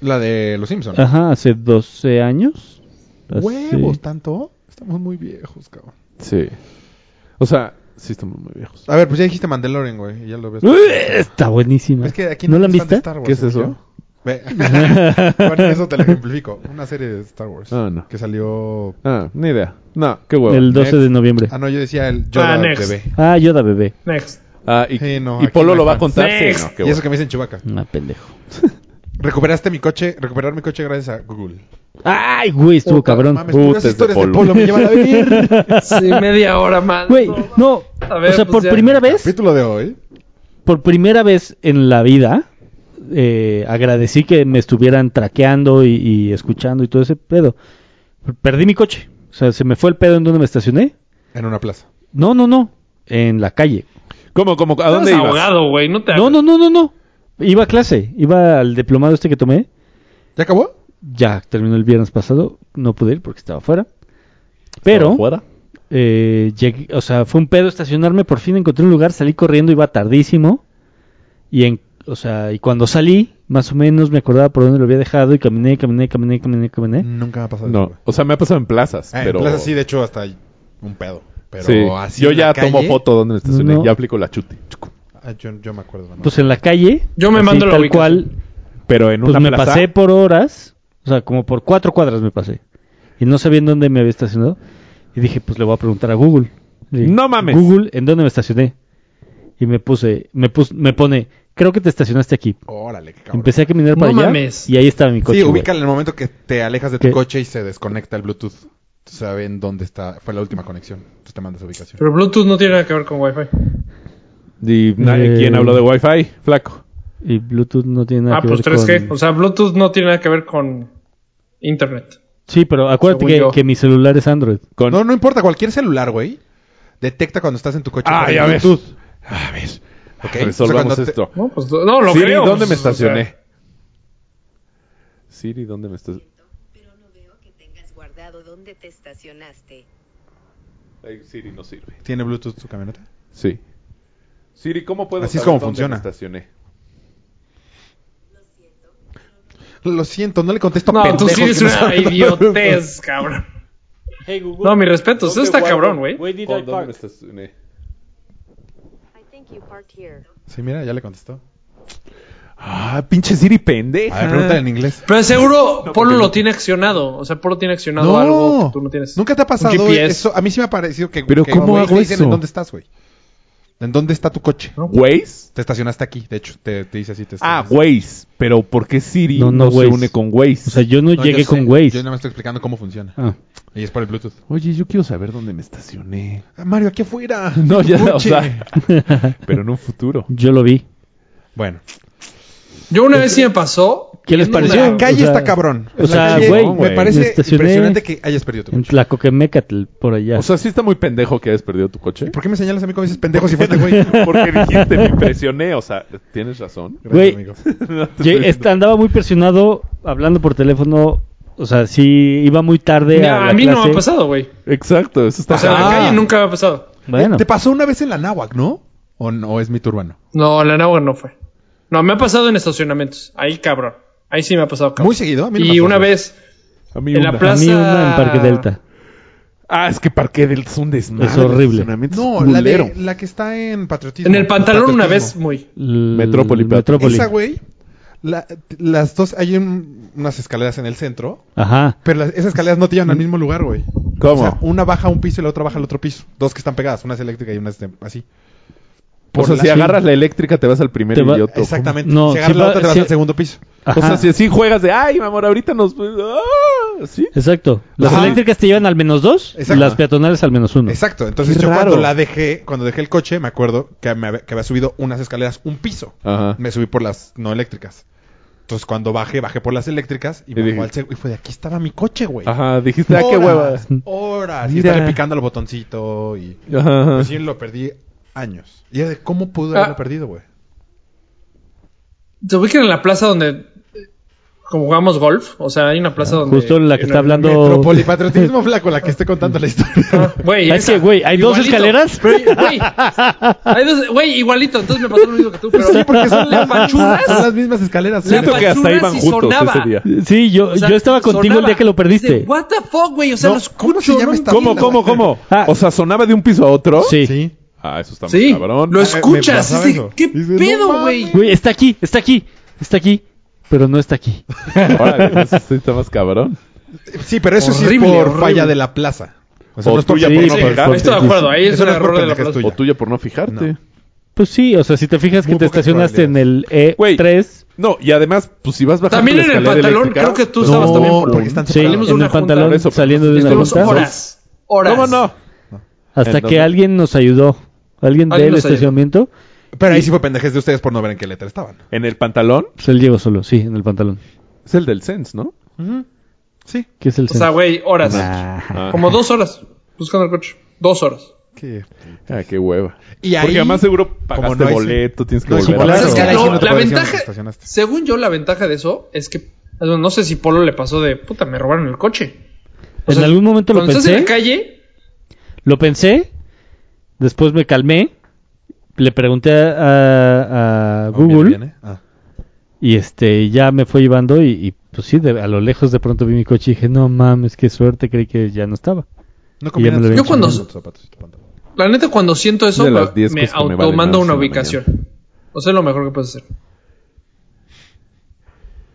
[SPEAKER 2] La de Los Simpsons.
[SPEAKER 3] Ajá, hace 12 años. Hace-
[SPEAKER 2] Huevos, tanto. Estamos muy viejos, cabrón.
[SPEAKER 1] Sí. O sea, sí estamos muy viejos.
[SPEAKER 2] A ver, pues ya dijiste Mandalorian, güey. y Ya lo ves.
[SPEAKER 3] Uy, Está buenísima.
[SPEAKER 2] Es que aquí
[SPEAKER 3] ¿No la han
[SPEAKER 2] es fan de
[SPEAKER 3] visto?
[SPEAKER 2] Star Wars,
[SPEAKER 1] ¿Qué es
[SPEAKER 2] soy
[SPEAKER 1] eso?
[SPEAKER 2] yo. Ve. bueno, eso te lo ejemplifico. Una serie de Star Wars.
[SPEAKER 1] Ah, no.
[SPEAKER 2] Que salió.
[SPEAKER 1] Ah, ni idea. No, qué huevo.
[SPEAKER 3] El 12 de noviembre.
[SPEAKER 2] Ah, no, yo decía el Yoda
[SPEAKER 4] Ah, next.
[SPEAKER 2] bebé.
[SPEAKER 3] Ah, Yoda bebé.
[SPEAKER 4] Next.
[SPEAKER 1] Ah, y,
[SPEAKER 2] Sí, no,
[SPEAKER 1] y
[SPEAKER 2] aquí
[SPEAKER 1] Polo
[SPEAKER 2] no
[SPEAKER 1] lo
[SPEAKER 2] hay
[SPEAKER 1] va a
[SPEAKER 2] fans.
[SPEAKER 1] contar. Sí,
[SPEAKER 4] Next.
[SPEAKER 1] no, qué
[SPEAKER 2] Y
[SPEAKER 1] huevo.
[SPEAKER 2] eso que me dicen Chubaca.
[SPEAKER 3] Una Ah, pendejo.
[SPEAKER 2] Recuperaste mi coche. Recuperar mi coche gracias a Google.
[SPEAKER 3] Ay, güey, estuvo
[SPEAKER 2] Puta,
[SPEAKER 3] cabrón.
[SPEAKER 2] Mames, puras
[SPEAKER 1] Puta, es de
[SPEAKER 2] historias de
[SPEAKER 1] Polo.
[SPEAKER 2] polo. me llevan a vivir.
[SPEAKER 4] Sí, media hora más.
[SPEAKER 3] Güey, no.
[SPEAKER 4] A ver,
[SPEAKER 3] o sea,
[SPEAKER 4] pues
[SPEAKER 3] por
[SPEAKER 4] ya.
[SPEAKER 3] primera vez,
[SPEAKER 2] Capítulo de hoy.
[SPEAKER 3] por primera vez en la vida, eh, agradecí que me estuvieran traqueando y, y escuchando y todo ese pedo. Perdí mi coche. O sea, se me fue el pedo en donde me estacioné.
[SPEAKER 2] En una plaza.
[SPEAKER 3] No, no, no. En la calle.
[SPEAKER 1] ¿Cómo, cómo? ¿A dónde
[SPEAKER 4] Estás
[SPEAKER 1] ibas?
[SPEAKER 4] ahogado, Ah, güey. No te
[SPEAKER 3] No, no, no, no, no. Iba a clase. Iba al diplomado este que tomé.
[SPEAKER 2] ¿Ya acabó?
[SPEAKER 3] Ya terminó el viernes pasado. No pude ir porque estaba fuera. Pero.
[SPEAKER 1] ¿Fuera?
[SPEAKER 3] Eh, llegué- o sea, fue un pedo estacionarme, por fin encontré un lugar, salí corriendo, iba tardísimo. Y en, o sea, y cuando salí, más o menos me acordaba por dónde lo había dejado y caminé, caminé, caminé, caminé, caminé.
[SPEAKER 2] Nunca me ha pasado eso,
[SPEAKER 1] No,
[SPEAKER 2] güey.
[SPEAKER 1] o sea, me ha pasado en plazas,
[SPEAKER 2] Ah,
[SPEAKER 1] pero...
[SPEAKER 2] En plaza sí, de hecho, hasta un pedo. Pero
[SPEAKER 1] Sí,
[SPEAKER 2] así.
[SPEAKER 1] Yo
[SPEAKER 2] en
[SPEAKER 1] ya
[SPEAKER 2] la calle-
[SPEAKER 1] tomo foto donde me estacioné,
[SPEAKER 3] No.
[SPEAKER 1] ya aplico la chuti.
[SPEAKER 2] Ah, yo, yo me acuerdo. nada más.
[SPEAKER 3] Pues en la calle,
[SPEAKER 4] Yo me
[SPEAKER 3] así,
[SPEAKER 4] mando la
[SPEAKER 3] tal
[SPEAKER 4] ubicación.
[SPEAKER 3] cual,
[SPEAKER 1] Pero en
[SPEAKER 3] pues
[SPEAKER 1] una
[SPEAKER 3] me
[SPEAKER 1] plaza...
[SPEAKER 3] pasé por horas, o sea, como por cuatro cuadras me pasé. Y no sabía en dónde me había estacionado. Y dije, pues le voy a preguntar a Google. Le dije,
[SPEAKER 1] No mames.
[SPEAKER 3] Google, ¿en dónde me estacioné? Y me puse, me pus- me pone, creo que te estacionaste aquí.
[SPEAKER 2] Órale, qué cabrón.
[SPEAKER 3] Empecé a caminar
[SPEAKER 4] No
[SPEAKER 3] para allá
[SPEAKER 4] mames.
[SPEAKER 3] y ahí estaba mi coche.
[SPEAKER 2] sí,
[SPEAKER 3] güey.
[SPEAKER 2] ubícala en el momento que te alejas de
[SPEAKER 3] ¿Qué?
[SPEAKER 2] tu coche y se desconecta el Bluetooth. Saben dónde está. Fue la última conexión. Entonces te mandas ubicación.
[SPEAKER 4] Pero Bluetooth no tiene nada que ver con Wi-Fi.
[SPEAKER 1] ¿Y nadie-
[SPEAKER 3] Eh.
[SPEAKER 1] quién habló de Wi-Fi? Flaco.
[SPEAKER 3] Y Bluetooth no tiene nada
[SPEAKER 4] Ah,
[SPEAKER 3] que
[SPEAKER 4] pues
[SPEAKER 3] ver
[SPEAKER 4] 3G.
[SPEAKER 3] con...
[SPEAKER 4] O sea, Bluetooth no tiene nada que ver con Internet.
[SPEAKER 3] Sí, pero acuérdate
[SPEAKER 4] Según
[SPEAKER 3] que,
[SPEAKER 4] yo.
[SPEAKER 3] que mi celular es Android.
[SPEAKER 1] Con...
[SPEAKER 2] No, no importa. Cualquier celular, güey, detecta cuando estás en tu coche.
[SPEAKER 1] ah,
[SPEAKER 2] por el
[SPEAKER 1] ya ves.
[SPEAKER 2] Bluetooth,
[SPEAKER 1] Ah, ves.
[SPEAKER 2] ¿ok?
[SPEAKER 1] Resolvamos
[SPEAKER 2] O sea, cuando te-
[SPEAKER 1] esto.
[SPEAKER 4] No, pues no, lo
[SPEAKER 1] Siri,
[SPEAKER 4] creo.
[SPEAKER 1] ¿dónde
[SPEAKER 4] pues,
[SPEAKER 1] me
[SPEAKER 4] o sea,
[SPEAKER 1] estacioné? Siri, ¿dónde me estacioné?
[SPEAKER 6] Pero no veo que tengas guardado dónde te estacionaste.
[SPEAKER 1] Ay, Siri no sirve.
[SPEAKER 2] ¿Tiene Bluetooth su camioneta?
[SPEAKER 1] Sí. Siri, ¿cómo puedo
[SPEAKER 2] Así es
[SPEAKER 1] saber
[SPEAKER 2] como
[SPEAKER 1] dónde
[SPEAKER 2] funciona.
[SPEAKER 1] me estacioné?
[SPEAKER 2] Lo siento, no le contesto
[SPEAKER 4] No, tú
[SPEAKER 2] pendejos
[SPEAKER 4] sí
[SPEAKER 2] que
[SPEAKER 4] eres
[SPEAKER 2] no
[SPEAKER 4] una
[SPEAKER 2] saben dónde-
[SPEAKER 4] idiotez, cabrón. No, mi respeto. Eso está cabrón, güey.
[SPEAKER 1] ¿Con ¿Dónde me estacioné?
[SPEAKER 6] I think you parked here.
[SPEAKER 2] Sí, mira, ya le contestó.
[SPEAKER 1] Ah, pinche Siri pendeja.
[SPEAKER 2] A ver, pregúntale en inglés.
[SPEAKER 4] Pero seguro Polo lo tiene accionado. O sea, Polo tiene accionado algo que tú no tienes.
[SPEAKER 2] Nunca te ha pasado
[SPEAKER 4] Un GPS.
[SPEAKER 2] eso. A mí sí me ha parecido que.
[SPEAKER 1] Pero
[SPEAKER 2] que,
[SPEAKER 1] ¿cómo
[SPEAKER 2] güey,
[SPEAKER 1] hago
[SPEAKER 2] te dicen
[SPEAKER 1] eso?
[SPEAKER 2] ¿En dónde estás, güey? ¿En dónde está tu coche?
[SPEAKER 1] ¿Waze?
[SPEAKER 2] Te estacionaste aquí, de hecho, te, te dice así. Te
[SPEAKER 1] Ah,
[SPEAKER 2] estacionaste.
[SPEAKER 1] Waze. Pero ¿por qué Siri
[SPEAKER 3] No,
[SPEAKER 1] no,
[SPEAKER 3] no
[SPEAKER 1] se
[SPEAKER 3] Waze.
[SPEAKER 1] une con Waze?
[SPEAKER 3] O sea, yo no,
[SPEAKER 2] No,
[SPEAKER 3] llegué
[SPEAKER 2] yo
[SPEAKER 3] con
[SPEAKER 2] sé. Yo
[SPEAKER 3] Waze.
[SPEAKER 2] no me estoy explicando cómo funciona.
[SPEAKER 3] Ah.
[SPEAKER 2] Y es por el Bluetooth.
[SPEAKER 1] Oye, yo quiero saber dónde me estacioné.
[SPEAKER 2] Ah, Mario, aquí afuera.
[SPEAKER 1] No,
[SPEAKER 2] Tu
[SPEAKER 1] ya, o
[SPEAKER 2] coche.
[SPEAKER 1] sea, pero en un futuro.
[SPEAKER 3] Yo lo vi.
[SPEAKER 2] Bueno,
[SPEAKER 4] Yo una vez sí me pasó.
[SPEAKER 3] ¿Qué les
[SPEAKER 4] No,
[SPEAKER 3] pareció?
[SPEAKER 2] la
[SPEAKER 4] la
[SPEAKER 2] calle
[SPEAKER 3] O sea,
[SPEAKER 2] está cabrón.
[SPEAKER 3] o sea,
[SPEAKER 2] La calle- me
[SPEAKER 3] güey,
[SPEAKER 2] parece
[SPEAKER 3] me estacioné
[SPEAKER 2] impresionante que hayas perdido tu
[SPEAKER 3] En
[SPEAKER 2] coche.
[SPEAKER 3] Tlacoquemecatl, por allá.
[SPEAKER 1] O sea, sí está muy pendejo que hayas perdido tu coche.
[SPEAKER 2] ¿Por qué me señalas a mí como dices pendejo si fuiste güey?
[SPEAKER 1] Porque dijiste, me impresioné. O sea, tienes razón.
[SPEAKER 3] Güey.
[SPEAKER 2] Gracias,
[SPEAKER 1] No te
[SPEAKER 3] Lle-
[SPEAKER 1] estoy
[SPEAKER 3] est- andaba muy presionado hablando por teléfono. O sea, sí, iba muy tarde a
[SPEAKER 4] A
[SPEAKER 3] la
[SPEAKER 4] mí no
[SPEAKER 3] clase.
[SPEAKER 4] me ha pasado, güey.
[SPEAKER 1] diciendo- Exacto, eso está
[SPEAKER 4] O sea, en la
[SPEAKER 1] cabrón.
[SPEAKER 4] calle nunca me ha pasado.
[SPEAKER 3] Bueno,
[SPEAKER 2] Te pasó una vez en la náhuac, ¿no? ¿O, no, o es mito urbano?
[SPEAKER 4] No, la náhuatl no fue. No, me ha pasado en estacionamientos. Ahí, cabrón. Ahí sí me ha pasado, cabrón.
[SPEAKER 2] Muy seguido, a mí no me
[SPEAKER 4] y
[SPEAKER 2] pasó,
[SPEAKER 4] una
[SPEAKER 2] güey.
[SPEAKER 4] vez
[SPEAKER 1] A mí
[SPEAKER 4] en la
[SPEAKER 1] una.
[SPEAKER 3] a
[SPEAKER 4] plaza-
[SPEAKER 3] mí una en Parque Delta.
[SPEAKER 1] Ah, es que Parque del es un desmadre.
[SPEAKER 3] Es horrible.
[SPEAKER 1] el estacionamiento es
[SPEAKER 2] No, la, de-
[SPEAKER 1] culero.
[SPEAKER 2] la que está en patriotismo.
[SPEAKER 4] en el pantalón una vez,
[SPEAKER 2] Patriotismo.
[SPEAKER 4] muy.
[SPEAKER 3] L-
[SPEAKER 1] Metrópoli, Plata.
[SPEAKER 3] Metrópoli.
[SPEAKER 2] Esa, güey, la- las dos, hay un- unas escaleras en el centro,
[SPEAKER 3] Ajá.
[SPEAKER 2] pero las- esas escaleras no te llevan al mismo lugar, güey.
[SPEAKER 1] ¿Cómo?
[SPEAKER 2] O sea, una baja a un piso y la otra baja al otro piso. Dos que están pegadas, una es eléctrica y una es de- así.
[SPEAKER 1] o sea,
[SPEAKER 2] la-
[SPEAKER 1] si agarras la eléctrica, te vas al primer
[SPEAKER 3] Te va-
[SPEAKER 1] idiota.
[SPEAKER 2] Exactamente.
[SPEAKER 3] No,
[SPEAKER 2] si agarras
[SPEAKER 3] si
[SPEAKER 2] la
[SPEAKER 3] va-
[SPEAKER 2] otra, te vas
[SPEAKER 3] si-
[SPEAKER 2] al segundo piso.
[SPEAKER 1] O sea,
[SPEAKER 3] Ajá.
[SPEAKER 1] si así juegas de, ay, mi amor, ahorita nos... ah", ¿Sí?
[SPEAKER 3] Exacto. Las
[SPEAKER 2] Ajá.
[SPEAKER 3] eléctricas te llevan al menos dos,
[SPEAKER 2] Exacto.
[SPEAKER 3] las peatonales al menos uno.
[SPEAKER 2] Exacto. Entonces
[SPEAKER 1] Qué
[SPEAKER 2] yo cuando
[SPEAKER 1] raro.
[SPEAKER 2] la dejé, cuando dejé el coche, me acuerdo que, me había, que había subido unas escaleras, un piso.
[SPEAKER 1] Ajá.
[SPEAKER 2] Me subí por las no eléctricas. Entonces cuando bajé, bajé por las eléctricas y,
[SPEAKER 1] Y
[SPEAKER 2] me
[SPEAKER 1] dije-
[SPEAKER 2] bajó al seg- y fue de aquí estaba mi coche, güey.
[SPEAKER 1] Ajá, dijiste, ah, qué hueva.
[SPEAKER 2] horas, horas. Y
[SPEAKER 1] Mira.
[SPEAKER 2] estaré picando al botoncito y...
[SPEAKER 1] Ajá, ajá.
[SPEAKER 2] Pues sí, lo perdí años. Y era de cómo pudo haberlo
[SPEAKER 4] Ah.
[SPEAKER 2] perdido, güey.
[SPEAKER 4] ¿Te ubican en la plaza donde eh, como jugamos golf, o sea, hay una plaza donde...
[SPEAKER 3] Ah, Justo la que está hablando.
[SPEAKER 2] Metropolipatriotismo flaco, la que esté contando la historia.
[SPEAKER 4] Ah, Güey,
[SPEAKER 3] Es
[SPEAKER 4] esa.
[SPEAKER 3] que, güey, hay dos
[SPEAKER 4] Igualito.
[SPEAKER 3] escaleras.
[SPEAKER 4] Pero, Güey, hay dos- güey, igualito, entonces me pasó lo mismo que tú, pero
[SPEAKER 2] Sí, porque son,
[SPEAKER 4] las
[SPEAKER 2] son
[SPEAKER 4] pachuras.
[SPEAKER 2] las mismas escaleras.
[SPEAKER 4] La
[SPEAKER 1] Siento que hasta
[SPEAKER 4] pachurra
[SPEAKER 1] iban
[SPEAKER 4] sí
[SPEAKER 1] juntos
[SPEAKER 4] sonaba.
[SPEAKER 1] ese día.
[SPEAKER 3] Sí, yo,
[SPEAKER 4] O sea,
[SPEAKER 3] yo estaba contigo el
[SPEAKER 4] sonaba.
[SPEAKER 3] día que lo perdiste.
[SPEAKER 4] Dice, What the fuck, güey, o sea,
[SPEAKER 2] No,
[SPEAKER 4] lo escucho.
[SPEAKER 2] ¿cómo se llama
[SPEAKER 4] no
[SPEAKER 2] esta
[SPEAKER 4] entiendo.
[SPEAKER 1] ¿Cómo, cómo, cómo?
[SPEAKER 3] Ah.
[SPEAKER 1] O sea, sonaba de un piso a otro.
[SPEAKER 3] Sí.
[SPEAKER 2] Sí.
[SPEAKER 1] Ah, eso está muy
[SPEAKER 4] Sí,
[SPEAKER 1] cabrón.
[SPEAKER 4] lo
[SPEAKER 1] Ah,
[SPEAKER 4] escuchas.
[SPEAKER 2] pasaba
[SPEAKER 4] dices,
[SPEAKER 2] eso.
[SPEAKER 4] ¿Qué
[SPEAKER 2] Dices, no
[SPEAKER 4] pedo,
[SPEAKER 2] mames.
[SPEAKER 4] güey?
[SPEAKER 3] Güey, está aquí, está aquí, está aquí, pero no está aquí.
[SPEAKER 1] órale, no, eso sí está más cabrón.
[SPEAKER 2] Sí, pero eso sí es
[SPEAKER 4] Horrible,
[SPEAKER 2] por
[SPEAKER 4] horrible.
[SPEAKER 2] falla de la plaza. O
[SPEAKER 1] O
[SPEAKER 2] no es por-
[SPEAKER 1] tuya
[SPEAKER 3] sí,
[SPEAKER 1] por no
[SPEAKER 3] sí,
[SPEAKER 1] fijarte.
[SPEAKER 4] Estoy de acuerdo, ahí es
[SPEAKER 2] Eso
[SPEAKER 4] un
[SPEAKER 2] no es por
[SPEAKER 4] error de la
[SPEAKER 2] pendejas
[SPEAKER 4] plaza.
[SPEAKER 1] O tuya por no fijarte.
[SPEAKER 2] No.
[SPEAKER 3] Pues sí, o sea, si te fijas que
[SPEAKER 2] Muy
[SPEAKER 3] te
[SPEAKER 2] pocas
[SPEAKER 3] estacionaste en el E
[SPEAKER 1] Güey.
[SPEAKER 3] E3,
[SPEAKER 1] No, y además, pues si vas bajando
[SPEAKER 4] También
[SPEAKER 1] la
[SPEAKER 4] en el
[SPEAKER 1] escalera
[SPEAKER 4] pantalón,
[SPEAKER 1] eléctrica-
[SPEAKER 4] creo que tú
[SPEAKER 2] No,
[SPEAKER 4] estabas también por...
[SPEAKER 2] porque están
[SPEAKER 3] sí,
[SPEAKER 2] separados.
[SPEAKER 4] Salimos de
[SPEAKER 3] en
[SPEAKER 4] una
[SPEAKER 3] el pantalón
[SPEAKER 4] junta. Por
[SPEAKER 1] eso,
[SPEAKER 3] saliendo de una
[SPEAKER 4] Estuvimos
[SPEAKER 3] junta,
[SPEAKER 4] horas, horas.
[SPEAKER 1] ¿Cómo no?
[SPEAKER 3] hasta
[SPEAKER 1] Entonces-
[SPEAKER 3] que alguien nos ayudó, alguien del
[SPEAKER 4] Alguien nos ayudó.
[SPEAKER 3] estacionamiento,
[SPEAKER 2] Pero ahí sí fue pendejez de ustedes por no ver en qué letra estaban.
[SPEAKER 1] En el pantalón
[SPEAKER 3] pues él llegó solo, sí, en el pantalón.
[SPEAKER 1] es el del Sense, ¿no?
[SPEAKER 2] Sí.
[SPEAKER 3] ¿Qué es el
[SPEAKER 4] O sea,
[SPEAKER 3] centro?
[SPEAKER 4] güey, horas.
[SPEAKER 1] Ah.
[SPEAKER 4] Como dos horas buscando el coche. Dos horas.
[SPEAKER 1] Ah, qué hueva.
[SPEAKER 2] Y ahí-
[SPEAKER 1] Porque además seguro pagaste
[SPEAKER 2] no hay-
[SPEAKER 1] boleto, tienes que
[SPEAKER 2] No,
[SPEAKER 1] volver.
[SPEAKER 2] sí,
[SPEAKER 1] a-
[SPEAKER 2] claro.
[SPEAKER 4] Es que
[SPEAKER 2] Ahí
[SPEAKER 4] no,
[SPEAKER 2] sí no te
[SPEAKER 4] la
[SPEAKER 2] puedo decir dónde te
[SPEAKER 4] ventaja,
[SPEAKER 2] estacionaste.
[SPEAKER 4] según yo, la ventaja de eso es que no no sé si Polo le pasó de puta, me robaron el coche. O
[SPEAKER 3] En
[SPEAKER 4] sea,
[SPEAKER 3] algún momento lo
[SPEAKER 4] Cuando estás en
[SPEAKER 3] pensé,
[SPEAKER 4] la calle,
[SPEAKER 3] lo pensé, después me calmé, le pregunté a, a
[SPEAKER 2] Ah,
[SPEAKER 3] Google
[SPEAKER 2] bien, bien, ¿eh? Ah.
[SPEAKER 3] y este ya me fue llevando y, y, pues sí, de- a lo lejos de pronto vi mi coche y dije, no mames, qué suerte, creí que ya no estaba.
[SPEAKER 2] No
[SPEAKER 3] Y ya me
[SPEAKER 2] combinan
[SPEAKER 3] lo
[SPEAKER 2] tus
[SPEAKER 3] había
[SPEAKER 4] Yo cuando-
[SPEAKER 2] zapatos y tu pantalón.
[SPEAKER 4] la neta, cuando siento eso,
[SPEAKER 1] De
[SPEAKER 4] me,
[SPEAKER 1] las diez
[SPEAKER 4] me
[SPEAKER 1] cosas que me valen
[SPEAKER 4] automando
[SPEAKER 1] más
[SPEAKER 4] una
[SPEAKER 1] en la
[SPEAKER 4] ubicación. O sea, es lo mejor que puedes hacer.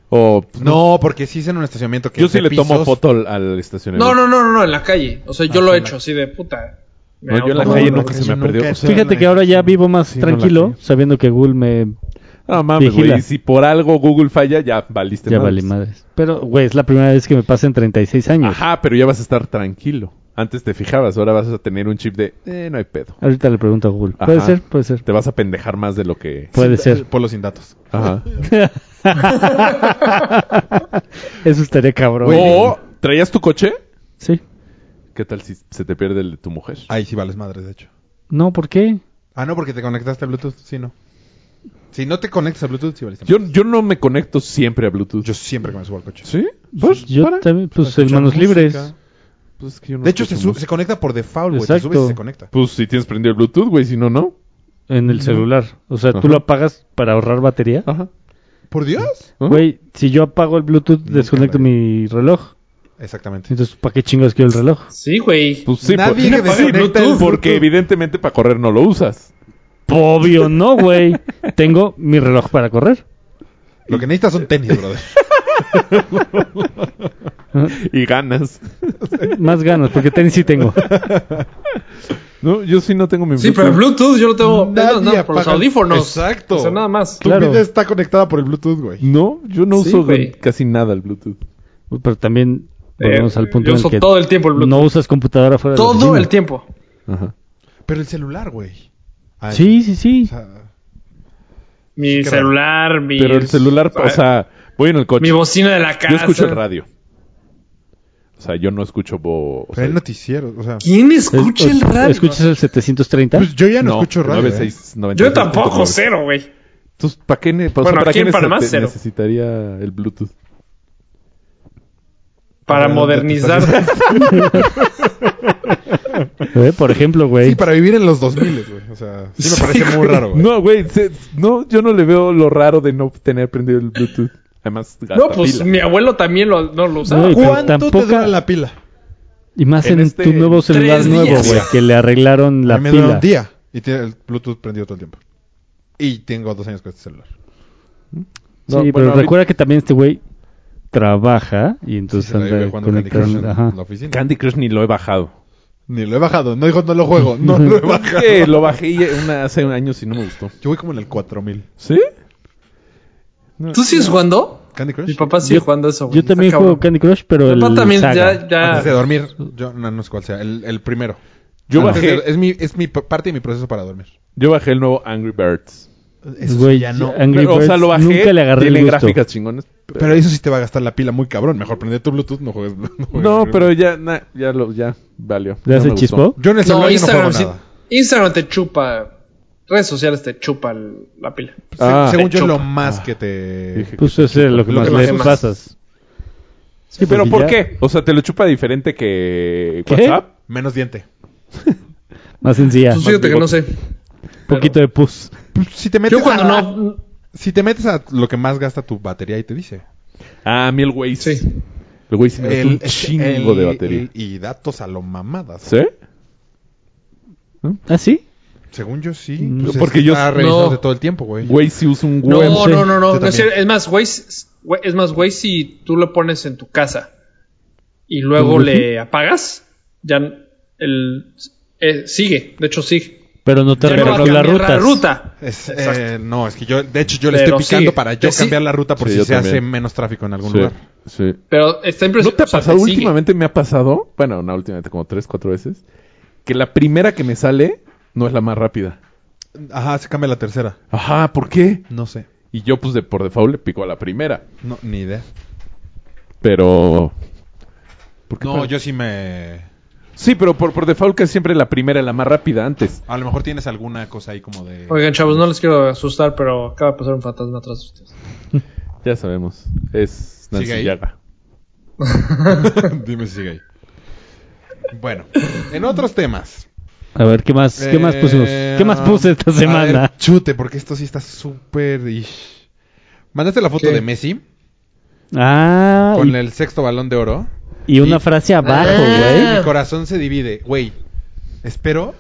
[SPEAKER 1] O,
[SPEAKER 2] No, porque sí es en un estacionamiento que
[SPEAKER 1] yo
[SPEAKER 2] es
[SPEAKER 1] sí
[SPEAKER 2] de
[SPEAKER 1] le tomo
[SPEAKER 2] pisos.
[SPEAKER 1] foto al, al estacionamiento.
[SPEAKER 4] No, no, no, no, no, en la calle. O sea, yo
[SPEAKER 2] Ah,
[SPEAKER 4] lo he
[SPEAKER 2] en la-
[SPEAKER 4] hecho así de puta. me
[SPEAKER 1] No, yo en la
[SPEAKER 4] automando
[SPEAKER 1] calle
[SPEAKER 4] una
[SPEAKER 1] nunca se
[SPEAKER 4] ubicación.
[SPEAKER 1] me
[SPEAKER 2] nunca
[SPEAKER 1] perdió.
[SPEAKER 2] he
[SPEAKER 1] O sea,
[SPEAKER 3] Fíjate que ahora ya vivo más
[SPEAKER 1] Sí, no la
[SPEAKER 3] tranquilo,
[SPEAKER 1] creo.
[SPEAKER 3] sabiendo que Google me
[SPEAKER 1] No Ah, mames, güey.
[SPEAKER 3] Vigila.
[SPEAKER 1] Y si por algo Google falla, ya valiste
[SPEAKER 3] ya
[SPEAKER 1] madres.
[SPEAKER 3] vale madres. Pero, güey, es la primera vez que me pasa en 36 años.
[SPEAKER 1] Ajá, pero ya vas a estar tranquilo. Antes te fijabas, ahora vas a tener un chip de, eh, no hay pedo.
[SPEAKER 3] Ahorita le pregunto a Google.
[SPEAKER 1] Ajá.
[SPEAKER 3] Puede ser, puede ser.
[SPEAKER 1] Te vas a pendejar más de lo que.
[SPEAKER 3] Puede
[SPEAKER 2] Sí,
[SPEAKER 3] ser.
[SPEAKER 2] Polo eh, sin datos.
[SPEAKER 1] Ajá.
[SPEAKER 3] Eso estaría cabrón.
[SPEAKER 1] O, ¿traías tu coche?
[SPEAKER 3] Sí.
[SPEAKER 1] ¿Qué tal si se te pierde el de tu mujer?
[SPEAKER 2] Ahí sí vales madres, de hecho.
[SPEAKER 3] No, ¿por qué?
[SPEAKER 2] Ah, no, porque te conectaste a Bluetooth. Sí, no. Si no te conectas a Bluetooth, sí valiste
[SPEAKER 1] Yo,
[SPEAKER 2] madres.
[SPEAKER 1] yo no me conecto siempre a Bluetooth.
[SPEAKER 2] Yo siempre que me subo al coche.
[SPEAKER 1] ¿Sí? Pues,
[SPEAKER 3] Yo
[SPEAKER 1] para.
[SPEAKER 3] también, pues,
[SPEAKER 2] Escuchar
[SPEAKER 3] hermanos
[SPEAKER 2] música.
[SPEAKER 3] libres.
[SPEAKER 1] Pues es que yo no
[SPEAKER 2] De hecho, se,
[SPEAKER 1] escucho
[SPEAKER 2] sub- se
[SPEAKER 1] música.
[SPEAKER 2] conecta por default, güey. Te
[SPEAKER 3] Exacto.
[SPEAKER 2] subes y se conecta.
[SPEAKER 1] Pues si tienes prendido el Bluetooth, güey, si no, no.
[SPEAKER 3] en el celular. O sea,
[SPEAKER 1] Ajá.
[SPEAKER 3] tú lo apagas para ahorrar batería.
[SPEAKER 1] Ajá.
[SPEAKER 2] ¿Por Dios?
[SPEAKER 1] ¿Ah?
[SPEAKER 3] Güey, si yo apago el Bluetooth,
[SPEAKER 2] Nunca
[SPEAKER 3] desconecto
[SPEAKER 2] lo
[SPEAKER 3] mi reloj.
[SPEAKER 2] Exactamente.
[SPEAKER 3] Entonces, ¿para qué chingos quiero el reloj?
[SPEAKER 4] Sí, güey.
[SPEAKER 1] Pues sí, por-
[SPEAKER 2] Nadie le
[SPEAKER 1] sí,
[SPEAKER 2] desconecta el
[SPEAKER 1] porque
[SPEAKER 2] Bluetooth.
[SPEAKER 1] evidentemente para correr no lo usas.
[SPEAKER 3] Obvio, no, güey. Tengo mi reloj para correr.
[SPEAKER 2] Lo que necesitas son tenis, brother.
[SPEAKER 1] Y ganas.
[SPEAKER 3] Más ganas, porque tenis sí tengo.
[SPEAKER 1] No, yo sí no tengo mi
[SPEAKER 4] Sí, pero el Bluetooth yo lo tengo
[SPEAKER 2] Nadie
[SPEAKER 4] no, no, por los
[SPEAKER 2] apaga-
[SPEAKER 4] audífonos.
[SPEAKER 2] Exacto.
[SPEAKER 4] O sea, nada más.
[SPEAKER 2] Tu
[SPEAKER 3] Claro.
[SPEAKER 2] vida está conectada por el Bluetooth, güey.
[SPEAKER 1] No, yo no
[SPEAKER 4] Sí,
[SPEAKER 1] uso
[SPEAKER 4] güey.
[SPEAKER 1] casi nada el Bluetooth.
[SPEAKER 3] Uy, Pero también
[SPEAKER 4] Eh,
[SPEAKER 3] volvemos al punto
[SPEAKER 4] yo
[SPEAKER 3] en
[SPEAKER 4] uso
[SPEAKER 3] que
[SPEAKER 4] todo el tiempo el Bluetooth.
[SPEAKER 3] no usas computadora fuera de la
[SPEAKER 4] Todo
[SPEAKER 3] oficina.
[SPEAKER 4] el tiempo.
[SPEAKER 1] Ajá.
[SPEAKER 2] Pero el celular, güey. Ah,
[SPEAKER 3] Sí, sí, sí.
[SPEAKER 2] o sea,
[SPEAKER 4] Mi
[SPEAKER 2] Sí, claro.
[SPEAKER 4] celular, mi.
[SPEAKER 1] Pero el celular, o sea, voy en el coche.
[SPEAKER 4] Ah, Mi bocina de la casa.
[SPEAKER 1] Yo escucho el radio. O sea, yo no escucho bo... o
[SPEAKER 2] pero
[SPEAKER 1] sea,
[SPEAKER 2] hay noticieros, o sea...
[SPEAKER 4] ¿Quién escucha el radio?
[SPEAKER 3] ¿Escuchas el 730?
[SPEAKER 2] Pues yo ya no, escucho radio, eh.
[SPEAKER 1] 96,
[SPEAKER 4] Yo tampoco,
[SPEAKER 1] 96.9.
[SPEAKER 4] cero, güey.
[SPEAKER 3] Ah,
[SPEAKER 1] Entonces, ¿para qué, ne- o sea,
[SPEAKER 4] Bueno,
[SPEAKER 1] ¿para
[SPEAKER 4] aquí
[SPEAKER 1] qué
[SPEAKER 4] en
[SPEAKER 1] nece-
[SPEAKER 4] Panamá,
[SPEAKER 1] te-
[SPEAKER 4] cero.
[SPEAKER 1] necesitaría el Bluetooth?
[SPEAKER 4] Para
[SPEAKER 2] Para
[SPEAKER 4] modernizar.
[SPEAKER 3] Eh, Por ejemplo, güey.
[SPEAKER 2] Pues, Sí, para vivir en los 2000, güey. O sea, sí me parece muy raro, güey.
[SPEAKER 1] No, güey, se- no, yo no le veo lo raro de no tener prendido el Bluetooth. Además, gasta
[SPEAKER 4] No, pues
[SPEAKER 1] pila.
[SPEAKER 4] mi abuelo también lo, no lo usaba.
[SPEAKER 3] Güey, pero
[SPEAKER 2] ¿Cuánto
[SPEAKER 3] tampoco-
[SPEAKER 2] te dura la pila?
[SPEAKER 3] Y más
[SPEAKER 1] En
[SPEAKER 3] en,
[SPEAKER 1] este-
[SPEAKER 3] tu nuevo celular
[SPEAKER 4] tres
[SPEAKER 3] nuevo,
[SPEAKER 4] días.
[SPEAKER 3] güey, que le arreglaron
[SPEAKER 2] A
[SPEAKER 3] la
[SPEAKER 2] mí me dura
[SPEAKER 3] pila.
[SPEAKER 2] un día. Y tiene el Bluetooth prendido todo el tiempo. Y tengo dos años con este celular.
[SPEAKER 3] Sí,
[SPEAKER 1] No,
[SPEAKER 3] pero
[SPEAKER 1] bueno, ahorita-
[SPEAKER 3] recuerda que también este güey trabaja y entonces
[SPEAKER 2] Sí, se la vive
[SPEAKER 3] anda
[SPEAKER 2] jugando Candy
[SPEAKER 3] conectado.
[SPEAKER 2] Crush en
[SPEAKER 3] Ajá.
[SPEAKER 2] la oficina.
[SPEAKER 1] Candy Crush ni lo he bajado.
[SPEAKER 2] Ni lo he bajado. No dijo, no lo juego. No lo he bajado.
[SPEAKER 1] Eh, lo bajé y una, hace años y no me gustó.
[SPEAKER 2] Yo voy como en el 4000.
[SPEAKER 1] ¿Sí?
[SPEAKER 4] ¿Tú sigues jugando?
[SPEAKER 2] ¿Candy Crush?
[SPEAKER 4] Mi papá sigue
[SPEAKER 3] Yo-
[SPEAKER 4] jugando eso, güey.
[SPEAKER 3] Yo también
[SPEAKER 4] Está
[SPEAKER 3] juego
[SPEAKER 4] cabrón.
[SPEAKER 3] Candy Crush, pero el
[SPEAKER 4] Mi papá también
[SPEAKER 3] Saga.
[SPEAKER 4] ya. ya-
[SPEAKER 2] Antes de dormir. Yo no, no sé cuál sea. El, el primero.
[SPEAKER 1] Yo
[SPEAKER 2] Antes
[SPEAKER 1] bajé,
[SPEAKER 2] de- es mi, es mi pa- parte de mi proceso para dormir.
[SPEAKER 1] yo bajé el nuevo Angry Birds.
[SPEAKER 2] Eso
[SPEAKER 3] Güey,
[SPEAKER 2] sí ya no.
[SPEAKER 3] Angry
[SPEAKER 1] Pero, o sea,
[SPEAKER 3] Birds,
[SPEAKER 1] lo bajé.
[SPEAKER 3] nunca le agarré
[SPEAKER 1] tiene
[SPEAKER 3] el gusto.
[SPEAKER 1] gráficas chingones.
[SPEAKER 2] Pero eso sí te va a gastar la pila muy cabrón. Mejor prende tu Bluetooth, no juegues. No, juegues
[SPEAKER 1] No,
[SPEAKER 2] Angry
[SPEAKER 1] pero
[SPEAKER 2] Birds.
[SPEAKER 1] ya, na, ya lo, ya valió.
[SPEAKER 3] ¿Ya
[SPEAKER 1] No
[SPEAKER 3] se
[SPEAKER 1] me gustó.
[SPEAKER 3] chispó?
[SPEAKER 2] Yo en el
[SPEAKER 4] No,
[SPEAKER 2] celular ya no
[SPEAKER 4] Instagram,
[SPEAKER 2] juego
[SPEAKER 4] sí-
[SPEAKER 2] nada.
[SPEAKER 4] Instagram te chupa Redes sociales te chupa el- la pila.
[SPEAKER 2] Se-
[SPEAKER 1] Ah.
[SPEAKER 2] según yo, es lo
[SPEAKER 4] Chupa.
[SPEAKER 2] más que te.
[SPEAKER 1] Dije,
[SPEAKER 3] Pues eso es lo que
[SPEAKER 2] Lo
[SPEAKER 3] más
[SPEAKER 2] que
[SPEAKER 3] le
[SPEAKER 2] más-
[SPEAKER 3] pasas. Sí,
[SPEAKER 1] ¿Pero
[SPEAKER 3] porque
[SPEAKER 1] por
[SPEAKER 3] ya
[SPEAKER 1] qué? O sea, te lo chupa diferente que
[SPEAKER 3] ¿Qué?
[SPEAKER 1] WhatsApp.
[SPEAKER 2] Menos diente.
[SPEAKER 3] Más sencilla.
[SPEAKER 4] Pues fíjate que no sé.
[SPEAKER 3] Un poquito de pus.
[SPEAKER 2] Pues, Si te metes
[SPEAKER 4] Yo cuando
[SPEAKER 2] a,
[SPEAKER 4] no.
[SPEAKER 2] Si te metes a lo que más gasta tu batería y te dice.
[SPEAKER 1] Ah, a mí el güey.
[SPEAKER 4] Sí.
[SPEAKER 1] El güey sí me gasta un chingo
[SPEAKER 2] el-
[SPEAKER 1] de batería.
[SPEAKER 2] Y, y datos a lo mamadas.
[SPEAKER 1] ¿Sí?
[SPEAKER 3] ¿Ah, sí?
[SPEAKER 2] Según yo, sí.
[SPEAKER 3] No,
[SPEAKER 2] Pues
[SPEAKER 1] porque
[SPEAKER 2] es que
[SPEAKER 1] yo-
[SPEAKER 2] Está
[SPEAKER 1] no.
[SPEAKER 2] revisándote todo el tiempo, güey.
[SPEAKER 1] Güey sí usa un
[SPEAKER 4] No,
[SPEAKER 1] huevo.
[SPEAKER 4] no, no,
[SPEAKER 2] Yo
[SPEAKER 4] no, no es,
[SPEAKER 2] también.
[SPEAKER 4] cierto, es más, güey, es güey, es más, güey, si tú lo pones en tu casa y luego le apagas, ya el, eh, sigue, de hecho sigue.
[SPEAKER 3] Pero no te
[SPEAKER 4] Ya no va a
[SPEAKER 3] regula
[SPEAKER 4] cambiar la
[SPEAKER 3] rutas.
[SPEAKER 4] ruta.
[SPEAKER 2] Es,
[SPEAKER 4] Exacto.
[SPEAKER 2] eh, no, es que yo, de hecho, yo le
[SPEAKER 4] Pero
[SPEAKER 2] estoy picando
[SPEAKER 4] sí,
[SPEAKER 2] para yo
[SPEAKER 4] sí.
[SPEAKER 2] cambiar la ruta por
[SPEAKER 1] Sí,
[SPEAKER 2] si
[SPEAKER 1] yo
[SPEAKER 2] se hace
[SPEAKER 1] también.
[SPEAKER 2] menos tráfico en algún
[SPEAKER 1] Sí,
[SPEAKER 2] lugar.
[SPEAKER 1] sí.
[SPEAKER 4] Pero
[SPEAKER 1] ¿No
[SPEAKER 4] está impresionante.
[SPEAKER 1] te ha
[SPEAKER 4] o sea,
[SPEAKER 1] pasado
[SPEAKER 4] sigue.
[SPEAKER 1] últimamente? Me ha pasado, bueno, no últimamente, como tres, cuatro veces, que la primera que me sale no es la más rápida.
[SPEAKER 2] Ajá, se cambia la tercera.
[SPEAKER 1] Ajá, ¿por qué?
[SPEAKER 2] No sé.
[SPEAKER 1] Y yo, pues, de por default le pico a la primera.
[SPEAKER 2] No, ni idea.
[SPEAKER 1] Pero... ¿Por qué
[SPEAKER 2] No,
[SPEAKER 1] para-
[SPEAKER 2] yo sí me.
[SPEAKER 1] Sí, pero por, por default que siempre la primera es la más rápida antes.
[SPEAKER 2] A lo mejor tienes alguna cosa ahí como de.
[SPEAKER 4] Oigan, chavos, no les quiero asustar, pero acaba de pasar un fantasma atrás de ustedes.
[SPEAKER 1] Ya sabemos. Es Nancy
[SPEAKER 2] Sigue ahí.
[SPEAKER 1] Llaga.
[SPEAKER 2] Dime si sigue ahí. Bueno, en otros temas.
[SPEAKER 3] A ver, ¿qué más, ¿qué más
[SPEAKER 2] Eh,
[SPEAKER 3] pusimos? ¿Qué más puse esta
[SPEAKER 2] a
[SPEAKER 3] semana?
[SPEAKER 2] ver, chute, porque esto sí está súper. ish. Mandaste la foto
[SPEAKER 4] ¿Qué?
[SPEAKER 2] de Messi
[SPEAKER 3] Ah,
[SPEAKER 2] con
[SPEAKER 3] y,
[SPEAKER 2] el sexto balón de oro.
[SPEAKER 3] y una
[SPEAKER 2] y-
[SPEAKER 3] frase abajo,
[SPEAKER 4] Ah.
[SPEAKER 3] güey.
[SPEAKER 2] Mi corazón se divide. Güey, espero.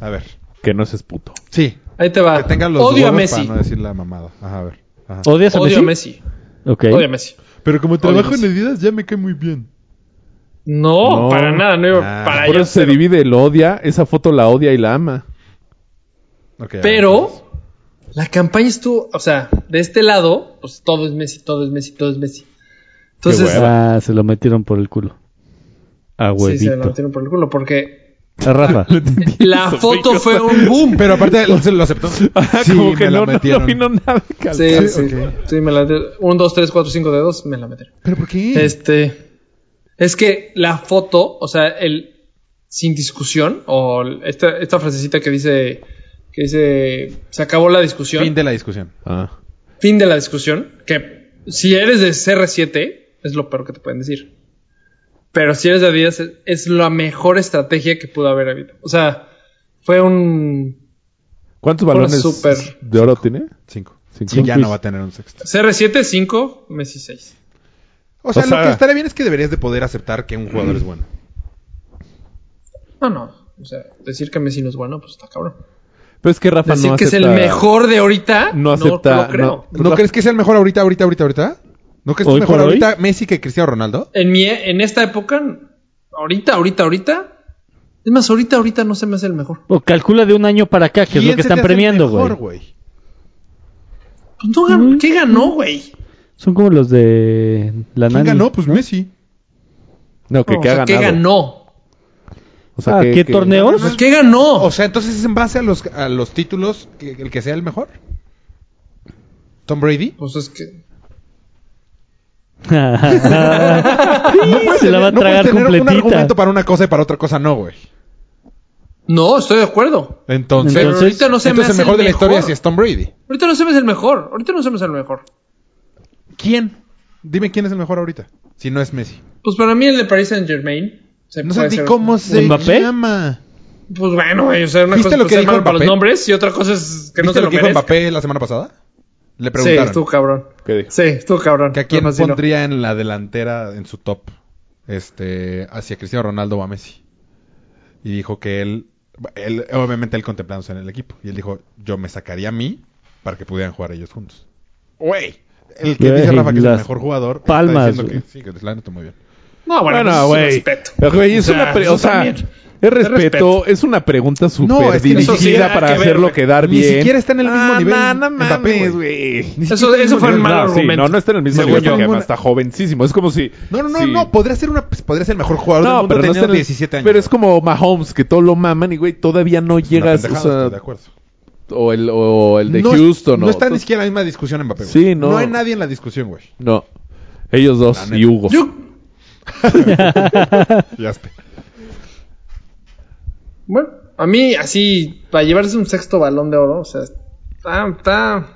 [SPEAKER 2] A ver.
[SPEAKER 1] Que no es puto.
[SPEAKER 2] Sí,
[SPEAKER 4] Ahí
[SPEAKER 2] que
[SPEAKER 4] te va.
[SPEAKER 2] tengan los
[SPEAKER 4] Ah, Odio a
[SPEAKER 2] huevos
[SPEAKER 4] Messi.
[SPEAKER 2] para no decir la mamada. Ajá, a ver. Ajá.
[SPEAKER 3] ¿Odias a
[SPEAKER 4] Odio a
[SPEAKER 3] Messi?
[SPEAKER 4] Messi.
[SPEAKER 3] Ok.
[SPEAKER 4] Odio a Messi.
[SPEAKER 2] Pero como
[SPEAKER 4] trabajo en
[SPEAKER 2] Adidas ya me cae muy bien.
[SPEAKER 4] No,
[SPEAKER 1] No.
[SPEAKER 4] para nada, no iba
[SPEAKER 2] Ah,
[SPEAKER 4] para
[SPEAKER 1] Por
[SPEAKER 4] allá.
[SPEAKER 1] eso se
[SPEAKER 4] pero-
[SPEAKER 1] divide, lo odia, esa foto la odia y la ama.
[SPEAKER 4] Pero la campaña estuvo, o sea, de este lado, pues todo es Messi, todo es Messi, todo es Messi. Entonces,
[SPEAKER 1] hueva.
[SPEAKER 3] Ah, se lo metieron por el culo. A
[SPEAKER 4] sí, se la
[SPEAKER 3] huevito.
[SPEAKER 4] metieron por el culo, porque
[SPEAKER 3] a Rafa.
[SPEAKER 4] la foto fue un boom.
[SPEAKER 2] Pero aparte lo, lo aceptó. Sí,
[SPEAKER 1] como
[SPEAKER 2] me
[SPEAKER 1] que
[SPEAKER 2] la
[SPEAKER 1] no, no,
[SPEAKER 2] metieron.
[SPEAKER 1] no vino nada. cabrón.
[SPEAKER 4] Sí, sí, sí, me la metieron. Un, dos, tres, cuatro, cinco de dos, me la metieron.
[SPEAKER 2] ¿Pero por qué?
[SPEAKER 4] Este, es que la foto, o sea, el sin discusión, o esta, esta frasecita que dice, que dice, se acabó la discusión.
[SPEAKER 2] Fin de la discusión.
[SPEAKER 1] Ah,
[SPEAKER 4] fin de la discusión, que si eres de CR7, es lo peor que te pueden decir. Pero si eres de Adidas, es, es la mejor estrategia que pudo haber habido. O sea, fue un...
[SPEAKER 1] ¿Cuántos
[SPEAKER 4] Fueron
[SPEAKER 1] balones
[SPEAKER 4] súper.
[SPEAKER 1] de oro tiene?
[SPEAKER 2] Cinco.
[SPEAKER 1] Cinco.
[SPEAKER 2] Y ya
[SPEAKER 3] Cinco y-
[SPEAKER 2] no va a tener un sexto.
[SPEAKER 4] CR7, 5, Messi 6.
[SPEAKER 2] O sea,
[SPEAKER 1] O sea-
[SPEAKER 2] lo que estaría bien es que deberías de poder aceptar que un jugador es bueno.
[SPEAKER 4] No, no. O sea, decir que Messi no es bueno, pues está cabrón.
[SPEAKER 1] Pero es que Rafa
[SPEAKER 4] Decir
[SPEAKER 1] Ah, no
[SPEAKER 4] que es
[SPEAKER 1] acepta...
[SPEAKER 4] el mejor de ahorita,
[SPEAKER 1] no
[SPEAKER 4] no,
[SPEAKER 1] acepta-
[SPEAKER 4] lo creo.
[SPEAKER 1] Pues
[SPEAKER 2] ¿No
[SPEAKER 1] Rafa-
[SPEAKER 2] crees que sea el mejor ahorita, ahorita, ahorita, ahorita? ¿No crees que
[SPEAKER 3] ¿Hoy
[SPEAKER 2] es mejor
[SPEAKER 3] por hoy?
[SPEAKER 2] ahorita Messi que Cristiano Ronaldo?
[SPEAKER 4] En, mi, en esta época, ahorita, ahorita, ahorita... Es más, ahorita, ahorita no se me hace el mejor.
[SPEAKER 3] O calcula de un año para acá, que
[SPEAKER 2] ¿Quién
[SPEAKER 3] es lo que
[SPEAKER 2] se
[SPEAKER 3] están
[SPEAKER 2] te hace el
[SPEAKER 3] premiando,
[SPEAKER 2] mejor,
[SPEAKER 3] güey.
[SPEAKER 4] Pues no ganó, ¿Qué ganó, güey?
[SPEAKER 3] Son como los de la
[SPEAKER 2] ¿Quién
[SPEAKER 3] nani.
[SPEAKER 2] ganó? Pues Messi.
[SPEAKER 1] No, que,
[SPEAKER 4] No, o
[SPEAKER 1] que ha
[SPEAKER 4] sea, ¿Qué
[SPEAKER 1] ganado.
[SPEAKER 4] ganó?
[SPEAKER 1] O
[SPEAKER 3] Ah, ¿qué torneos?
[SPEAKER 4] Pues, ¿Qué ganó?
[SPEAKER 2] O sea, entonces es en base a los, a los títulos que- el que sea el mejor. Tom Brady.
[SPEAKER 4] Pues es que.
[SPEAKER 3] pues, se la va a
[SPEAKER 2] No puedes
[SPEAKER 3] tragar
[SPEAKER 2] tener un
[SPEAKER 3] completita.
[SPEAKER 2] argumento para una cosa y para otra cosa no, güey.
[SPEAKER 4] No, estoy de acuerdo.
[SPEAKER 2] Entonces,
[SPEAKER 4] Pero
[SPEAKER 3] Entonces,
[SPEAKER 4] ahorita no se me hace
[SPEAKER 2] entonces el mejor de la historia si
[SPEAKER 4] mejor.
[SPEAKER 2] es Tom Brady.
[SPEAKER 4] Ahorita no se me hace el mejor. Ahorita no se me hace el mejor.
[SPEAKER 2] ¿Quién? Dime quién es el mejor ahorita. Si no es Messi.
[SPEAKER 4] Pues para mí el de Paris Saint Germain. se
[SPEAKER 2] No sé
[SPEAKER 4] puede
[SPEAKER 2] ni
[SPEAKER 4] ser-
[SPEAKER 2] cómo se
[SPEAKER 3] ¿Mbappé?
[SPEAKER 2] llama.
[SPEAKER 4] Pues bueno, güey. O sea, una
[SPEAKER 2] ¿Viste
[SPEAKER 4] cosa es
[SPEAKER 2] lo
[SPEAKER 4] pues,
[SPEAKER 2] que
[SPEAKER 4] ser
[SPEAKER 2] dijo
[SPEAKER 4] malo para los
[SPEAKER 2] Mbappé?
[SPEAKER 4] nombres y otra cosa es que no
[SPEAKER 2] ¿Viste
[SPEAKER 4] se
[SPEAKER 2] lo
[SPEAKER 4] lo
[SPEAKER 2] que dijo
[SPEAKER 4] merezca.
[SPEAKER 2] Mbappé la semana pasada? Le
[SPEAKER 4] Sí,
[SPEAKER 2] preguntaron
[SPEAKER 4] estuvo cabrón.
[SPEAKER 1] ¿Qué dijo?
[SPEAKER 4] Sí, estuvo cabrón.
[SPEAKER 2] que a quién
[SPEAKER 4] Me fascinó.
[SPEAKER 2] pondría en la delantera en su top este hacia Cristiano Ronaldo o a Messi. Y dijo que él, él obviamente él contemplándose en el equipo y él dijo, "Yo me sacaría a mí para que pudieran jugar ellos juntos." Güey, el que
[SPEAKER 3] Güey,
[SPEAKER 2] dice Rafa que es el
[SPEAKER 3] las
[SPEAKER 2] mejor jugador está
[SPEAKER 3] palmas,
[SPEAKER 2] diciendo
[SPEAKER 3] güey.
[SPEAKER 2] que sí, que la neta muy bien.
[SPEAKER 4] No, bueno, pues,
[SPEAKER 1] Bueno,
[SPEAKER 4] es
[SPEAKER 1] güey.
[SPEAKER 4] respeto.
[SPEAKER 1] Pero, güey, es
[SPEAKER 4] O sea,
[SPEAKER 1] una pre-
[SPEAKER 4] eso
[SPEAKER 1] o sea,
[SPEAKER 4] también.
[SPEAKER 1] es
[SPEAKER 4] Es
[SPEAKER 1] respeto, es una pregunta súper
[SPEAKER 2] No, es que eso
[SPEAKER 1] dirigida
[SPEAKER 4] sí tiene
[SPEAKER 1] para
[SPEAKER 4] que ver,
[SPEAKER 1] hacerlo
[SPEAKER 4] güey.
[SPEAKER 1] quedar
[SPEAKER 2] Ni
[SPEAKER 1] bien.
[SPEAKER 2] siquiera está en el mismo
[SPEAKER 1] Ah,
[SPEAKER 2] nivel
[SPEAKER 1] No, no
[SPEAKER 2] Mbappé,
[SPEAKER 1] mames,
[SPEAKER 2] güey.
[SPEAKER 1] güey.
[SPEAKER 2] Ni
[SPEAKER 4] Eso,
[SPEAKER 2] siquiera
[SPEAKER 4] eso
[SPEAKER 2] es
[SPEAKER 4] fue el
[SPEAKER 2] muy
[SPEAKER 4] mal
[SPEAKER 2] bien.
[SPEAKER 1] No, sí,
[SPEAKER 4] argumento.
[SPEAKER 1] no, no está en el mismo
[SPEAKER 2] Según
[SPEAKER 1] nivel
[SPEAKER 2] yo,
[SPEAKER 1] porque además
[SPEAKER 2] ninguna-
[SPEAKER 1] está jovencísimo. Es como si...
[SPEAKER 2] No, no, no,
[SPEAKER 1] si-
[SPEAKER 2] no, podría ser una pues, podría ser el mejor jugador del mundo
[SPEAKER 1] no
[SPEAKER 2] teniendo
[SPEAKER 1] está en el-
[SPEAKER 2] 17 años.
[SPEAKER 1] Pero es como Mahomes, que todo lo maman y, güey, todavía no
[SPEAKER 2] Una
[SPEAKER 1] llegas...
[SPEAKER 2] pendejada,
[SPEAKER 1] o sea,
[SPEAKER 2] estoy de acuerdo.
[SPEAKER 1] o el, o el de
[SPEAKER 2] no,
[SPEAKER 1] Houston.
[SPEAKER 2] No
[SPEAKER 1] o-
[SPEAKER 2] está ni siquiera en la misma discusión Mbappé. güey.
[SPEAKER 1] Sí, no.
[SPEAKER 2] No hay nadie en la discusión, güey.
[SPEAKER 1] No. Ellos
[SPEAKER 2] La
[SPEAKER 1] dos
[SPEAKER 2] neta.
[SPEAKER 1] y Hugo.
[SPEAKER 4] Yo,
[SPEAKER 2] Ya está.
[SPEAKER 4] bueno, A mí, así, para llevarse un sexto balón de oro, o sea, está. está-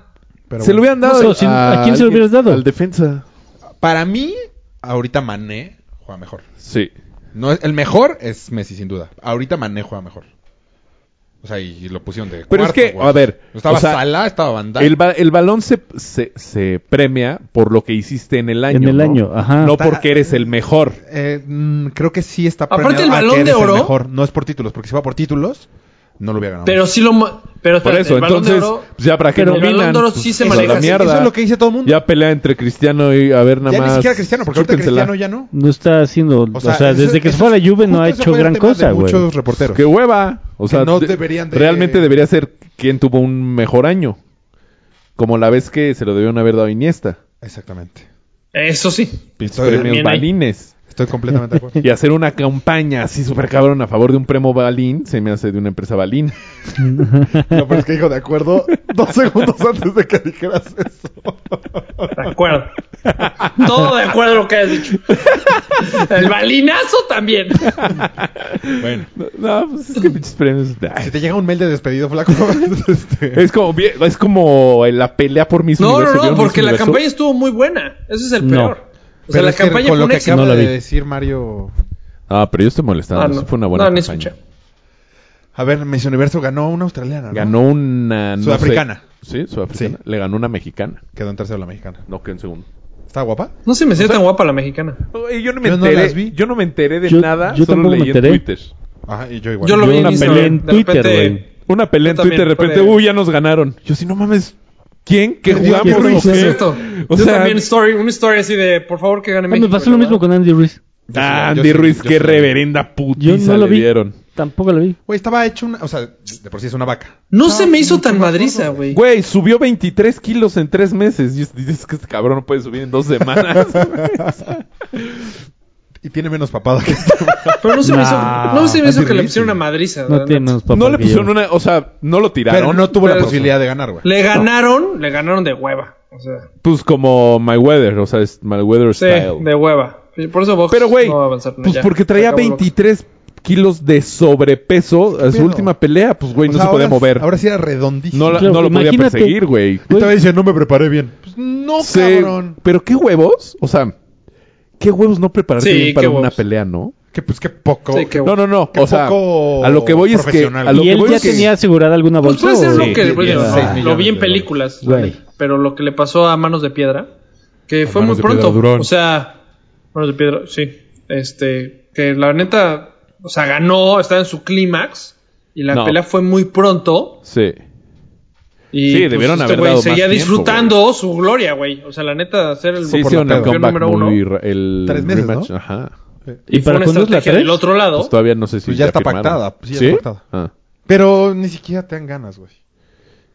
[SPEAKER 2] Pero
[SPEAKER 1] se
[SPEAKER 2] bueno.
[SPEAKER 1] lo hubieran dado.
[SPEAKER 3] No sé, si- ¿a quién se
[SPEAKER 1] alguien-
[SPEAKER 3] lo hubieras dado?
[SPEAKER 1] Al defensa.
[SPEAKER 2] Para mí, ahorita Mané juega mejor.
[SPEAKER 1] Sí.
[SPEAKER 2] No es, el mejor es Messi, sin duda. Ahorita Mané juega mejor. O sea, y, y lo pusieron
[SPEAKER 1] Pero
[SPEAKER 2] de
[SPEAKER 1] es
[SPEAKER 2] cuarto,
[SPEAKER 1] que,
[SPEAKER 2] güey.
[SPEAKER 1] a ver,
[SPEAKER 2] Estaba
[SPEAKER 1] o sea,
[SPEAKER 2] Salah, estaba Van Dijk.
[SPEAKER 1] El, ba- el balón se, se, se premia por lo que hiciste en el año.
[SPEAKER 3] En el
[SPEAKER 1] ¿no?
[SPEAKER 3] año, ajá.
[SPEAKER 1] No
[SPEAKER 2] Está-
[SPEAKER 1] porque eres el mejor.
[SPEAKER 2] Eh, mm, creo que sí está
[SPEAKER 4] Aparte,
[SPEAKER 2] premiado
[SPEAKER 4] el
[SPEAKER 2] a que
[SPEAKER 4] Balón de
[SPEAKER 2] eres el
[SPEAKER 4] Oro-
[SPEAKER 2] mejor. No es por títulos, porque si fuera por títulos, no lo hubiera ganado.
[SPEAKER 4] Pero sí lo. mo- Pero
[SPEAKER 1] Por
[SPEAKER 4] espérate,
[SPEAKER 1] eso,
[SPEAKER 4] el balón de
[SPEAKER 1] entonces,
[SPEAKER 4] oro-
[SPEAKER 1] pues ya para qué
[SPEAKER 4] Pero el
[SPEAKER 1] nominan.
[SPEAKER 4] Balón de Oro sí se
[SPEAKER 1] Pues a
[SPEAKER 4] maneja
[SPEAKER 1] la
[SPEAKER 4] así.
[SPEAKER 1] mierda.
[SPEAKER 2] Eso es lo que dice todo el mundo.
[SPEAKER 1] Ya pelea entre Cristiano y a ver nada
[SPEAKER 2] Ya
[SPEAKER 1] más.
[SPEAKER 2] ni siquiera Cristiano, porque ahorita
[SPEAKER 1] chúpensela.
[SPEAKER 2] Cristiano ya no.
[SPEAKER 3] No está haciendo. O sea,
[SPEAKER 2] eso-
[SPEAKER 3] desde que se
[SPEAKER 2] eso-
[SPEAKER 3] fue a la Juve no
[SPEAKER 2] justo
[SPEAKER 3] ha
[SPEAKER 2] ese
[SPEAKER 3] hecho
[SPEAKER 2] fue el
[SPEAKER 3] gran
[SPEAKER 2] tema de
[SPEAKER 3] cosa, güey. Ah,
[SPEAKER 2] Muchos reporteros.
[SPEAKER 1] Pues ¡Qué hueva! O sea,
[SPEAKER 2] no
[SPEAKER 1] de-
[SPEAKER 2] deberían de-
[SPEAKER 1] realmente debería ser quien tuvo un mejor año. Como la vez que se lo debieron haber dado a Iniesta.
[SPEAKER 2] Exactamente.
[SPEAKER 4] Eso sí.
[SPEAKER 1] Pinches
[SPEAKER 2] Estoy-
[SPEAKER 1] premios
[SPEAKER 4] Bien ahí.
[SPEAKER 1] balines.
[SPEAKER 2] Estoy completamente de acuerdo.
[SPEAKER 1] Y hacer una campaña así súper cabrón a favor de un premio balín se me hace de una empresa balín.
[SPEAKER 2] No, pero es que dijo de acuerdo dos segundos antes de que dijeras eso.
[SPEAKER 4] De acuerdo. Todo de acuerdo a lo que has dicho. El balinazo también.
[SPEAKER 2] Bueno.
[SPEAKER 1] No, pues es que pinches premios. Ay.
[SPEAKER 2] Si te llega un mail de despedido, flaco. este,
[SPEAKER 1] Es como, bien- es como la pelea por mis
[SPEAKER 4] No, no, no, porque la campaña estuvo muy buena. Eso es el
[SPEAKER 3] No.
[SPEAKER 4] peor. O sea,
[SPEAKER 2] pero
[SPEAKER 4] la
[SPEAKER 2] es que
[SPEAKER 4] campaña
[SPEAKER 2] con
[SPEAKER 4] fue
[SPEAKER 2] lo
[SPEAKER 4] un
[SPEAKER 2] que
[SPEAKER 4] éxito.
[SPEAKER 2] acaba
[SPEAKER 3] No la
[SPEAKER 2] de
[SPEAKER 3] vi.
[SPEAKER 2] decir Mario.
[SPEAKER 1] Ah, pero yo estoy molestando.
[SPEAKER 4] Ah,
[SPEAKER 1] eso Fue una buena
[SPEAKER 4] no, ni
[SPEAKER 1] campaña.
[SPEAKER 4] escuché.
[SPEAKER 2] A ver, Miss Universo ganó una australiana. ¿no?
[SPEAKER 1] Ganó una... no
[SPEAKER 2] Sudafricana.
[SPEAKER 1] sé. Sí, sudafricana. Le ganó una mexicana.
[SPEAKER 2] Quedó en tercero la mexicana.
[SPEAKER 1] No, que en segundo.
[SPEAKER 2] ¿Está guapa?
[SPEAKER 4] No se me siente tan guapa la mexicana.
[SPEAKER 1] yo no me
[SPEAKER 2] Yo no
[SPEAKER 1] enteré.
[SPEAKER 2] las vi.
[SPEAKER 1] yo no me enteré de
[SPEAKER 3] Yo-
[SPEAKER 1] nada.
[SPEAKER 3] yo
[SPEAKER 1] solo
[SPEAKER 3] tampoco me
[SPEAKER 1] leí
[SPEAKER 3] enteré.
[SPEAKER 1] en Twitter.
[SPEAKER 2] Ajá, y yo igual.
[SPEAKER 4] Yo lo
[SPEAKER 3] Yo
[SPEAKER 4] vi en
[SPEAKER 3] la
[SPEAKER 4] Instagram.
[SPEAKER 3] peleé en
[SPEAKER 4] de repente-
[SPEAKER 3] Twitter, güey.
[SPEAKER 1] Una pelea en
[SPEAKER 4] Yo
[SPEAKER 1] Twitter de
[SPEAKER 4] también,
[SPEAKER 1] repente,
[SPEAKER 4] pero-
[SPEAKER 1] uy, ya nos ganaron. Yo sí, no mames. ¿Quién? ¿Qué
[SPEAKER 2] ¿Qué día?
[SPEAKER 1] jugamos?
[SPEAKER 2] ¿Qué
[SPEAKER 1] ¿O
[SPEAKER 2] ruiz?
[SPEAKER 1] qué?
[SPEAKER 4] Exacto.
[SPEAKER 1] O
[SPEAKER 4] Yo
[SPEAKER 1] sea,
[SPEAKER 4] también story, una historia así de por favor que gane
[SPEAKER 3] Ah,
[SPEAKER 4] México.
[SPEAKER 3] me pasó lo mismo con Andy Ruiz.
[SPEAKER 1] ah,
[SPEAKER 2] Yo sí- yo
[SPEAKER 1] Andy
[SPEAKER 2] sí-
[SPEAKER 1] Ruiz,
[SPEAKER 2] yo
[SPEAKER 1] qué
[SPEAKER 2] sí.
[SPEAKER 1] reverenda
[SPEAKER 3] Yo
[SPEAKER 1] putiza
[SPEAKER 3] no lo
[SPEAKER 1] le
[SPEAKER 3] vi.
[SPEAKER 1] dieron.
[SPEAKER 3] Tampoco lo vi.
[SPEAKER 2] Güey, estaba hecho una. O sea, de por sí es una vaca.
[SPEAKER 4] No se me hizo tan madriza, güey.
[SPEAKER 1] Güey, subió 23 kilos en 3 meses. Y es- dices que este cabrón no puede subir en 2 semanas.
[SPEAKER 2] Y tiene menos papada que
[SPEAKER 4] Pero no se me hizo,
[SPEAKER 3] Nah,
[SPEAKER 4] no se me hizo que le
[SPEAKER 2] antirrísimo.
[SPEAKER 4] pusieron una madriza. la
[SPEAKER 3] No tiene
[SPEAKER 4] neta.
[SPEAKER 3] menos papá
[SPEAKER 1] no le
[SPEAKER 3] que
[SPEAKER 1] pusieron
[SPEAKER 3] yo.
[SPEAKER 1] una... O sea, no lo tiraron.
[SPEAKER 2] Pero no tuvo la
[SPEAKER 4] Pero-
[SPEAKER 2] posibilidad de ganar, güey.
[SPEAKER 4] Le ganaron, le ganaron de hueva. O sea,
[SPEAKER 1] Pues como My Weather, o sea, es My Weather
[SPEAKER 4] sí,
[SPEAKER 1] Style.
[SPEAKER 4] de hueva. Por eso Vox
[SPEAKER 1] Pero, güey,
[SPEAKER 4] no va a avanzar. no,
[SPEAKER 1] pues
[SPEAKER 4] ya,
[SPEAKER 1] porque
[SPEAKER 4] se
[SPEAKER 1] traía
[SPEAKER 4] acabó Vox.
[SPEAKER 1] 23 kilos de sobrepeso a su
[SPEAKER 2] pedo?
[SPEAKER 1] última pelea. Pues, güey,
[SPEAKER 2] O
[SPEAKER 1] no
[SPEAKER 2] sea,
[SPEAKER 1] se podía
[SPEAKER 2] ahora-
[SPEAKER 1] mover.
[SPEAKER 2] Ahora sí era redondísimo.
[SPEAKER 1] No, la-
[SPEAKER 3] Claro,
[SPEAKER 1] no lo podía
[SPEAKER 3] imagínate.
[SPEAKER 1] perseguir, güey.
[SPEAKER 2] Y todavía dice, no me preparé bien. Pues no,
[SPEAKER 1] Sí,
[SPEAKER 2] cabrón.
[SPEAKER 1] pero qué huevos. O sea, qué huevos no prepararte
[SPEAKER 4] Sí,
[SPEAKER 1] bien para
[SPEAKER 4] qué
[SPEAKER 1] una
[SPEAKER 4] huevos.
[SPEAKER 1] pelea, ¿no?
[SPEAKER 2] Que pues qué poco.
[SPEAKER 4] Sí, qué
[SPEAKER 1] No, no, no.
[SPEAKER 2] Qué
[SPEAKER 1] o sea,
[SPEAKER 2] poco
[SPEAKER 1] a lo que voy es que.
[SPEAKER 2] profesional.
[SPEAKER 1] A lo
[SPEAKER 3] Y
[SPEAKER 1] que
[SPEAKER 3] él
[SPEAKER 1] voy
[SPEAKER 3] ya
[SPEAKER 1] es que-
[SPEAKER 3] tenía asegurada alguna
[SPEAKER 4] Pues
[SPEAKER 3] bolsa.
[SPEAKER 4] puede ser
[SPEAKER 3] o-
[SPEAKER 4] lo que.
[SPEAKER 2] Sí,
[SPEAKER 4] bueno,
[SPEAKER 2] 16
[SPEAKER 4] no, lo
[SPEAKER 2] millones
[SPEAKER 4] vi en
[SPEAKER 2] de
[SPEAKER 4] películas,
[SPEAKER 3] dólares.
[SPEAKER 4] güey, pero lo que le pasó a Manos de Piedra, que fue
[SPEAKER 2] Manos
[SPEAKER 4] muy
[SPEAKER 2] de Piedra
[SPEAKER 4] pronto.
[SPEAKER 2] Durón.
[SPEAKER 4] O sea, Manos de Piedra, sí. Este, que la neta, o sea, ganó, estaba en su clímax y la
[SPEAKER 1] No.
[SPEAKER 4] pelea fue muy pronto.
[SPEAKER 1] Sí.
[SPEAKER 4] Y pues, este
[SPEAKER 1] Sí, debieron haber
[SPEAKER 4] güey
[SPEAKER 1] dado
[SPEAKER 4] seguía
[SPEAKER 1] más tiempo,
[SPEAKER 4] disfrutando su gloria, güey. O sea, la neta, ser el
[SPEAKER 1] Sí,
[SPEAKER 2] por
[SPEAKER 1] hicieron
[SPEAKER 2] la
[SPEAKER 1] el
[SPEAKER 2] peda.
[SPEAKER 1] comeback
[SPEAKER 4] número uno.
[SPEAKER 1] muy. ra- El
[SPEAKER 2] Tres meses,
[SPEAKER 1] rematch,
[SPEAKER 2] ¿no?
[SPEAKER 1] Ajá.
[SPEAKER 3] ¿Y,
[SPEAKER 4] fue
[SPEAKER 3] para
[SPEAKER 4] una
[SPEAKER 3] cuándo es la
[SPEAKER 4] estrategia
[SPEAKER 3] 3?
[SPEAKER 4] del otro lado.
[SPEAKER 1] Pues todavía no sé si.
[SPEAKER 2] Pues ya está
[SPEAKER 1] firmaron.
[SPEAKER 2] pactada, pues ya
[SPEAKER 1] ¿Sí?
[SPEAKER 2] está pactada.
[SPEAKER 1] Ah,
[SPEAKER 2] Pero ni siquiera te dan ganas, güey.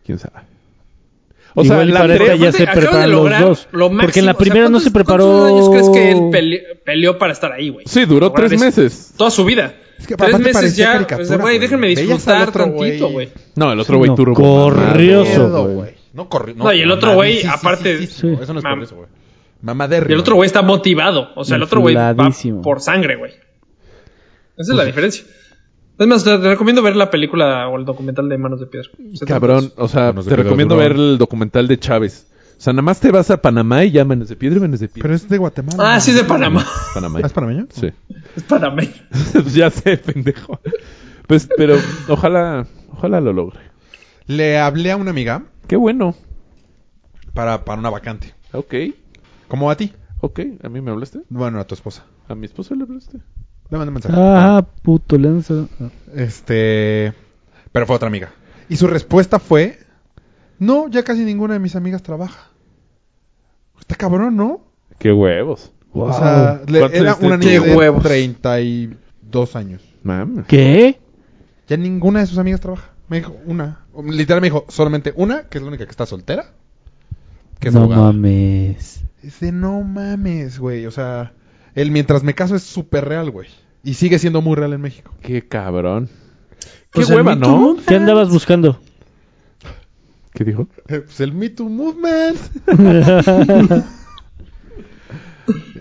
[SPEAKER 1] quién sabe. O
[SPEAKER 3] Igual
[SPEAKER 1] sea,
[SPEAKER 3] y
[SPEAKER 1] la
[SPEAKER 3] para esta
[SPEAKER 1] tres.
[SPEAKER 3] ya
[SPEAKER 4] Aparte,
[SPEAKER 3] se
[SPEAKER 4] acaban de
[SPEAKER 3] preparan los
[SPEAKER 4] lograr
[SPEAKER 3] dos.
[SPEAKER 4] lo
[SPEAKER 3] Porque en
[SPEAKER 4] máximo.
[SPEAKER 3] la
[SPEAKER 4] O sea,
[SPEAKER 3] primera no se
[SPEAKER 4] ¿cuántos-
[SPEAKER 3] preparó.
[SPEAKER 4] ¿Cuántos años crees que él pele- peleó para estar ahí, güey?
[SPEAKER 1] Sí, duró
[SPEAKER 4] Lograr
[SPEAKER 1] tres
[SPEAKER 4] eso.
[SPEAKER 1] meses.
[SPEAKER 4] Toda su vida.
[SPEAKER 2] Es que
[SPEAKER 4] tres
[SPEAKER 2] aparte
[SPEAKER 4] meses
[SPEAKER 2] parecía
[SPEAKER 4] ya.
[SPEAKER 2] caricatura,
[SPEAKER 4] o sea, güey,
[SPEAKER 2] güey.
[SPEAKER 4] déjenme
[SPEAKER 2] Veías al
[SPEAKER 4] disfrutar
[SPEAKER 2] otro
[SPEAKER 4] tantito,
[SPEAKER 2] güey.
[SPEAKER 4] güey.
[SPEAKER 1] No, el otro güey
[SPEAKER 3] No,
[SPEAKER 1] turbo.
[SPEAKER 3] corrioso,
[SPEAKER 1] Mamá,
[SPEAKER 3] güey.
[SPEAKER 2] No corrió.
[SPEAKER 4] No, y el otro güey, aparte-
[SPEAKER 3] Sí.
[SPEAKER 2] Eso no es
[SPEAKER 4] Mam-
[SPEAKER 2] por eso, güey. Mamadero.
[SPEAKER 4] Y el otro güey está motivado. O sea, el otro güey va
[SPEAKER 3] Infladísimo.
[SPEAKER 4] por sangre, güey. Esa es la diferencia. Es más, te te recomiendo ver la película o el documental de Manos de Piedra. O sea,
[SPEAKER 1] Cabrón, o sea,
[SPEAKER 2] Manos de
[SPEAKER 1] te
[SPEAKER 2] piedra
[SPEAKER 1] recomiendo
[SPEAKER 2] duro.
[SPEAKER 1] ver el documental de Chávez. O sea, nada más te vas a Panamá y ya manos de piedra y manos de piedra.
[SPEAKER 2] Pero es de Guatemala.
[SPEAKER 4] Ah, sí, es de Panamá.
[SPEAKER 1] Panamá.
[SPEAKER 2] ¿Ah, ¿Es panameño?
[SPEAKER 1] Sí.
[SPEAKER 4] Es Panamá.
[SPEAKER 1] Pues ya sé, pendejo. Pues, pero ojalá, ojalá lo logre.
[SPEAKER 2] Le hablé a una amiga
[SPEAKER 1] Qué bueno.
[SPEAKER 2] para, para una vacante.
[SPEAKER 1] Ok,
[SPEAKER 2] Como a ti.
[SPEAKER 1] ok. ¿A mí me hablaste?
[SPEAKER 2] Bueno, a tu esposa.
[SPEAKER 1] ¿A mi esposo le hablaste?
[SPEAKER 2] Le mandé un mensaje.
[SPEAKER 3] Ah, puto lanza.
[SPEAKER 2] Este. Pero fue otra amiga. Y su respuesta fue: No, ya casi ninguna de mis amigas trabaja. Está cabrón, ¿no?
[SPEAKER 1] Qué huevos.
[SPEAKER 3] Wow.
[SPEAKER 2] O sea, le-
[SPEAKER 1] ¿Cuántos
[SPEAKER 2] era
[SPEAKER 1] este
[SPEAKER 2] una niña
[SPEAKER 1] tiene?
[SPEAKER 2] de
[SPEAKER 4] Huevos.
[SPEAKER 2] 32 años.
[SPEAKER 1] Mames.
[SPEAKER 3] ¿Qué?
[SPEAKER 2] Ya ninguna de sus amigas trabaja. Me dijo una. O- Literal me dijo solamente una, que es la única que está soltera. Que es
[SPEAKER 3] no
[SPEAKER 2] abogada.
[SPEAKER 3] mames.
[SPEAKER 2] Es de no mames, güey. O sea, el mientras me caso es súper real, güey. Y sigue siendo muy real en México.
[SPEAKER 1] Qué cabrón. Qué
[SPEAKER 4] Pues el
[SPEAKER 1] hueva,
[SPEAKER 4] Me
[SPEAKER 1] ¿no?
[SPEAKER 4] Too.
[SPEAKER 3] ¿Qué andabas buscando?
[SPEAKER 1] ¿Qué dijo?
[SPEAKER 2] Eh, Pues el Me Too Movement.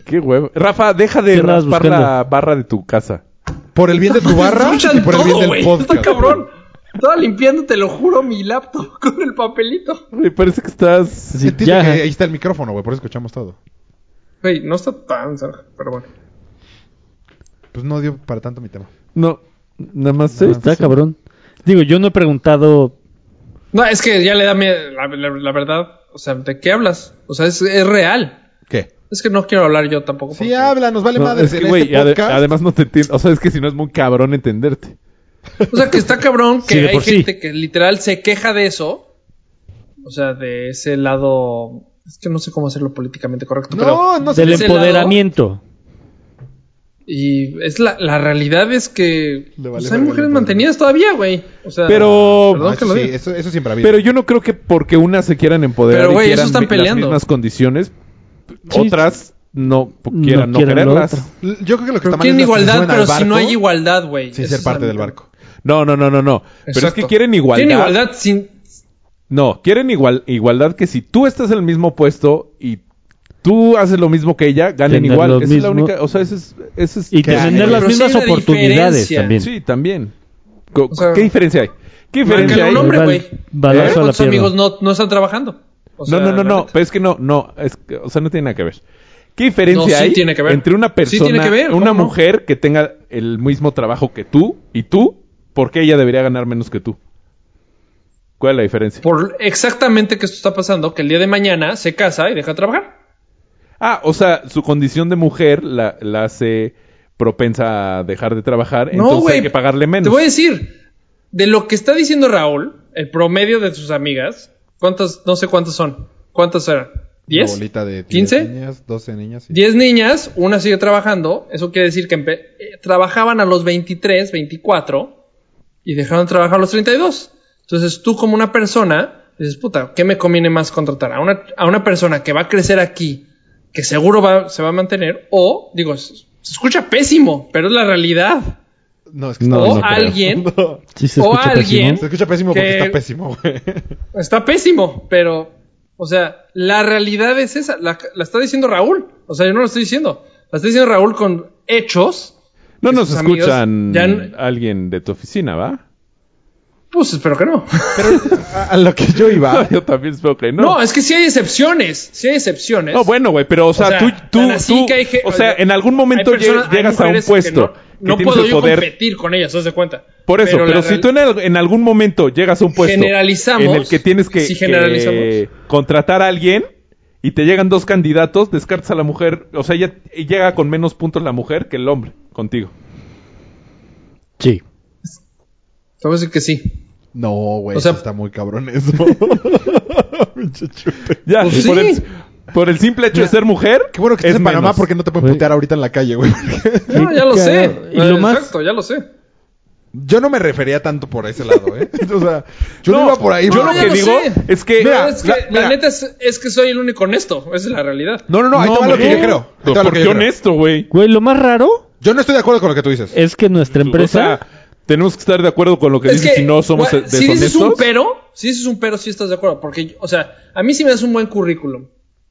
[SPEAKER 1] Qué huevo. Rafa, deja de
[SPEAKER 3] ¿Qué andabas
[SPEAKER 1] raspar la
[SPEAKER 3] buscando?
[SPEAKER 1] barra de tu casa.
[SPEAKER 2] Por el bien de tu barra
[SPEAKER 4] Escuchan
[SPEAKER 2] y por el
[SPEAKER 4] todo,
[SPEAKER 2] bien del
[SPEAKER 4] güey.
[SPEAKER 2] podcast.
[SPEAKER 4] Está cabrón. Estaba limpiando, te lo juro, mi laptop con el papelito.
[SPEAKER 1] Me parece que estás...
[SPEAKER 3] Sí,
[SPEAKER 2] Entiende
[SPEAKER 3] ya.
[SPEAKER 2] que ahí está el micrófono, güey, por eso escuchamos todo.
[SPEAKER 4] Güey, no está tan cerca, pero bueno.
[SPEAKER 2] Pues no dio para tanto mi tema.
[SPEAKER 1] No, nada más
[SPEAKER 3] Sí,
[SPEAKER 1] sé.
[SPEAKER 3] está Ah, cabrón. Digo, yo no he preguntado.
[SPEAKER 4] No, es que ya le da miedo, la, la- la verdad. O sea, ¿de qué hablas? O sea, es, es real.
[SPEAKER 2] ¿Qué?
[SPEAKER 4] Es que no quiero hablar yo tampoco.
[SPEAKER 2] Sí,
[SPEAKER 4] porque-
[SPEAKER 2] habla, nos vale este
[SPEAKER 1] No,
[SPEAKER 2] madre.
[SPEAKER 1] es que, güey, ade- además no te entiendo. O sea, es que si no es muy cabrón entenderte.
[SPEAKER 4] O sea, que está cabrón que
[SPEAKER 3] Sí, de
[SPEAKER 4] hay
[SPEAKER 3] por sí.
[SPEAKER 4] gente que literal se queja de eso. O sea, de ese lado. Es que no sé cómo hacerlo políticamente correcto, pero.
[SPEAKER 2] no, no sé.
[SPEAKER 3] del
[SPEAKER 4] ese lado-
[SPEAKER 3] empoderamiento.
[SPEAKER 4] Y es la, la realidad es que.
[SPEAKER 2] Le vale verga el
[SPEAKER 4] pues, hay mujeres
[SPEAKER 2] empoderamiento.
[SPEAKER 4] mantenidas todavía, güey. O sea,
[SPEAKER 1] Pero-
[SPEAKER 4] Perdón
[SPEAKER 2] Ah,
[SPEAKER 4] que lo
[SPEAKER 2] sí,
[SPEAKER 4] diga.
[SPEAKER 2] eso, eso siempre ha habido.
[SPEAKER 1] Pero yo no creo que porque unas se quieran empoderar
[SPEAKER 4] Pero, güey,
[SPEAKER 1] y
[SPEAKER 4] eso
[SPEAKER 1] quieran
[SPEAKER 4] están
[SPEAKER 1] mi- las
[SPEAKER 4] peleando.
[SPEAKER 1] mismas condiciones,
[SPEAKER 3] Sí.
[SPEAKER 1] otras no quieran no,
[SPEAKER 3] quieran lo otro.
[SPEAKER 1] quererlas.
[SPEAKER 2] Yo creo que lo que está mal es
[SPEAKER 4] Pero quieren
[SPEAKER 2] las que se
[SPEAKER 4] igualdad,
[SPEAKER 2] suben al
[SPEAKER 4] pero si no
[SPEAKER 2] barco
[SPEAKER 4] hay igualdad, güey.
[SPEAKER 2] Sin
[SPEAKER 4] Eso
[SPEAKER 2] ser
[SPEAKER 4] es
[SPEAKER 2] parte
[SPEAKER 4] a mí
[SPEAKER 2] del
[SPEAKER 4] lo-
[SPEAKER 2] barco.
[SPEAKER 1] No, no, no, no, no. Pero es
[SPEAKER 4] Exacto.
[SPEAKER 1] que quieren igualdad.
[SPEAKER 4] Quieren igualdad sin.
[SPEAKER 1] No, quieren igual, igualdad que si tú estás en el mismo puesto y tú haces lo mismo que ella, ganen
[SPEAKER 3] Tener
[SPEAKER 1] igual.
[SPEAKER 3] lo
[SPEAKER 1] Esa es la
[SPEAKER 3] mismo.
[SPEAKER 1] única, o sea, ese es, ese es
[SPEAKER 3] Y
[SPEAKER 2] Qué
[SPEAKER 3] tener
[SPEAKER 2] asco.
[SPEAKER 3] las
[SPEAKER 4] Pero sí
[SPEAKER 3] mismas
[SPEAKER 4] hay una
[SPEAKER 3] oportunidades
[SPEAKER 4] diferencia.
[SPEAKER 3] también.
[SPEAKER 1] sí, también. Co-
[SPEAKER 4] O sea,
[SPEAKER 1] ¿Qué diferencia hay? ¿Qué diferencia
[SPEAKER 4] Márcale
[SPEAKER 1] hay?
[SPEAKER 4] un hombre,
[SPEAKER 3] Val-
[SPEAKER 4] güey.
[SPEAKER 3] balazo
[SPEAKER 4] ¿Eh?
[SPEAKER 3] a la
[SPEAKER 4] ¿Cuántos
[SPEAKER 3] pierna.
[SPEAKER 4] amigos no, no están trabajando? O sea,
[SPEAKER 1] no, no, no,
[SPEAKER 4] la
[SPEAKER 1] no,
[SPEAKER 4] neta.
[SPEAKER 1] pero es que no, no, es que, o sea, no tiene nada que ver. ¿Qué diferencia
[SPEAKER 4] No, sí
[SPEAKER 1] hay
[SPEAKER 4] tiene que ver.
[SPEAKER 1] entre una
[SPEAKER 4] Sí
[SPEAKER 1] persona,
[SPEAKER 4] tiene que ver,
[SPEAKER 1] una
[SPEAKER 4] ¿cómo no?
[SPEAKER 1] mujer que tenga el mismo trabajo que tú y tú, por qué ella debería ganar menos que tú? ¿Cuál es la diferencia?
[SPEAKER 4] por exactamente que esto está pasando, que el día de mañana se casa y deja de trabajar.
[SPEAKER 1] Ah, o sea, su condición de mujer la, la hace propensa a dejar de trabajar,
[SPEAKER 4] no,
[SPEAKER 1] entonces
[SPEAKER 4] güey.
[SPEAKER 1] hay que pagarle menos.
[SPEAKER 4] Te voy a decir, de lo que está diciendo Raúl, el promedio de sus amigas, ¿cuántas, no sé cuántas son? ¿Cuántas eran?
[SPEAKER 2] Una
[SPEAKER 4] ¿10?
[SPEAKER 2] bolita de 10
[SPEAKER 4] ¿15?
[SPEAKER 2] niñas, 12 niñas. y-
[SPEAKER 4] 10 niñas, una sigue trabajando, eso quiere decir que empe- eh, trabajaban a los 23, 24 y dejaron de trabajar a los 32. Entonces tú como una persona dices, puta, ¿qué me conviene más contratar? ¿A una, a una persona que va a crecer aquí, que seguro va, se va a mantener? O, digo, s- se escucha pésimo, pero es la realidad.
[SPEAKER 2] No, es que
[SPEAKER 1] No,
[SPEAKER 4] o
[SPEAKER 1] no creo.
[SPEAKER 4] alguien,
[SPEAKER 2] No.
[SPEAKER 3] Sí se
[SPEAKER 4] O
[SPEAKER 3] escucha pésimo.
[SPEAKER 4] alguien-
[SPEAKER 2] Se escucha pésimo porque
[SPEAKER 4] Que-
[SPEAKER 2] está pésimo, güey.
[SPEAKER 4] está pésimo, pero, o sea, la realidad es esa, la, la está diciendo Raúl, o sea, yo no lo estoy diciendo, la está diciendo Raúl con hechos.
[SPEAKER 1] no
[SPEAKER 4] que
[SPEAKER 1] nos
[SPEAKER 4] sus amigos
[SPEAKER 1] escuchan
[SPEAKER 4] ya n-
[SPEAKER 1] alguien de tu oficina, ¿va?
[SPEAKER 4] Pues espero que no.
[SPEAKER 2] A, a lo que yo iba.
[SPEAKER 1] Yo también espero que no.
[SPEAKER 4] Ah. No, es que sí hay excepciones. Sí hay excepciones.
[SPEAKER 1] No, bueno, güey, pero o sea,
[SPEAKER 4] O sea,
[SPEAKER 1] tú, tú,
[SPEAKER 4] tan así
[SPEAKER 1] tú-
[SPEAKER 4] que hay ge-
[SPEAKER 1] o sea, en algún momento
[SPEAKER 4] Hay personas-
[SPEAKER 1] lleg-
[SPEAKER 4] hay
[SPEAKER 1] llegas a un
[SPEAKER 4] mujeres que
[SPEAKER 1] puesto que,
[SPEAKER 4] no no
[SPEAKER 1] tienes
[SPEAKER 4] puedo
[SPEAKER 1] el
[SPEAKER 4] yo
[SPEAKER 1] poder.
[SPEAKER 4] competir con ellas, ¿haz de cuenta?
[SPEAKER 1] Por eso, pero,
[SPEAKER 4] la
[SPEAKER 1] si
[SPEAKER 4] real-
[SPEAKER 1] tú en, al- en algún momento llegas a un puesto
[SPEAKER 4] Generalizamos,
[SPEAKER 1] en el que tienes que,
[SPEAKER 4] sí generalizamos.
[SPEAKER 1] que contratar a alguien y te llegan dos candidatos, descartas a la mujer, o sea, ya y llega con menos puntos la mujer que el hombre contigo.
[SPEAKER 3] Sí.
[SPEAKER 4] Te voy a decir que sí.
[SPEAKER 2] No, güey,
[SPEAKER 4] O sea-
[SPEAKER 2] eso está muy cabrón eso. Pinche chupe.
[SPEAKER 1] Ya,
[SPEAKER 4] Pues
[SPEAKER 1] por,
[SPEAKER 4] sí.
[SPEAKER 1] el, por el simple hecho de ser mujer,
[SPEAKER 2] Qué bueno que
[SPEAKER 1] es
[SPEAKER 2] estás en Panamá
[SPEAKER 1] menos.
[SPEAKER 2] porque no te pueden putear ahorita en la calle, güey.
[SPEAKER 4] No, ya lo sé.
[SPEAKER 3] Y lo más,
[SPEAKER 4] Exacto, ya lo sé.
[SPEAKER 2] Yo no me refería tanto por ese lado, ¿eh? O sea, yo no,
[SPEAKER 1] No,
[SPEAKER 2] iba por ahí.
[SPEAKER 1] yo
[SPEAKER 2] pero-
[SPEAKER 1] lo
[SPEAKER 4] ya
[SPEAKER 1] que
[SPEAKER 4] lo
[SPEAKER 1] digo
[SPEAKER 4] sé.
[SPEAKER 1] es que-
[SPEAKER 4] Pero
[SPEAKER 1] Mira,
[SPEAKER 4] es que
[SPEAKER 2] la-
[SPEAKER 4] la,
[SPEAKER 2] mira.
[SPEAKER 4] neta es, es que soy el único honesto. Esa es la realidad.
[SPEAKER 2] No, no, no, ahí te va lo que
[SPEAKER 1] hombre.
[SPEAKER 2] yo creo. Ahí te
[SPEAKER 1] No, pues,
[SPEAKER 2] va lo que
[SPEAKER 1] porque
[SPEAKER 2] yo, creo.
[SPEAKER 1] honesto, güey.
[SPEAKER 3] güey, lo más raro
[SPEAKER 2] Yo no estoy de acuerdo con lo que tú dices.
[SPEAKER 3] es que nuestra empresa.
[SPEAKER 1] O sea, tenemos que estar de acuerdo con lo que
[SPEAKER 4] Es
[SPEAKER 1] dices
[SPEAKER 4] que,
[SPEAKER 1] si no somos
[SPEAKER 4] gua-
[SPEAKER 1] eh,
[SPEAKER 4] si dices un
[SPEAKER 1] deshonestos.
[SPEAKER 4] pero, si dices un pero, sí estás de acuerdo. Porque, yo- o sea, a mí si me das un buen currículum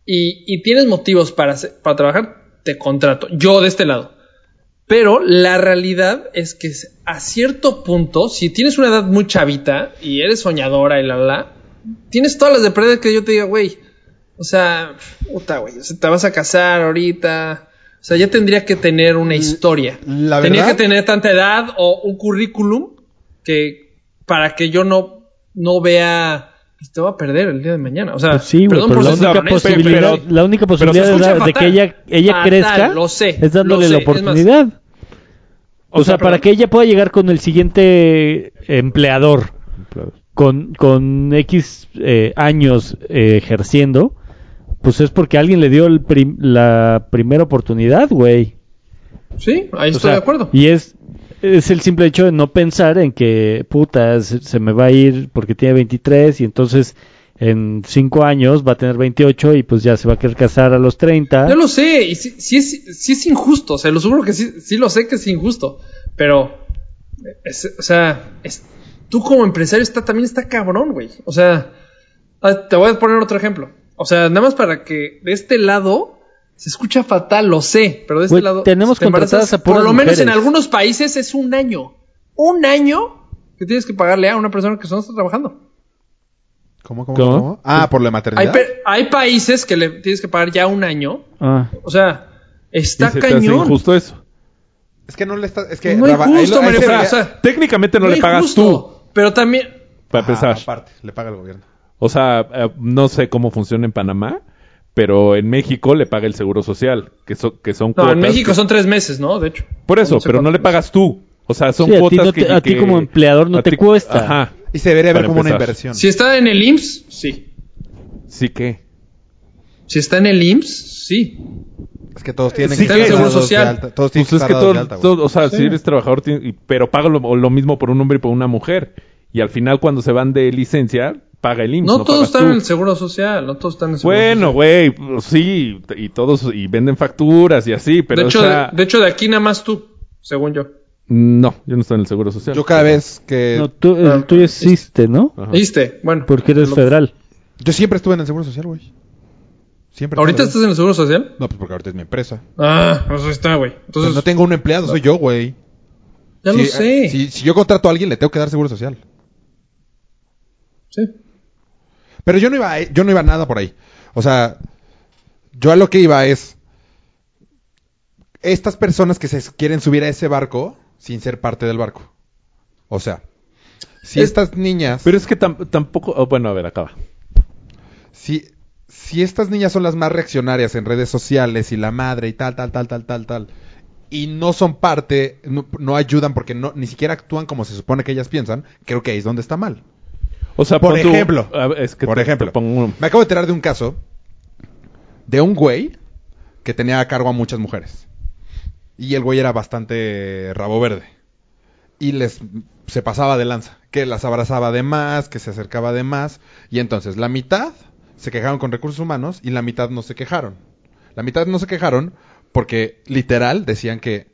[SPEAKER 4] y, y tienes motivos para, hacer- para trabajar, te contrato. Yo de este lado. Pero la realidad es que s- a cierto punto, si tienes una edad muy chavita y eres soñadora y la la, la, tienes todas las de perder que yo te diga, güey. O sea, puta, güey, o sea, te vas a casar ahorita. O sea, ya tendría que tener una historia.
[SPEAKER 2] la
[SPEAKER 4] Tendría que
[SPEAKER 2] verdad-
[SPEAKER 4] tener tanta edad o un currículum que para que yo no, no vea pues, te va a perder el día de mañana. O sea,
[SPEAKER 3] Pues sí, güey,
[SPEAKER 4] perdón
[SPEAKER 3] pero
[SPEAKER 4] por
[SPEAKER 3] la
[SPEAKER 4] ser tan
[SPEAKER 3] única,
[SPEAKER 4] honesto,
[SPEAKER 3] posibilidad,
[SPEAKER 4] pero-
[SPEAKER 3] la única posibilidad de,
[SPEAKER 4] escucha
[SPEAKER 3] dar- de
[SPEAKER 4] fatal.
[SPEAKER 3] que ella, ella
[SPEAKER 4] Fatal,
[SPEAKER 3] crezca
[SPEAKER 4] lo sé,
[SPEAKER 3] es dándole la
[SPEAKER 4] lo sé, es más-
[SPEAKER 3] oportunidad. o, sea,
[SPEAKER 4] sea,
[SPEAKER 3] para
[SPEAKER 4] perdón.
[SPEAKER 3] que ella pueda llegar con el siguiente empleador con, con X eh, años eh, ejerciendo, pues es porque alguien le dio el prim- la primera oportunidad, güey.
[SPEAKER 4] Sí, ahí
[SPEAKER 3] O
[SPEAKER 4] estoy
[SPEAKER 3] sea,
[SPEAKER 4] de acuerdo.
[SPEAKER 3] Y es, es el simple hecho de no pensar en que, puta, se, se me va a ir porque tiene 23 y entonces en 5 años va a tener 28 y pues ya se va a querer casar a los 30.
[SPEAKER 4] Yo lo sé, y sí, sí es, sí es injusto, se lo juro que sí, sí lo sé que es injusto, pero, es- o sea, es- tú como empresario está, también está cabrón, güey. O sea, ah, te voy a poner otro ejemplo. O sea, nada más para que de este lado Se escucha fatal, lo sé, pero de este
[SPEAKER 3] Güey,
[SPEAKER 4] lado.
[SPEAKER 3] tenemos
[SPEAKER 4] si te embarazas,
[SPEAKER 3] contratadas a
[SPEAKER 4] Por
[SPEAKER 3] puras
[SPEAKER 4] lo menos en
[SPEAKER 3] mujeres.
[SPEAKER 4] algunos países es un año. Un año que tienes que pagarle a una persona que solo está trabajando.
[SPEAKER 2] ¿Cómo, cómo,
[SPEAKER 3] ¿Cómo?
[SPEAKER 2] cómo? Ah, por la
[SPEAKER 4] Hay,
[SPEAKER 2] maternidad.
[SPEAKER 4] pe- hay países que le tienes que pagar ya un año.
[SPEAKER 3] Ah,
[SPEAKER 4] O sea, está
[SPEAKER 1] Y se te hace
[SPEAKER 4] cañón.
[SPEAKER 1] injusto eso.
[SPEAKER 2] Es que no le estás. Es que.
[SPEAKER 4] No es
[SPEAKER 2] Raba- ahí
[SPEAKER 4] justo,
[SPEAKER 2] ahí
[SPEAKER 4] Mario,
[SPEAKER 2] se
[SPEAKER 4] pero,
[SPEAKER 2] veía-
[SPEAKER 4] o sea,
[SPEAKER 1] Técnicamente no,
[SPEAKER 4] No
[SPEAKER 1] le
[SPEAKER 4] es
[SPEAKER 1] pagas
[SPEAKER 4] justo, Pero también.
[SPEAKER 1] tú, para
[SPEAKER 2] Ajá,
[SPEAKER 1] empezar.
[SPEAKER 2] Aparte, le paga el gobierno.
[SPEAKER 1] O sea, eh, no sé cómo funciona en Panamá, pero en México le paga el Seguro Social, que, so- que son
[SPEAKER 4] No, en
[SPEAKER 1] cuotas
[SPEAKER 4] México
[SPEAKER 1] que-
[SPEAKER 4] son tres meses, ¿no? De hecho.
[SPEAKER 1] Por eso,
[SPEAKER 4] No sé
[SPEAKER 1] pero no
[SPEAKER 4] cuánto.
[SPEAKER 1] le pagas tú. O sea, son
[SPEAKER 3] Sí, a ti
[SPEAKER 1] cuotas
[SPEAKER 3] no te-
[SPEAKER 1] que...
[SPEAKER 3] a ti
[SPEAKER 1] que-
[SPEAKER 3] como empleador no
[SPEAKER 1] a
[SPEAKER 3] te
[SPEAKER 1] ti-
[SPEAKER 3] cuesta.
[SPEAKER 1] Ajá.
[SPEAKER 2] Y se debería ver
[SPEAKER 1] Para
[SPEAKER 2] como una
[SPEAKER 1] empezar.
[SPEAKER 2] inversión.
[SPEAKER 4] Si está en el IMSS, sí.
[SPEAKER 1] Sí que...
[SPEAKER 4] Si está en el IMSS, sí.
[SPEAKER 1] Pues
[SPEAKER 2] Es que todos tienen
[SPEAKER 1] Sí,
[SPEAKER 2] que
[SPEAKER 1] que-
[SPEAKER 2] estar
[SPEAKER 1] Seguro
[SPEAKER 2] dados de
[SPEAKER 4] social.
[SPEAKER 2] alta. Todos tienen
[SPEAKER 1] Pues
[SPEAKER 2] que
[SPEAKER 1] es
[SPEAKER 2] estar
[SPEAKER 1] que
[SPEAKER 2] dados
[SPEAKER 1] todo,
[SPEAKER 2] de alta, güey.
[SPEAKER 1] todo- o sea, si eres trabajador, ti- y- pero paga lo, lo mismo por un hombre y por una mujer. Y al final, cuando se van de licencia, paga el IMSS.
[SPEAKER 4] No, todos
[SPEAKER 1] pagas
[SPEAKER 4] están
[SPEAKER 1] tú.
[SPEAKER 4] en el seguro social, no todos están en el seguro
[SPEAKER 1] Bueno,
[SPEAKER 4] social.
[SPEAKER 1] güey, pues, sí, y todos, y venden facturas y así, pero
[SPEAKER 4] de, hecho,
[SPEAKER 1] o sea,
[SPEAKER 4] de, de hecho, de aquí nada más tú, según yo.
[SPEAKER 1] no, yo no estoy en el Seguro Social.
[SPEAKER 2] Yo cada vez que.
[SPEAKER 3] no, tú, el
[SPEAKER 4] Ah,
[SPEAKER 3] tuyo existe, ¿no?
[SPEAKER 1] Ajá.
[SPEAKER 4] ¿Viste? Bueno.
[SPEAKER 3] Porque eres
[SPEAKER 4] lo-
[SPEAKER 3] federal.
[SPEAKER 2] Yo siempre estuve en el seguro social, güey. Siempre.
[SPEAKER 4] ¿Ahorita
[SPEAKER 2] estuve.
[SPEAKER 4] estás en el seguro social?
[SPEAKER 2] No, pues porque ahorita es mi empresa.
[SPEAKER 4] Ah, pues ahí está, güey. Entonces,
[SPEAKER 2] Pues no tengo un empleado, soy yo, güey.
[SPEAKER 4] ya
[SPEAKER 2] si, eh,
[SPEAKER 4] lo sé.
[SPEAKER 2] Si, si yo contrato a alguien, le tengo que dar seguro social.
[SPEAKER 4] Sí.
[SPEAKER 2] Pero yo no iba, a- yo no iba a nada por ahí. O sea, yo a lo que iba es estas personas que se quieren subir a ese barco sin ser parte del barco. O sea, si
[SPEAKER 1] Es-
[SPEAKER 2] estas niñas,
[SPEAKER 1] Pero es que tam- tampoco, oh, bueno, a ver, acaba.
[SPEAKER 2] si si estas niñas son las más reaccionarias en redes sociales y la madre y tal tal tal tal tal tal y no son parte, no, no ayudan porque no ni siquiera actúan como se supone que ellas piensan, creo que ahí es donde está mal.
[SPEAKER 1] O sea,
[SPEAKER 2] Por
[SPEAKER 1] pon tú-
[SPEAKER 2] ejemplo.
[SPEAKER 1] a ver, es que
[SPEAKER 2] Por
[SPEAKER 1] te-
[SPEAKER 2] ejemplo,
[SPEAKER 1] te pongo un-
[SPEAKER 2] me acabo de enterar de un caso de un güey que tenía a cargo a muchas mujeres. Y el güey era bastante rabo verde. Y les se pasaba de lanza, que las abrazaba de más, que se acercaba de más. Y entonces la mitad se quejaron con recursos humanos y la mitad no se quejaron. La mitad no se quejaron porque literal decían que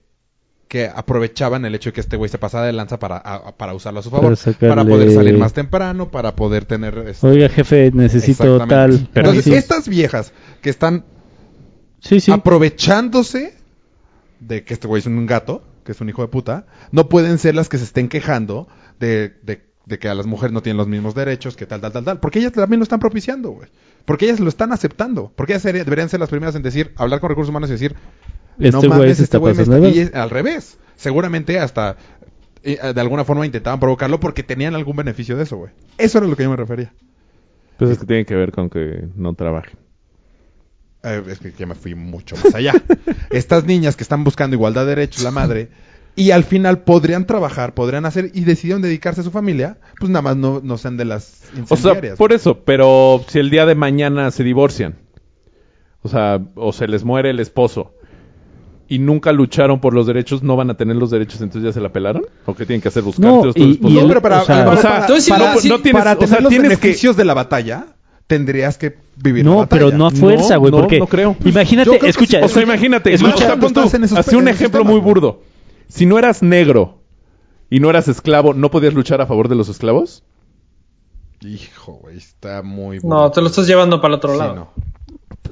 [SPEAKER 2] que aprovechaban el hecho de que este güey se pasaba de lanza para, a- a- para usarlo a su favor,
[SPEAKER 3] Para sacarle-
[SPEAKER 2] para poder salir más temprano, para poder tener este,
[SPEAKER 3] Oiga, jefe, necesito
[SPEAKER 2] Exactamente.
[SPEAKER 3] tal.
[SPEAKER 2] Entonces,
[SPEAKER 3] Sí,
[SPEAKER 2] estas viejas que están
[SPEAKER 3] sí,
[SPEAKER 2] Ah,
[SPEAKER 3] sí.
[SPEAKER 2] aprovechándose de que este güey es un gato, que es un hijo de puta, no pueden ser las que se estén quejando de, de- de que a las mujeres no tienen los mismos derechos, que tal, tal, tal, tal. Porque ellas también lo están propiciando, güey. Porque ellas lo están aceptando. Porque ellas serían- deberían ser las primeras en decir, hablar con recursos humanos y decir,
[SPEAKER 3] Este güey se está
[SPEAKER 2] me
[SPEAKER 3] pasando
[SPEAKER 2] está-
[SPEAKER 3] de
[SPEAKER 2] y es- al revés. Seguramente hasta eh, de alguna forma intentaban provocarlo porque tenían algún beneficio de eso, güey. Eso era a lo que yo me refería.
[SPEAKER 1] Pues es que tiene que ver con que no trabajen.
[SPEAKER 2] Eh, es que ya me fui mucho más allá. Estas niñas que están buscando igualdad de derechos, la madre, y al final podrían trabajar, podrían hacer y decidieron dedicarse a su familia, pues nada más no, no sean de las
[SPEAKER 1] O sea,
[SPEAKER 2] incendiarias.
[SPEAKER 1] por eso, pero si el día de mañana se divorcian, o sea, o se les muere el esposo y nunca lucharon por los derechos, no van a tener los derechos, entonces ya se la pelaron. ¿O qué tienen que hacer? ¿Buscarte
[SPEAKER 3] No,
[SPEAKER 1] otro
[SPEAKER 3] y-
[SPEAKER 1] esposo?
[SPEAKER 3] y
[SPEAKER 2] No,
[SPEAKER 3] el-
[SPEAKER 2] pero para,
[SPEAKER 3] o sea-
[SPEAKER 2] para-
[SPEAKER 1] O sea,
[SPEAKER 2] para-
[SPEAKER 4] entonces, si
[SPEAKER 2] para-
[SPEAKER 4] no- si-
[SPEAKER 1] no tienes-
[SPEAKER 2] para
[SPEAKER 1] o sea,
[SPEAKER 2] tener los
[SPEAKER 1] tienes que-
[SPEAKER 2] beneficios de la batalla, tendrías que vivir la
[SPEAKER 3] No,
[SPEAKER 2] batalla.
[SPEAKER 3] pero no a fuerza,
[SPEAKER 1] No,
[SPEAKER 3] güey.
[SPEAKER 1] no,
[SPEAKER 3] porque
[SPEAKER 1] no creo.
[SPEAKER 3] Imagínate,
[SPEAKER 2] Yo creo que
[SPEAKER 3] escucha.
[SPEAKER 2] sí,
[SPEAKER 1] O sea, imagínate,
[SPEAKER 3] Escucha,
[SPEAKER 1] o sea,
[SPEAKER 2] no
[SPEAKER 1] pon tú,
[SPEAKER 2] estás en esos-
[SPEAKER 1] así un
[SPEAKER 2] en esos
[SPEAKER 1] ejemplo
[SPEAKER 2] temas,
[SPEAKER 1] muy
[SPEAKER 2] güey.
[SPEAKER 1] burdo. Si no eras negro y no eras esclavo, ¿no podías luchar a favor de los esclavos?
[SPEAKER 2] Hijo, güey, está muy
[SPEAKER 4] No, te lo estás llevando para el otro
[SPEAKER 2] Sí,
[SPEAKER 4] lado.
[SPEAKER 2] no.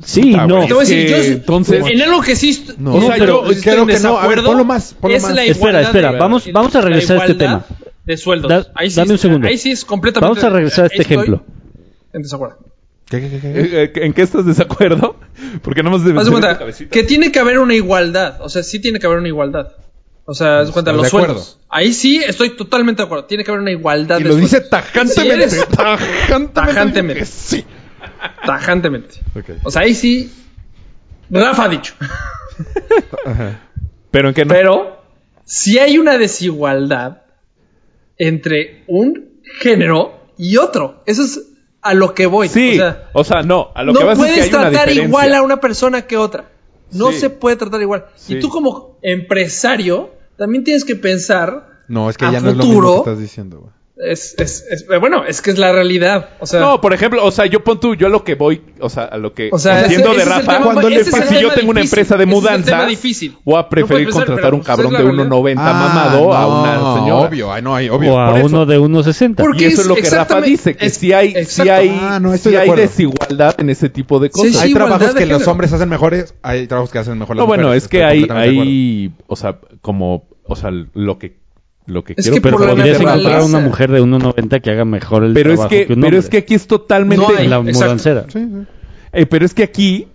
[SPEAKER 3] Sí,
[SPEAKER 1] Ah,
[SPEAKER 3] no.
[SPEAKER 1] güey.
[SPEAKER 4] Te voy a decir,
[SPEAKER 1] Es que,
[SPEAKER 4] yo-
[SPEAKER 1] entonces-
[SPEAKER 4] en algo que sí. est-
[SPEAKER 2] No,
[SPEAKER 1] o sea,
[SPEAKER 4] pero
[SPEAKER 1] yo
[SPEAKER 4] estoy
[SPEAKER 2] creo
[SPEAKER 4] en
[SPEAKER 2] que no. A ver,
[SPEAKER 4] desacuerdo,
[SPEAKER 2] ponlo más, ponlo
[SPEAKER 4] es
[SPEAKER 2] más.
[SPEAKER 4] la
[SPEAKER 3] Espera,
[SPEAKER 4] igualdad
[SPEAKER 3] espera,
[SPEAKER 4] de-
[SPEAKER 3] vamos-
[SPEAKER 4] el-
[SPEAKER 3] vamos a
[SPEAKER 4] la
[SPEAKER 3] regresar a este
[SPEAKER 4] igualdad
[SPEAKER 3] tema.
[SPEAKER 4] De sueldos.
[SPEAKER 3] Da-
[SPEAKER 4] ahí sí
[SPEAKER 3] dame un
[SPEAKER 4] está-
[SPEAKER 3] segundo.
[SPEAKER 4] Ahí sí es completamente.
[SPEAKER 3] Vamos a regresar a este
[SPEAKER 4] estoy
[SPEAKER 3] ejemplo.
[SPEAKER 4] En desacuerdo.
[SPEAKER 2] ¿Qué, qué, qué, qué?
[SPEAKER 1] Eh, eh, ¿En qué estás desacuerdo? Porque nada más debes
[SPEAKER 4] Haz de
[SPEAKER 1] tener tu
[SPEAKER 4] cuenta
[SPEAKER 1] cabecita.
[SPEAKER 4] que tiene que haber una igualdad. O sea, sí tiene que haber una igualdad. O sea, haz de cuenta,
[SPEAKER 2] Estamos
[SPEAKER 4] los
[SPEAKER 2] de acuerdo.
[SPEAKER 4] sueldos. Ahí sí estoy totalmente de acuerdo. Tiene que haber una igualdad
[SPEAKER 2] Y
[SPEAKER 4] de
[SPEAKER 2] lo dice
[SPEAKER 4] sueldos.
[SPEAKER 2] tajantemente.
[SPEAKER 4] Si eres-
[SPEAKER 1] Ah,
[SPEAKER 2] tajantemente. digo que
[SPEAKER 4] Tajantemente.
[SPEAKER 2] Sí.
[SPEAKER 4] Tajantemente.
[SPEAKER 2] Ok.
[SPEAKER 4] O sea, ahí sí. Rafa ha dicho.
[SPEAKER 2] Ajá.
[SPEAKER 1] Pero en qué no.
[SPEAKER 4] Pero si hay una desigualdad entre un género y otro. Eso es a lo que voy.
[SPEAKER 1] sí,
[SPEAKER 4] O sea,
[SPEAKER 1] no. A lo
[SPEAKER 4] no
[SPEAKER 1] que vas es que
[SPEAKER 4] puedes
[SPEAKER 1] hay una
[SPEAKER 4] tratar
[SPEAKER 1] diferencia.
[SPEAKER 4] igual a una persona que otra. No
[SPEAKER 1] Sí.
[SPEAKER 4] se puede tratar igual.
[SPEAKER 1] Sí.
[SPEAKER 4] Y tú como empresario también tienes que pensar
[SPEAKER 2] No, es que
[SPEAKER 4] a
[SPEAKER 2] ya no es lo
[SPEAKER 4] futuro.
[SPEAKER 2] mismo que estás diciendo, güey.
[SPEAKER 4] Es, es, es- eh, bueno, es que es la realidad. O sea,
[SPEAKER 1] No, por ejemplo, o sea, yo pon tú, yo a lo que voy, o sea, a lo que
[SPEAKER 4] O sea,
[SPEAKER 1] entiendo
[SPEAKER 4] ese-
[SPEAKER 1] de
[SPEAKER 4] ese es el
[SPEAKER 1] Rafa,
[SPEAKER 4] tema-
[SPEAKER 1] cuando le
[SPEAKER 4] ese es el
[SPEAKER 1] pasa, si yo
[SPEAKER 4] tema
[SPEAKER 1] tengo una
[SPEAKER 4] difícil,
[SPEAKER 1] empresa de
[SPEAKER 4] ese es el tema
[SPEAKER 1] mudanza,
[SPEAKER 4] difícil.
[SPEAKER 1] voy a
[SPEAKER 4] No puede
[SPEAKER 1] preferir
[SPEAKER 4] pensar,
[SPEAKER 1] contratar
[SPEAKER 4] pero,
[SPEAKER 1] un
[SPEAKER 4] pues, es
[SPEAKER 1] cabrón
[SPEAKER 4] la
[SPEAKER 1] de
[SPEAKER 4] realidad.
[SPEAKER 1] 1.90
[SPEAKER 2] Ah,
[SPEAKER 1] mamado a
[SPEAKER 2] no,
[SPEAKER 1] una señora.
[SPEAKER 2] Obvio, ay, no hay, obvio.
[SPEAKER 3] O a
[SPEAKER 1] por eso.
[SPEAKER 3] uno de 1.60.
[SPEAKER 4] Porque
[SPEAKER 1] Y eso es
[SPEAKER 4] es
[SPEAKER 1] lo que Rafa
[SPEAKER 4] exactamente-
[SPEAKER 1] dice, que
[SPEAKER 4] es-
[SPEAKER 1] si hay, si
[SPEAKER 4] exacto.
[SPEAKER 1] hay,
[SPEAKER 2] Ah, no, estoy
[SPEAKER 1] sí
[SPEAKER 2] de
[SPEAKER 1] hay
[SPEAKER 2] acuerdo.
[SPEAKER 1] desigualdad en ese tipo de cosas.
[SPEAKER 4] Sí,
[SPEAKER 2] hay
[SPEAKER 4] sí,
[SPEAKER 2] trabajos
[SPEAKER 4] igualdad de
[SPEAKER 2] que los
[SPEAKER 4] género.
[SPEAKER 2] hombres hacen mejores, hay trabajos que hacen mejor las
[SPEAKER 1] no, bueno,
[SPEAKER 2] mujeres,
[SPEAKER 1] es que
[SPEAKER 2] estoy
[SPEAKER 1] hay,
[SPEAKER 2] completamente de acuerdo.
[SPEAKER 1] hay, o sea, como, o sea, lo que, lo que
[SPEAKER 4] Es
[SPEAKER 1] quiero
[SPEAKER 4] que
[SPEAKER 1] pero
[SPEAKER 4] por la
[SPEAKER 1] podría
[SPEAKER 3] Podrías
[SPEAKER 1] ser Rafa.
[SPEAKER 4] naturaleza-
[SPEAKER 3] encontrar una mujer de 1.90 que haga mejor el
[SPEAKER 1] Pero es
[SPEAKER 3] trabajo
[SPEAKER 1] que,
[SPEAKER 3] un
[SPEAKER 1] pero es que
[SPEAKER 3] hombre.
[SPEAKER 1] aquí es totalmente,
[SPEAKER 4] No hay.
[SPEAKER 3] la
[SPEAKER 4] Exacto.
[SPEAKER 3] mudancera.
[SPEAKER 1] Eh, pero es que aquí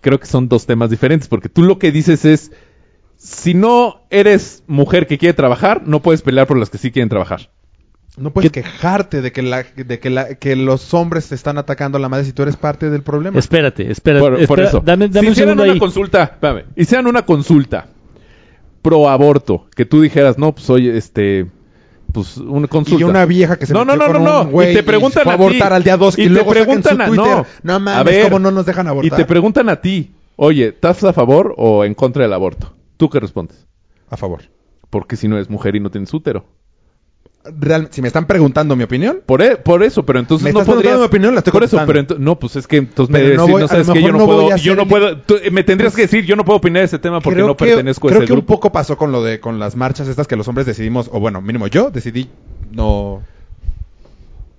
[SPEAKER 1] creo que son dos temas diferentes, porque tú lo que dices es, si no eres mujer que quiere trabajar, no puedes pelear por las que sí quieren trabajar.
[SPEAKER 2] No puedes quejarte de que la, de que la, que los hombres te están atacando a la madre si tú eres parte del problema.
[SPEAKER 3] Espérate, espérate.
[SPEAKER 1] Por, por
[SPEAKER 3] espera,
[SPEAKER 1] eso,
[SPEAKER 3] Dame, dame
[SPEAKER 1] si
[SPEAKER 3] un
[SPEAKER 1] hicieran
[SPEAKER 3] segundo
[SPEAKER 1] una
[SPEAKER 3] ahí.
[SPEAKER 1] consulta, espérame, hicieran una consulta pro aborto, que tú dijeras, no, pues oye, este, pues una consulta.
[SPEAKER 2] Y una vieja que se
[SPEAKER 1] no, no,
[SPEAKER 2] metió
[SPEAKER 1] no,
[SPEAKER 2] con
[SPEAKER 1] no, no,
[SPEAKER 2] un güey
[SPEAKER 1] y te preguntan
[SPEAKER 2] fue
[SPEAKER 1] a
[SPEAKER 2] a
[SPEAKER 1] ti.
[SPEAKER 2] abortar al día 2 y,
[SPEAKER 1] te
[SPEAKER 2] luego
[SPEAKER 1] preguntan
[SPEAKER 2] saquen
[SPEAKER 1] a-
[SPEAKER 2] su Twitter.
[SPEAKER 1] no,
[SPEAKER 2] No, mames,
[SPEAKER 1] a ver,
[SPEAKER 2] ¿cómo no nos dejan abortar?
[SPEAKER 1] Y te preguntan a ti, oye, ¿estás a favor o en contra del aborto? ¿Tú qué respondes?
[SPEAKER 2] a favor.
[SPEAKER 1] Porque si no eres mujer y no tienes útero.
[SPEAKER 2] Real- si me están preguntando mi opinión,
[SPEAKER 1] Por, e- por eso, pero entonces
[SPEAKER 2] Me
[SPEAKER 1] no
[SPEAKER 2] estás preguntando
[SPEAKER 1] podrías...
[SPEAKER 2] mi opinión, la estoy
[SPEAKER 1] Por eso,
[SPEAKER 2] contestando.
[SPEAKER 1] pero ento- no, pues es que entonces me
[SPEAKER 2] Pero no
[SPEAKER 1] decís,
[SPEAKER 2] voy-
[SPEAKER 1] no
[SPEAKER 2] a
[SPEAKER 1] sabes
[SPEAKER 2] lo
[SPEAKER 1] que yo
[SPEAKER 2] mejor
[SPEAKER 1] no,
[SPEAKER 2] no voy
[SPEAKER 1] puedo,
[SPEAKER 2] a
[SPEAKER 1] yo
[SPEAKER 2] ser
[SPEAKER 1] no
[SPEAKER 2] el-
[SPEAKER 1] puedo, tú- eh, me tendrías que decir, yo no puedo opinar de ese tema porque
[SPEAKER 2] creo,
[SPEAKER 1] no
[SPEAKER 2] que,
[SPEAKER 1] pertenezco a
[SPEAKER 2] creo
[SPEAKER 1] ese
[SPEAKER 2] que un
[SPEAKER 1] grupo.
[SPEAKER 2] poco pasó con lo de con las marchas estas que los hombres decidimos, o bueno, mínimo yo decidí no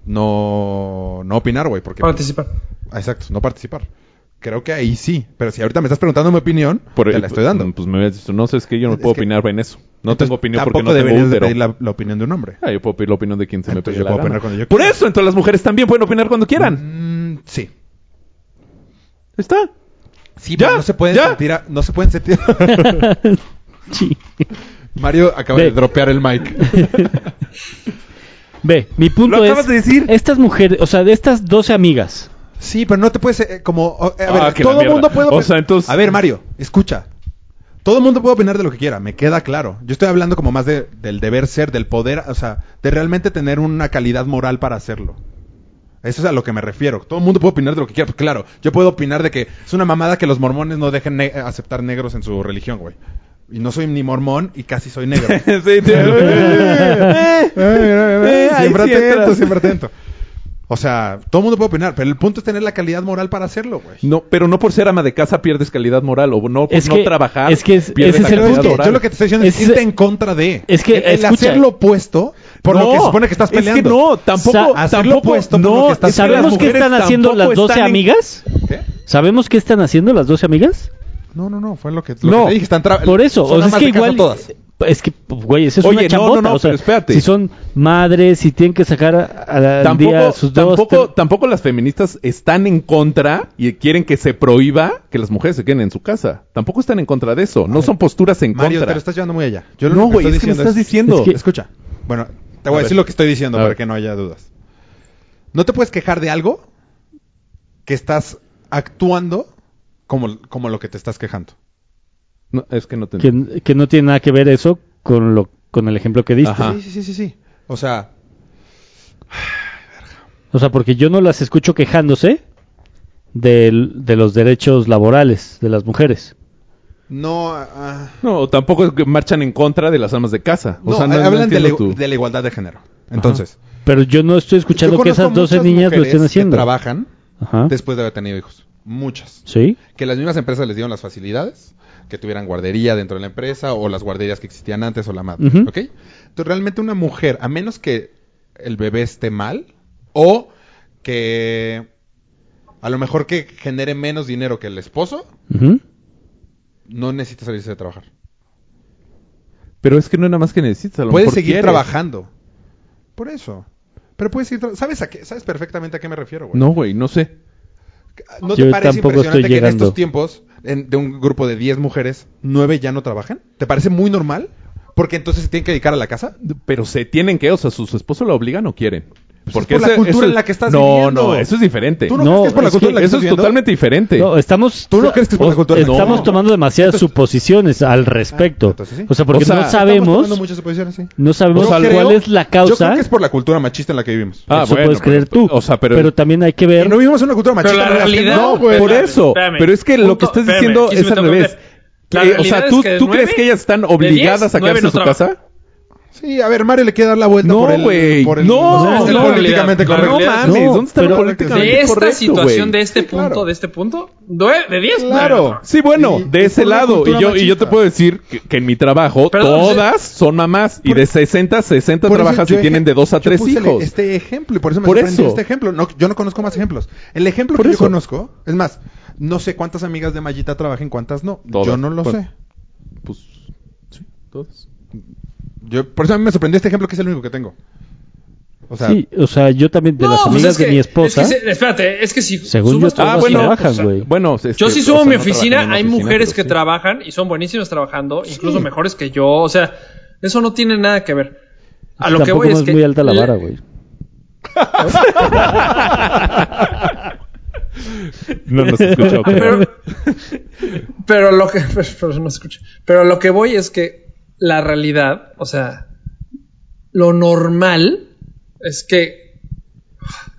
[SPEAKER 2] no no opinar, güey, porque
[SPEAKER 4] participar.
[SPEAKER 2] Ah, exacto, no participar. Creo que ahí sí, pero si ahorita me estás preguntando mi opinión,
[SPEAKER 1] Por-
[SPEAKER 2] te la estoy dando.
[SPEAKER 1] mm, Pues me habías dicho, no sé, es que yo no
[SPEAKER 2] Es
[SPEAKER 1] puedo
[SPEAKER 2] que-
[SPEAKER 1] opinar en eso. No
[SPEAKER 2] Entonces,
[SPEAKER 1] tengo opinión porque
[SPEAKER 2] tampoco
[SPEAKER 1] no tengo
[SPEAKER 2] deberías de
[SPEAKER 1] útero.
[SPEAKER 2] pedir la, la opinión de un hombre.
[SPEAKER 1] Ah, yo puedo pedir la opinión de quien se me
[SPEAKER 2] Entonces,
[SPEAKER 1] pegue
[SPEAKER 2] yo
[SPEAKER 1] la
[SPEAKER 2] puedo
[SPEAKER 1] gana.
[SPEAKER 2] opinar cuando yo
[SPEAKER 1] Por
[SPEAKER 2] quiera.
[SPEAKER 1] eso, entonces las mujeres también pueden opinar cuando quieran.
[SPEAKER 2] Mm, sí.
[SPEAKER 1] Está.
[SPEAKER 2] Sí,
[SPEAKER 1] Ya,
[SPEAKER 2] pero no se pueden
[SPEAKER 1] ya.
[SPEAKER 2] sentir, a- no se pueden sentir.
[SPEAKER 3] Sí.
[SPEAKER 2] Mario acaba
[SPEAKER 3] Ve.
[SPEAKER 2] de dropear el mic.
[SPEAKER 3] Ve, mi punto
[SPEAKER 1] Lo
[SPEAKER 3] es...
[SPEAKER 1] acabas de decir.
[SPEAKER 3] Estas mujeres, o sea, de estas 12 amigas...
[SPEAKER 2] Sí, pero no te puedes eh, como o- eh, a
[SPEAKER 1] Ah,
[SPEAKER 2] ver,
[SPEAKER 1] que la
[SPEAKER 2] todo
[SPEAKER 1] mierda.
[SPEAKER 2] mundo puede
[SPEAKER 1] O
[SPEAKER 2] opi-
[SPEAKER 1] sea, entonces-
[SPEAKER 2] A ver, Mario, escucha. Todo el mundo puede opinar de lo que quiera, me queda claro. Yo estoy hablando como más de- del deber ser, del poder, o sea, de realmente tener una calidad moral para hacerlo. Eso es a lo que me refiero. Todo el mundo puede opinar de lo que quiera, pues claro. Yo puedo opinar de que es una mamada que los mormones no dejen ne- eh, aceptar negros en su religión, güey. Y no soy ni mormón y casi soy negro. eh,
[SPEAKER 1] Sí, te- eh, ahí
[SPEAKER 2] siempre
[SPEAKER 1] sí
[SPEAKER 2] atento,
[SPEAKER 1] entras.
[SPEAKER 2] siempre atento. O sea, todo el mundo puede opinar, pero el punto es tener la calidad moral para hacerlo, güey.
[SPEAKER 1] No, pero no por ser ama de casa pierdes calidad moral o no por
[SPEAKER 3] Es
[SPEAKER 1] no
[SPEAKER 3] que-
[SPEAKER 1] trabajar.
[SPEAKER 3] es que es-
[SPEAKER 1] pierdes
[SPEAKER 3] ese es
[SPEAKER 1] la
[SPEAKER 3] el
[SPEAKER 2] Pero es
[SPEAKER 1] calidad
[SPEAKER 2] que
[SPEAKER 1] moral.
[SPEAKER 2] yo lo que te estoy diciendo es,
[SPEAKER 3] Es-
[SPEAKER 2] irte en contra de.
[SPEAKER 3] es que,
[SPEAKER 2] El- el,
[SPEAKER 3] escucha.
[SPEAKER 2] hacer lo opuesto por lo que
[SPEAKER 1] No,
[SPEAKER 2] se supone que estás peleando.
[SPEAKER 1] Es que no, tampoco,
[SPEAKER 3] O sea,
[SPEAKER 2] hacer lo
[SPEAKER 1] tampoco
[SPEAKER 2] opuesto por lo
[SPEAKER 1] no,
[SPEAKER 2] que estás ¿eh?
[SPEAKER 1] es que las
[SPEAKER 3] ¿Sabemos qué
[SPEAKER 1] mujeres
[SPEAKER 3] están haciendo
[SPEAKER 1] tampoco
[SPEAKER 3] las 12
[SPEAKER 1] están en-
[SPEAKER 3] amigas?
[SPEAKER 2] ¿Qué?
[SPEAKER 3] ¿Sabemos qué están haciendo las 12 amigas?
[SPEAKER 2] No, no, no, fue lo que, lo
[SPEAKER 1] No,
[SPEAKER 2] que te dije, están tra-
[SPEAKER 3] Por eso,
[SPEAKER 2] son
[SPEAKER 3] o sea, es
[SPEAKER 2] amas
[SPEAKER 3] que
[SPEAKER 2] de casa
[SPEAKER 3] igual
[SPEAKER 2] todas.
[SPEAKER 3] es que güey, eso es
[SPEAKER 1] Oye,
[SPEAKER 3] una
[SPEAKER 1] no,
[SPEAKER 3] chambota,
[SPEAKER 1] no, no,
[SPEAKER 3] o sea,
[SPEAKER 1] pero espérate.
[SPEAKER 3] si son madres, si tienen que sacar a- a- al
[SPEAKER 1] Tampoco,
[SPEAKER 3] día a sus dos
[SPEAKER 1] tampoco,
[SPEAKER 3] te-
[SPEAKER 1] tampoco las feministas están en contra y quieren que se prohíba que las mujeres se queden en su casa. Tampoco están en contra de eso. No son posturas en
[SPEAKER 2] Mario, te
[SPEAKER 1] contra.
[SPEAKER 2] lo estás llevando muy allá. Yo lo
[SPEAKER 1] no,
[SPEAKER 2] único
[SPEAKER 1] güey, es que me
[SPEAKER 2] estoy
[SPEAKER 1] estás diciendo.
[SPEAKER 3] es que-
[SPEAKER 2] Escucha. Bueno, te
[SPEAKER 1] A
[SPEAKER 2] voy a,
[SPEAKER 1] ver.
[SPEAKER 2] decir lo que estoy diciendo
[SPEAKER 1] A
[SPEAKER 2] para
[SPEAKER 1] ver.
[SPEAKER 2] que no haya dudas. No te puedes quejar de algo que estás actuando como, como lo que te estás quejando.
[SPEAKER 1] No, es que no te
[SPEAKER 3] que, que no tiene nada que ver eso con lo con el ejemplo que diste.
[SPEAKER 1] Ajá.
[SPEAKER 2] Sí, sí, sí, sí, sí. O sea,
[SPEAKER 3] O sea, porque yo no las escucho quejándose del- de los derechos laborales de las mujeres.
[SPEAKER 2] no... ah,
[SPEAKER 1] No, tampoco es que marchan en contra de las amas de casa. O
[SPEAKER 2] no,
[SPEAKER 1] sea, no, no
[SPEAKER 2] hablan de, la,
[SPEAKER 1] entiendo tu-
[SPEAKER 2] de la igualdad de género. Entonces,
[SPEAKER 3] Pero yo no estoy
[SPEAKER 2] yo
[SPEAKER 3] escuchando que
[SPEAKER 2] conozco
[SPEAKER 3] esas 12
[SPEAKER 2] muchas
[SPEAKER 3] niñas lo
[SPEAKER 2] mujeres
[SPEAKER 3] estén
[SPEAKER 2] Que
[SPEAKER 3] haciendo. ¿Ah?
[SPEAKER 2] trabajan
[SPEAKER 3] Ajá.
[SPEAKER 2] después de haber tenido hijos. Muchas.
[SPEAKER 3] Sí.
[SPEAKER 2] que las mismas empresas les dieron las facilidades, que tuvieran guardería dentro de la empresa o las guarderías que existían antes o la madre,
[SPEAKER 3] Ujú.
[SPEAKER 2] ¿ok? Entonces realmente una mujer, a menos que el bebé esté mal o que a lo mejor que genere menos dinero que el esposo,
[SPEAKER 3] Ujú.
[SPEAKER 2] no necesita salirse de trabajar.
[SPEAKER 1] Pero es que no es nada más que necesitas. a lo
[SPEAKER 2] Puede
[SPEAKER 1] mejor
[SPEAKER 2] seguir
[SPEAKER 1] quieres.
[SPEAKER 2] trabajando. Por eso. Pero puedes seguir tra- ¿Sabes, a qué- ¿Sabes perfectamente a qué me refiero, güey?
[SPEAKER 1] No, güey, no sé.
[SPEAKER 2] ¿No te
[SPEAKER 3] Yo
[SPEAKER 2] parece
[SPEAKER 3] tampoco estoy
[SPEAKER 2] impresionante que en
[SPEAKER 3] llegando.
[SPEAKER 2] estos tiempos, en- de un grupo de 10 mujeres, 9 ya no trabajan? ¿Te parece muy normal? Porque entonces se tienen que dedicar a la casa.
[SPEAKER 1] Pero se tienen que, o sea, sus esposos la obligan o quieren.
[SPEAKER 2] Pues es por la cultura en la que estás
[SPEAKER 1] no,
[SPEAKER 2] viviendo.
[SPEAKER 1] No, eso es diferente.
[SPEAKER 2] ¿Tú no,
[SPEAKER 3] No,
[SPEAKER 2] crees que es por la
[SPEAKER 3] es
[SPEAKER 2] cultura
[SPEAKER 3] que
[SPEAKER 2] en la que
[SPEAKER 1] eso
[SPEAKER 2] estás
[SPEAKER 1] es
[SPEAKER 2] viviendo?
[SPEAKER 1] totalmente diferente.
[SPEAKER 3] No, estamos.
[SPEAKER 2] ¿Tú no crees que es por la cultura?
[SPEAKER 3] Estamos
[SPEAKER 2] No. ah,
[SPEAKER 3] tomando demasiadas suposiciones al respecto.
[SPEAKER 2] entonces sí.
[SPEAKER 3] O sea, porque
[SPEAKER 1] O sea,
[SPEAKER 3] no
[SPEAKER 1] estamos
[SPEAKER 2] Estamos
[SPEAKER 3] sabemos.
[SPEAKER 2] tomando muchas suposiciones, sí.
[SPEAKER 3] No sabemos
[SPEAKER 2] Yo creo-
[SPEAKER 3] cuál es la
[SPEAKER 2] Yo creo
[SPEAKER 3] causa.
[SPEAKER 2] que es por la cultura machista en la que vivimos.
[SPEAKER 1] Ah,
[SPEAKER 3] eso
[SPEAKER 1] bueno,
[SPEAKER 3] puedes
[SPEAKER 1] pero-
[SPEAKER 3] creer tú.
[SPEAKER 1] o sea, pero-
[SPEAKER 3] también hay que ver.
[SPEAKER 2] Y no vivimos en una cultura
[SPEAKER 4] Pero
[SPEAKER 2] machista.
[SPEAKER 4] la
[SPEAKER 2] ¿verdad?
[SPEAKER 4] realidad.
[SPEAKER 2] No, güey.
[SPEAKER 1] Por
[SPEAKER 4] Espérame,
[SPEAKER 1] eso,
[SPEAKER 4] espérame.
[SPEAKER 1] pero es que lo que
[SPEAKER 4] Punto,
[SPEAKER 1] estás
[SPEAKER 4] espérame,
[SPEAKER 1] diciendo
[SPEAKER 4] aquí sí
[SPEAKER 1] es
[SPEAKER 4] me
[SPEAKER 1] al
[SPEAKER 4] tengo que
[SPEAKER 1] revés.
[SPEAKER 4] meter.
[SPEAKER 1] Eh,
[SPEAKER 4] La
[SPEAKER 1] o
[SPEAKER 4] realidad
[SPEAKER 1] sea,
[SPEAKER 4] es
[SPEAKER 1] ¿tú,
[SPEAKER 4] que de
[SPEAKER 1] tú
[SPEAKER 4] nueve,
[SPEAKER 1] crees que ellas están
[SPEAKER 4] de
[SPEAKER 1] obligadas
[SPEAKER 4] diez,
[SPEAKER 1] a quedarse
[SPEAKER 4] nueve
[SPEAKER 1] en
[SPEAKER 4] no
[SPEAKER 1] su
[SPEAKER 4] trabajan.
[SPEAKER 1] casa?
[SPEAKER 2] Sí, a ver, Mario le quiere dar la vuelta
[SPEAKER 1] No,
[SPEAKER 2] por el...
[SPEAKER 1] güey.
[SPEAKER 2] por el-
[SPEAKER 1] No,
[SPEAKER 2] no,
[SPEAKER 4] no,
[SPEAKER 2] no, políticamente
[SPEAKER 4] no,
[SPEAKER 2] correcto.
[SPEAKER 1] No mames,
[SPEAKER 3] No,
[SPEAKER 1] ¿dónde está lo
[SPEAKER 3] pero-
[SPEAKER 1] políticamente
[SPEAKER 4] De esta
[SPEAKER 1] correcto,
[SPEAKER 4] situación,
[SPEAKER 1] güey?
[SPEAKER 4] de este
[SPEAKER 2] Sí,
[SPEAKER 4] punto,
[SPEAKER 2] claro.
[SPEAKER 4] de este punto, due- de 10.
[SPEAKER 2] Claro.
[SPEAKER 1] Sí, bueno,
[SPEAKER 2] Y-
[SPEAKER 1] de
[SPEAKER 2] y
[SPEAKER 1] ese
[SPEAKER 2] por una
[SPEAKER 1] lado. Y
[SPEAKER 2] cultura
[SPEAKER 1] yo, y yo te
[SPEAKER 2] machista.
[SPEAKER 1] puedo decir que, que en mi trabajo
[SPEAKER 4] Perdón,
[SPEAKER 1] todas son mamás. Y
[SPEAKER 2] Por-
[SPEAKER 1] de 60, 60
[SPEAKER 2] Por eso
[SPEAKER 1] trabajas
[SPEAKER 2] yo
[SPEAKER 1] y tienen
[SPEAKER 2] eje-
[SPEAKER 1] de dos a
[SPEAKER 2] yo
[SPEAKER 1] tres
[SPEAKER 2] puse el-
[SPEAKER 1] hijos.
[SPEAKER 2] Este ejemplo, y por eso me
[SPEAKER 1] Por
[SPEAKER 2] sorprendió
[SPEAKER 1] eso.
[SPEAKER 2] este ejemplo. No, yo no conozco más ejemplos. El ejemplo
[SPEAKER 1] Por
[SPEAKER 2] que
[SPEAKER 1] eso.
[SPEAKER 2] yo conozco, es más, no sé cuántas amigas de Mayita trabajen, cuántas no.
[SPEAKER 1] Todas.
[SPEAKER 2] Yo no lo
[SPEAKER 1] Bueno.
[SPEAKER 2] sé.
[SPEAKER 1] Pues, sí, todas.
[SPEAKER 2] Yo, por eso a mí me sorprendió este ejemplo que es el único que tengo. O sea,
[SPEAKER 3] sí, o sea, yo también de las
[SPEAKER 4] pues
[SPEAKER 3] amigas
[SPEAKER 4] es que-
[SPEAKER 3] de mi esposa.
[SPEAKER 4] Es que, se- espérate, es que si
[SPEAKER 3] Según yo,
[SPEAKER 4] subes tu
[SPEAKER 3] todas
[SPEAKER 1] Ah,
[SPEAKER 3] sí
[SPEAKER 1] bueno,
[SPEAKER 4] oficina,
[SPEAKER 3] trabajan,
[SPEAKER 4] o sea,
[SPEAKER 3] güey.
[SPEAKER 1] Bueno, es
[SPEAKER 4] Yo
[SPEAKER 1] que,
[SPEAKER 4] sí
[SPEAKER 1] o
[SPEAKER 4] subo
[SPEAKER 1] sea,
[SPEAKER 4] a mi
[SPEAKER 1] no trabajan en
[SPEAKER 4] oficina,
[SPEAKER 1] una
[SPEAKER 4] hay
[SPEAKER 1] oficina,
[SPEAKER 4] mujeres
[SPEAKER 1] pero
[SPEAKER 4] que
[SPEAKER 1] sí.
[SPEAKER 4] trabajan y son buenísimas trabajando, incluso mejores que yo, o sea, eso no tiene nada que ver. A lo que
[SPEAKER 3] Tampoco
[SPEAKER 4] voy
[SPEAKER 3] no
[SPEAKER 4] es
[SPEAKER 3] es
[SPEAKER 4] que
[SPEAKER 3] muy alta la vara, güey.
[SPEAKER 1] No nos escuchó. creo.
[SPEAKER 4] Pero, pero lo que pero, pero no escucho. Pero lo que voy es que la realidad, o sea, lo normal es que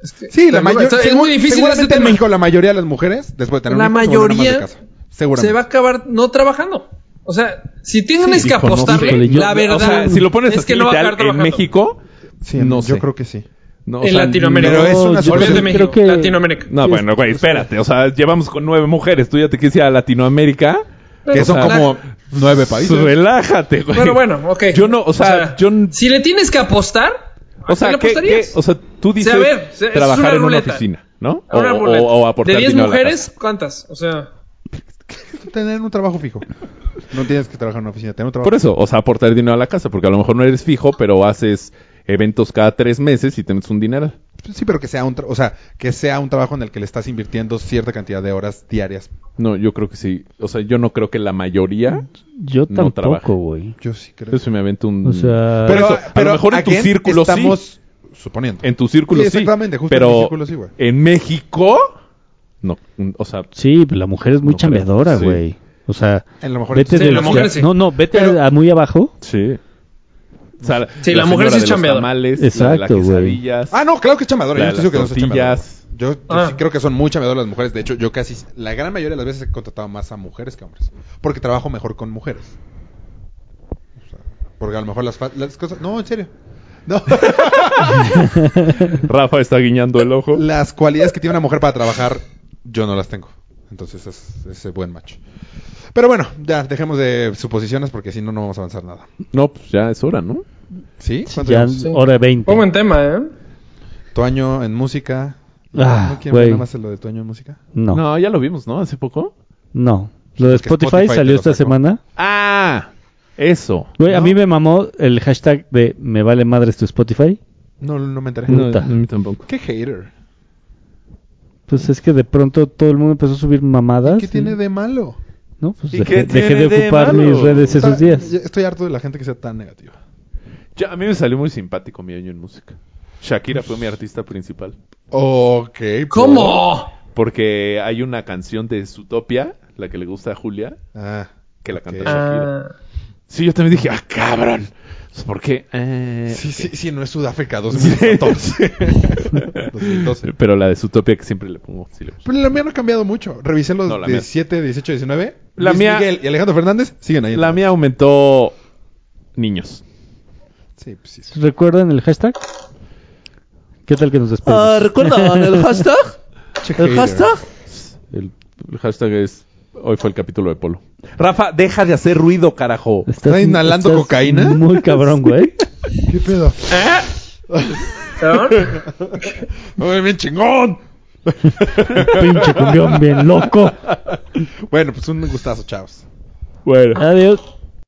[SPEAKER 4] es que-
[SPEAKER 2] sí, la mayoría.
[SPEAKER 4] es muy difícil
[SPEAKER 2] Seguramente
[SPEAKER 4] este
[SPEAKER 2] en
[SPEAKER 4] tema.
[SPEAKER 2] México la mayoría de las mujeres, después de tener
[SPEAKER 4] La
[SPEAKER 2] un hijo, se vuelven amas de
[SPEAKER 4] mayoría
[SPEAKER 2] casa. Seguramente.
[SPEAKER 4] se va a acabar no trabajando. O sea, si tienes
[SPEAKER 1] Sí,
[SPEAKER 4] que
[SPEAKER 1] hijo, no,
[SPEAKER 4] apostarle,
[SPEAKER 1] híjole, yo-
[SPEAKER 4] la verdad
[SPEAKER 1] O sea, si lo pones
[SPEAKER 4] es
[SPEAKER 1] así
[SPEAKER 4] que no va a
[SPEAKER 1] literal, en
[SPEAKER 4] acabar trabajando.
[SPEAKER 1] México,
[SPEAKER 2] Sí,
[SPEAKER 1] no
[SPEAKER 2] yo
[SPEAKER 1] sé.
[SPEAKER 2] creo que sí.
[SPEAKER 1] no, o
[SPEAKER 4] en
[SPEAKER 1] sea,
[SPEAKER 4] Latinoamérica.
[SPEAKER 2] pero es una
[SPEAKER 4] yo
[SPEAKER 2] situación-
[SPEAKER 4] creo de
[SPEAKER 3] creo
[SPEAKER 4] México,
[SPEAKER 3] que-
[SPEAKER 4] Latinoamérica.
[SPEAKER 1] No, bueno, güey, espérate. O sea, llevamos con nueve mujeres. Tú ya te quisieras a Latinoamérica.
[SPEAKER 2] Que
[SPEAKER 1] o
[SPEAKER 2] son
[SPEAKER 1] sea,
[SPEAKER 2] como nueve países.
[SPEAKER 1] Relájate, güey.
[SPEAKER 4] Pero bueno, ok.
[SPEAKER 1] Yo no, o sea, yo.
[SPEAKER 4] si le tienes que apostar,
[SPEAKER 1] O sea,
[SPEAKER 4] ¿a
[SPEAKER 1] ¿qué-
[SPEAKER 4] quién le
[SPEAKER 1] qué-
[SPEAKER 4] apostarías?
[SPEAKER 1] o sea, tú dices
[SPEAKER 4] a ver, es una
[SPEAKER 1] trabajar en una
[SPEAKER 4] ruleta.
[SPEAKER 1] oficina, ¿no?
[SPEAKER 4] A una
[SPEAKER 1] o,
[SPEAKER 4] ruleta.
[SPEAKER 1] o- o aportar
[SPEAKER 4] de 10
[SPEAKER 1] dinero a la
[SPEAKER 4] mujeres,
[SPEAKER 1] casa.
[SPEAKER 4] ¿cuántas? O sea,
[SPEAKER 2] Tener un trabajo fijo. No tienes que trabajar en una oficina, tener un trabajo
[SPEAKER 1] Por eso, o sea, aportar dinero a la casa, porque a lo mejor no eres fijo, pero haces eventos cada tres meses y te metes un dinero.
[SPEAKER 2] Sí, pero que sea un, tra- o sea, que sea un trabajo en el que le estás invirtiendo cierta cantidad de horas diarias.
[SPEAKER 1] No, yo creo que sí. O sea, yo no creo que la mayoría.
[SPEAKER 3] Yo
[SPEAKER 1] No trabaja.
[SPEAKER 3] tampoco, güey.
[SPEAKER 2] Yo sí creo.
[SPEAKER 1] Yo sí me avento un.
[SPEAKER 3] Mm. O sea,
[SPEAKER 1] Pero- a lo mejor en tu
[SPEAKER 2] again,
[SPEAKER 1] círculo sí.
[SPEAKER 2] estamos suponiendo.
[SPEAKER 1] En tu círculo sí.
[SPEAKER 2] Sí, exactamente, justo
[SPEAKER 1] pero
[SPEAKER 2] en mi círculo sí, güey.
[SPEAKER 1] En México. No, mm, o sea,
[SPEAKER 3] sí, pues la mujer es muy
[SPEAKER 1] No creo,
[SPEAKER 3] chambeadora,
[SPEAKER 1] sí.
[SPEAKER 3] güey. O sea,
[SPEAKER 2] A lo mejor
[SPEAKER 3] vete
[SPEAKER 4] Sí,
[SPEAKER 3] de
[SPEAKER 4] la mujer sí.
[SPEAKER 3] No, no, vete
[SPEAKER 2] Pero-
[SPEAKER 3] a muy abajo.
[SPEAKER 1] sí. O sea,
[SPEAKER 4] Sí, la mujer
[SPEAKER 1] señora
[SPEAKER 4] sí
[SPEAKER 1] de
[SPEAKER 4] es
[SPEAKER 1] los
[SPEAKER 4] chambeadora.
[SPEAKER 1] tamales, la de
[SPEAKER 3] Exacto,
[SPEAKER 1] las
[SPEAKER 3] güey.
[SPEAKER 1] quesadillas.
[SPEAKER 2] Ah, no, claro que es chamadora.
[SPEAKER 1] La
[SPEAKER 2] Yo
[SPEAKER 1] de
[SPEAKER 2] estoy seguro que no
[SPEAKER 1] las
[SPEAKER 2] soy chamadora.
[SPEAKER 1] tortillas.
[SPEAKER 2] Yo, yo
[SPEAKER 4] Ah.
[SPEAKER 2] sí creo que son muy chamadoras las mujeres. De hecho, yo casi la gran mayoría de las veces he contratado más a mujeres que a hombres. Porque trabajo mejor con mujeres. O sea, porque a lo mejor las, fa- las cosas. No, en serio. No.
[SPEAKER 1] Rafa está guiñando el ojo.
[SPEAKER 2] las cualidades que tiene una mujer para trabajar, yo no las tengo. Entonces es ese buen match. Pero bueno, ya dejemos de suposiciones porque si no, no vamos a avanzar nada.
[SPEAKER 1] No, pues ya es hora, ¿no?
[SPEAKER 2] ¿Sí? ¿Cuánto
[SPEAKER 3] Ya
[SPEAKER 2] llevamos?
[SPEAKER 3] hora 20.
[SPEAKER 4] pongo en tema, ¿eh?
[SPEAKER 2] Tu año en música.
[SPEAKER 3] Ah,
[SPEAKER 2] ¿No quieren ver
[SPEAKER 3] güey.
[SPEAKER 2] nada más lo de tu año en música?
[SPEAKER 3] No,
[SPEAKER 1] No.
[SPEAKER 3] no.
[SPEAKER 1] ya lo vimos, ¿no? Hace poco.
[SPEAKER 3] Lo de
[SPEAKER 2] Es que Spotify
[SPEAKER 3] Spotify,
[SPEAKER 2] te
[SPEAKER 3] salió
[SPEAKER 2] lo
[SPEAKER 3] esta
[SPEAKER 2] sacó.
[SPEAKER 3] semana.
[SPEAKER 1] Ah, eso.
[SPEAKER 3] Güey, a
[SPEAKER 2] No.
[SPEAKER 3] mí me mamó el hashtag de me vale madres tu Spotify.
[SPEAKER 2] No, no me enteré.
[SPEAKER 3] No.
[SPEAKER 1] a mí tampoco.
[SPEAKER 2] Qué hater.
[SPEAKER 3] Pues es que de pronto todo el mundo empezó a subir mamadas.
[SPEAKER 2] ¿Qué tiene de malo?
[SPEAKER 3] No, pues
[SPEAKER 1] ¿Y
[SPEAKER 3] dejé,
[SPEAKER 1] qué
[SPEAKER 3] dejé
[SPEAKER 1] tiene
[SPEAKER 3] de
[SPEAKER 1] de
[SPEAKER 3] ocupar
[SPEAKER 1] malo?
[SPEAKER 3] mis redes esos
[SPEAKER 2] Está-
[SPEAKER 3] días.
[SPEAKER 2] ya Estoy harto de la gente que sea tan negativa.
[SPEAKER 1] Yo- a mí me salió muy simpático mi año en música. Shakira fue mi artista principal.
[SPEAKER 2] Ok.
[SPEAKER 1] Oh,
[SPEAKER 4] ¿Cómo?
[SPEAKER 1] Porque hay una canción de Zootopia, la que le gusta a Julia,
[SPEAKER 2] Ah.
[SPEAKER 1] que la canta
[SPEAKER 2] Ok.
[SPEAKER 1] Shakira.
[SPEAKER 4] Ah,
[SPEAKER 1] Sí, yo también dije, ah, cabrón. Pues, ¿Por qué? Eh,
[SPEAKER 2] Sí,
[SPEAKER 1] ok.
[SPEAKER 2] sí, sí, no es Sudáfrica 2014. 2012.
[SPEAKER 1] Pero la de Zootopia que siempre le pongo. sí le gusta.
[SPEAKER 2] Pero la mía no ha cambiado mucho. Revisé los
[SPEAKER 1] No, la mía.
[SPEAKER 2] 17, 18, 19.
[SPEAKER 1] La
[SPEAKER 2] Luis
[SPEAKER 1] mía-
[SPEAKER 2] Miguel y Alejandro Fernández siguen ahí.
[SPEAKER 1] La mía aumentó niños.
[SPEAKER 2] Sí, pues sí.
[SPEAKER 3] ¿Recuerdan el hashtag? ¿Qué tal que nos despedimos?
[SPEAKER 2] Ah,
[SPEAKER 1] ¿Recuerdan el hashtag?
[SPEAKER 2] Hater.
[SPEAKER 1] El, el hashtag es hoy fue el capítulo de Polo. Rafa, deja de hacer ruido, carajo.
[SPEAKER 3] ¿Estás-
[SPEAKER 2] ¿Está inhalando
[SPEAKER 3] estás
[SPEAKER 2] cocaína?
[SPEAKER 3] Muy cabrón, güey.
[SPEAKER 2] ¿Qué pedo?
[SPEAKER 4] ¿Perdón?
[SPEAKER 2] ¡Ay, bien chingón!
[SPEAKER 3] Pinche cumbión bien loco.
[SPEAKER 2] Bueno, pues un gustazo, chavos.
[SPEAKER 1] Bueno.
[SPEAKER 3] Adiós.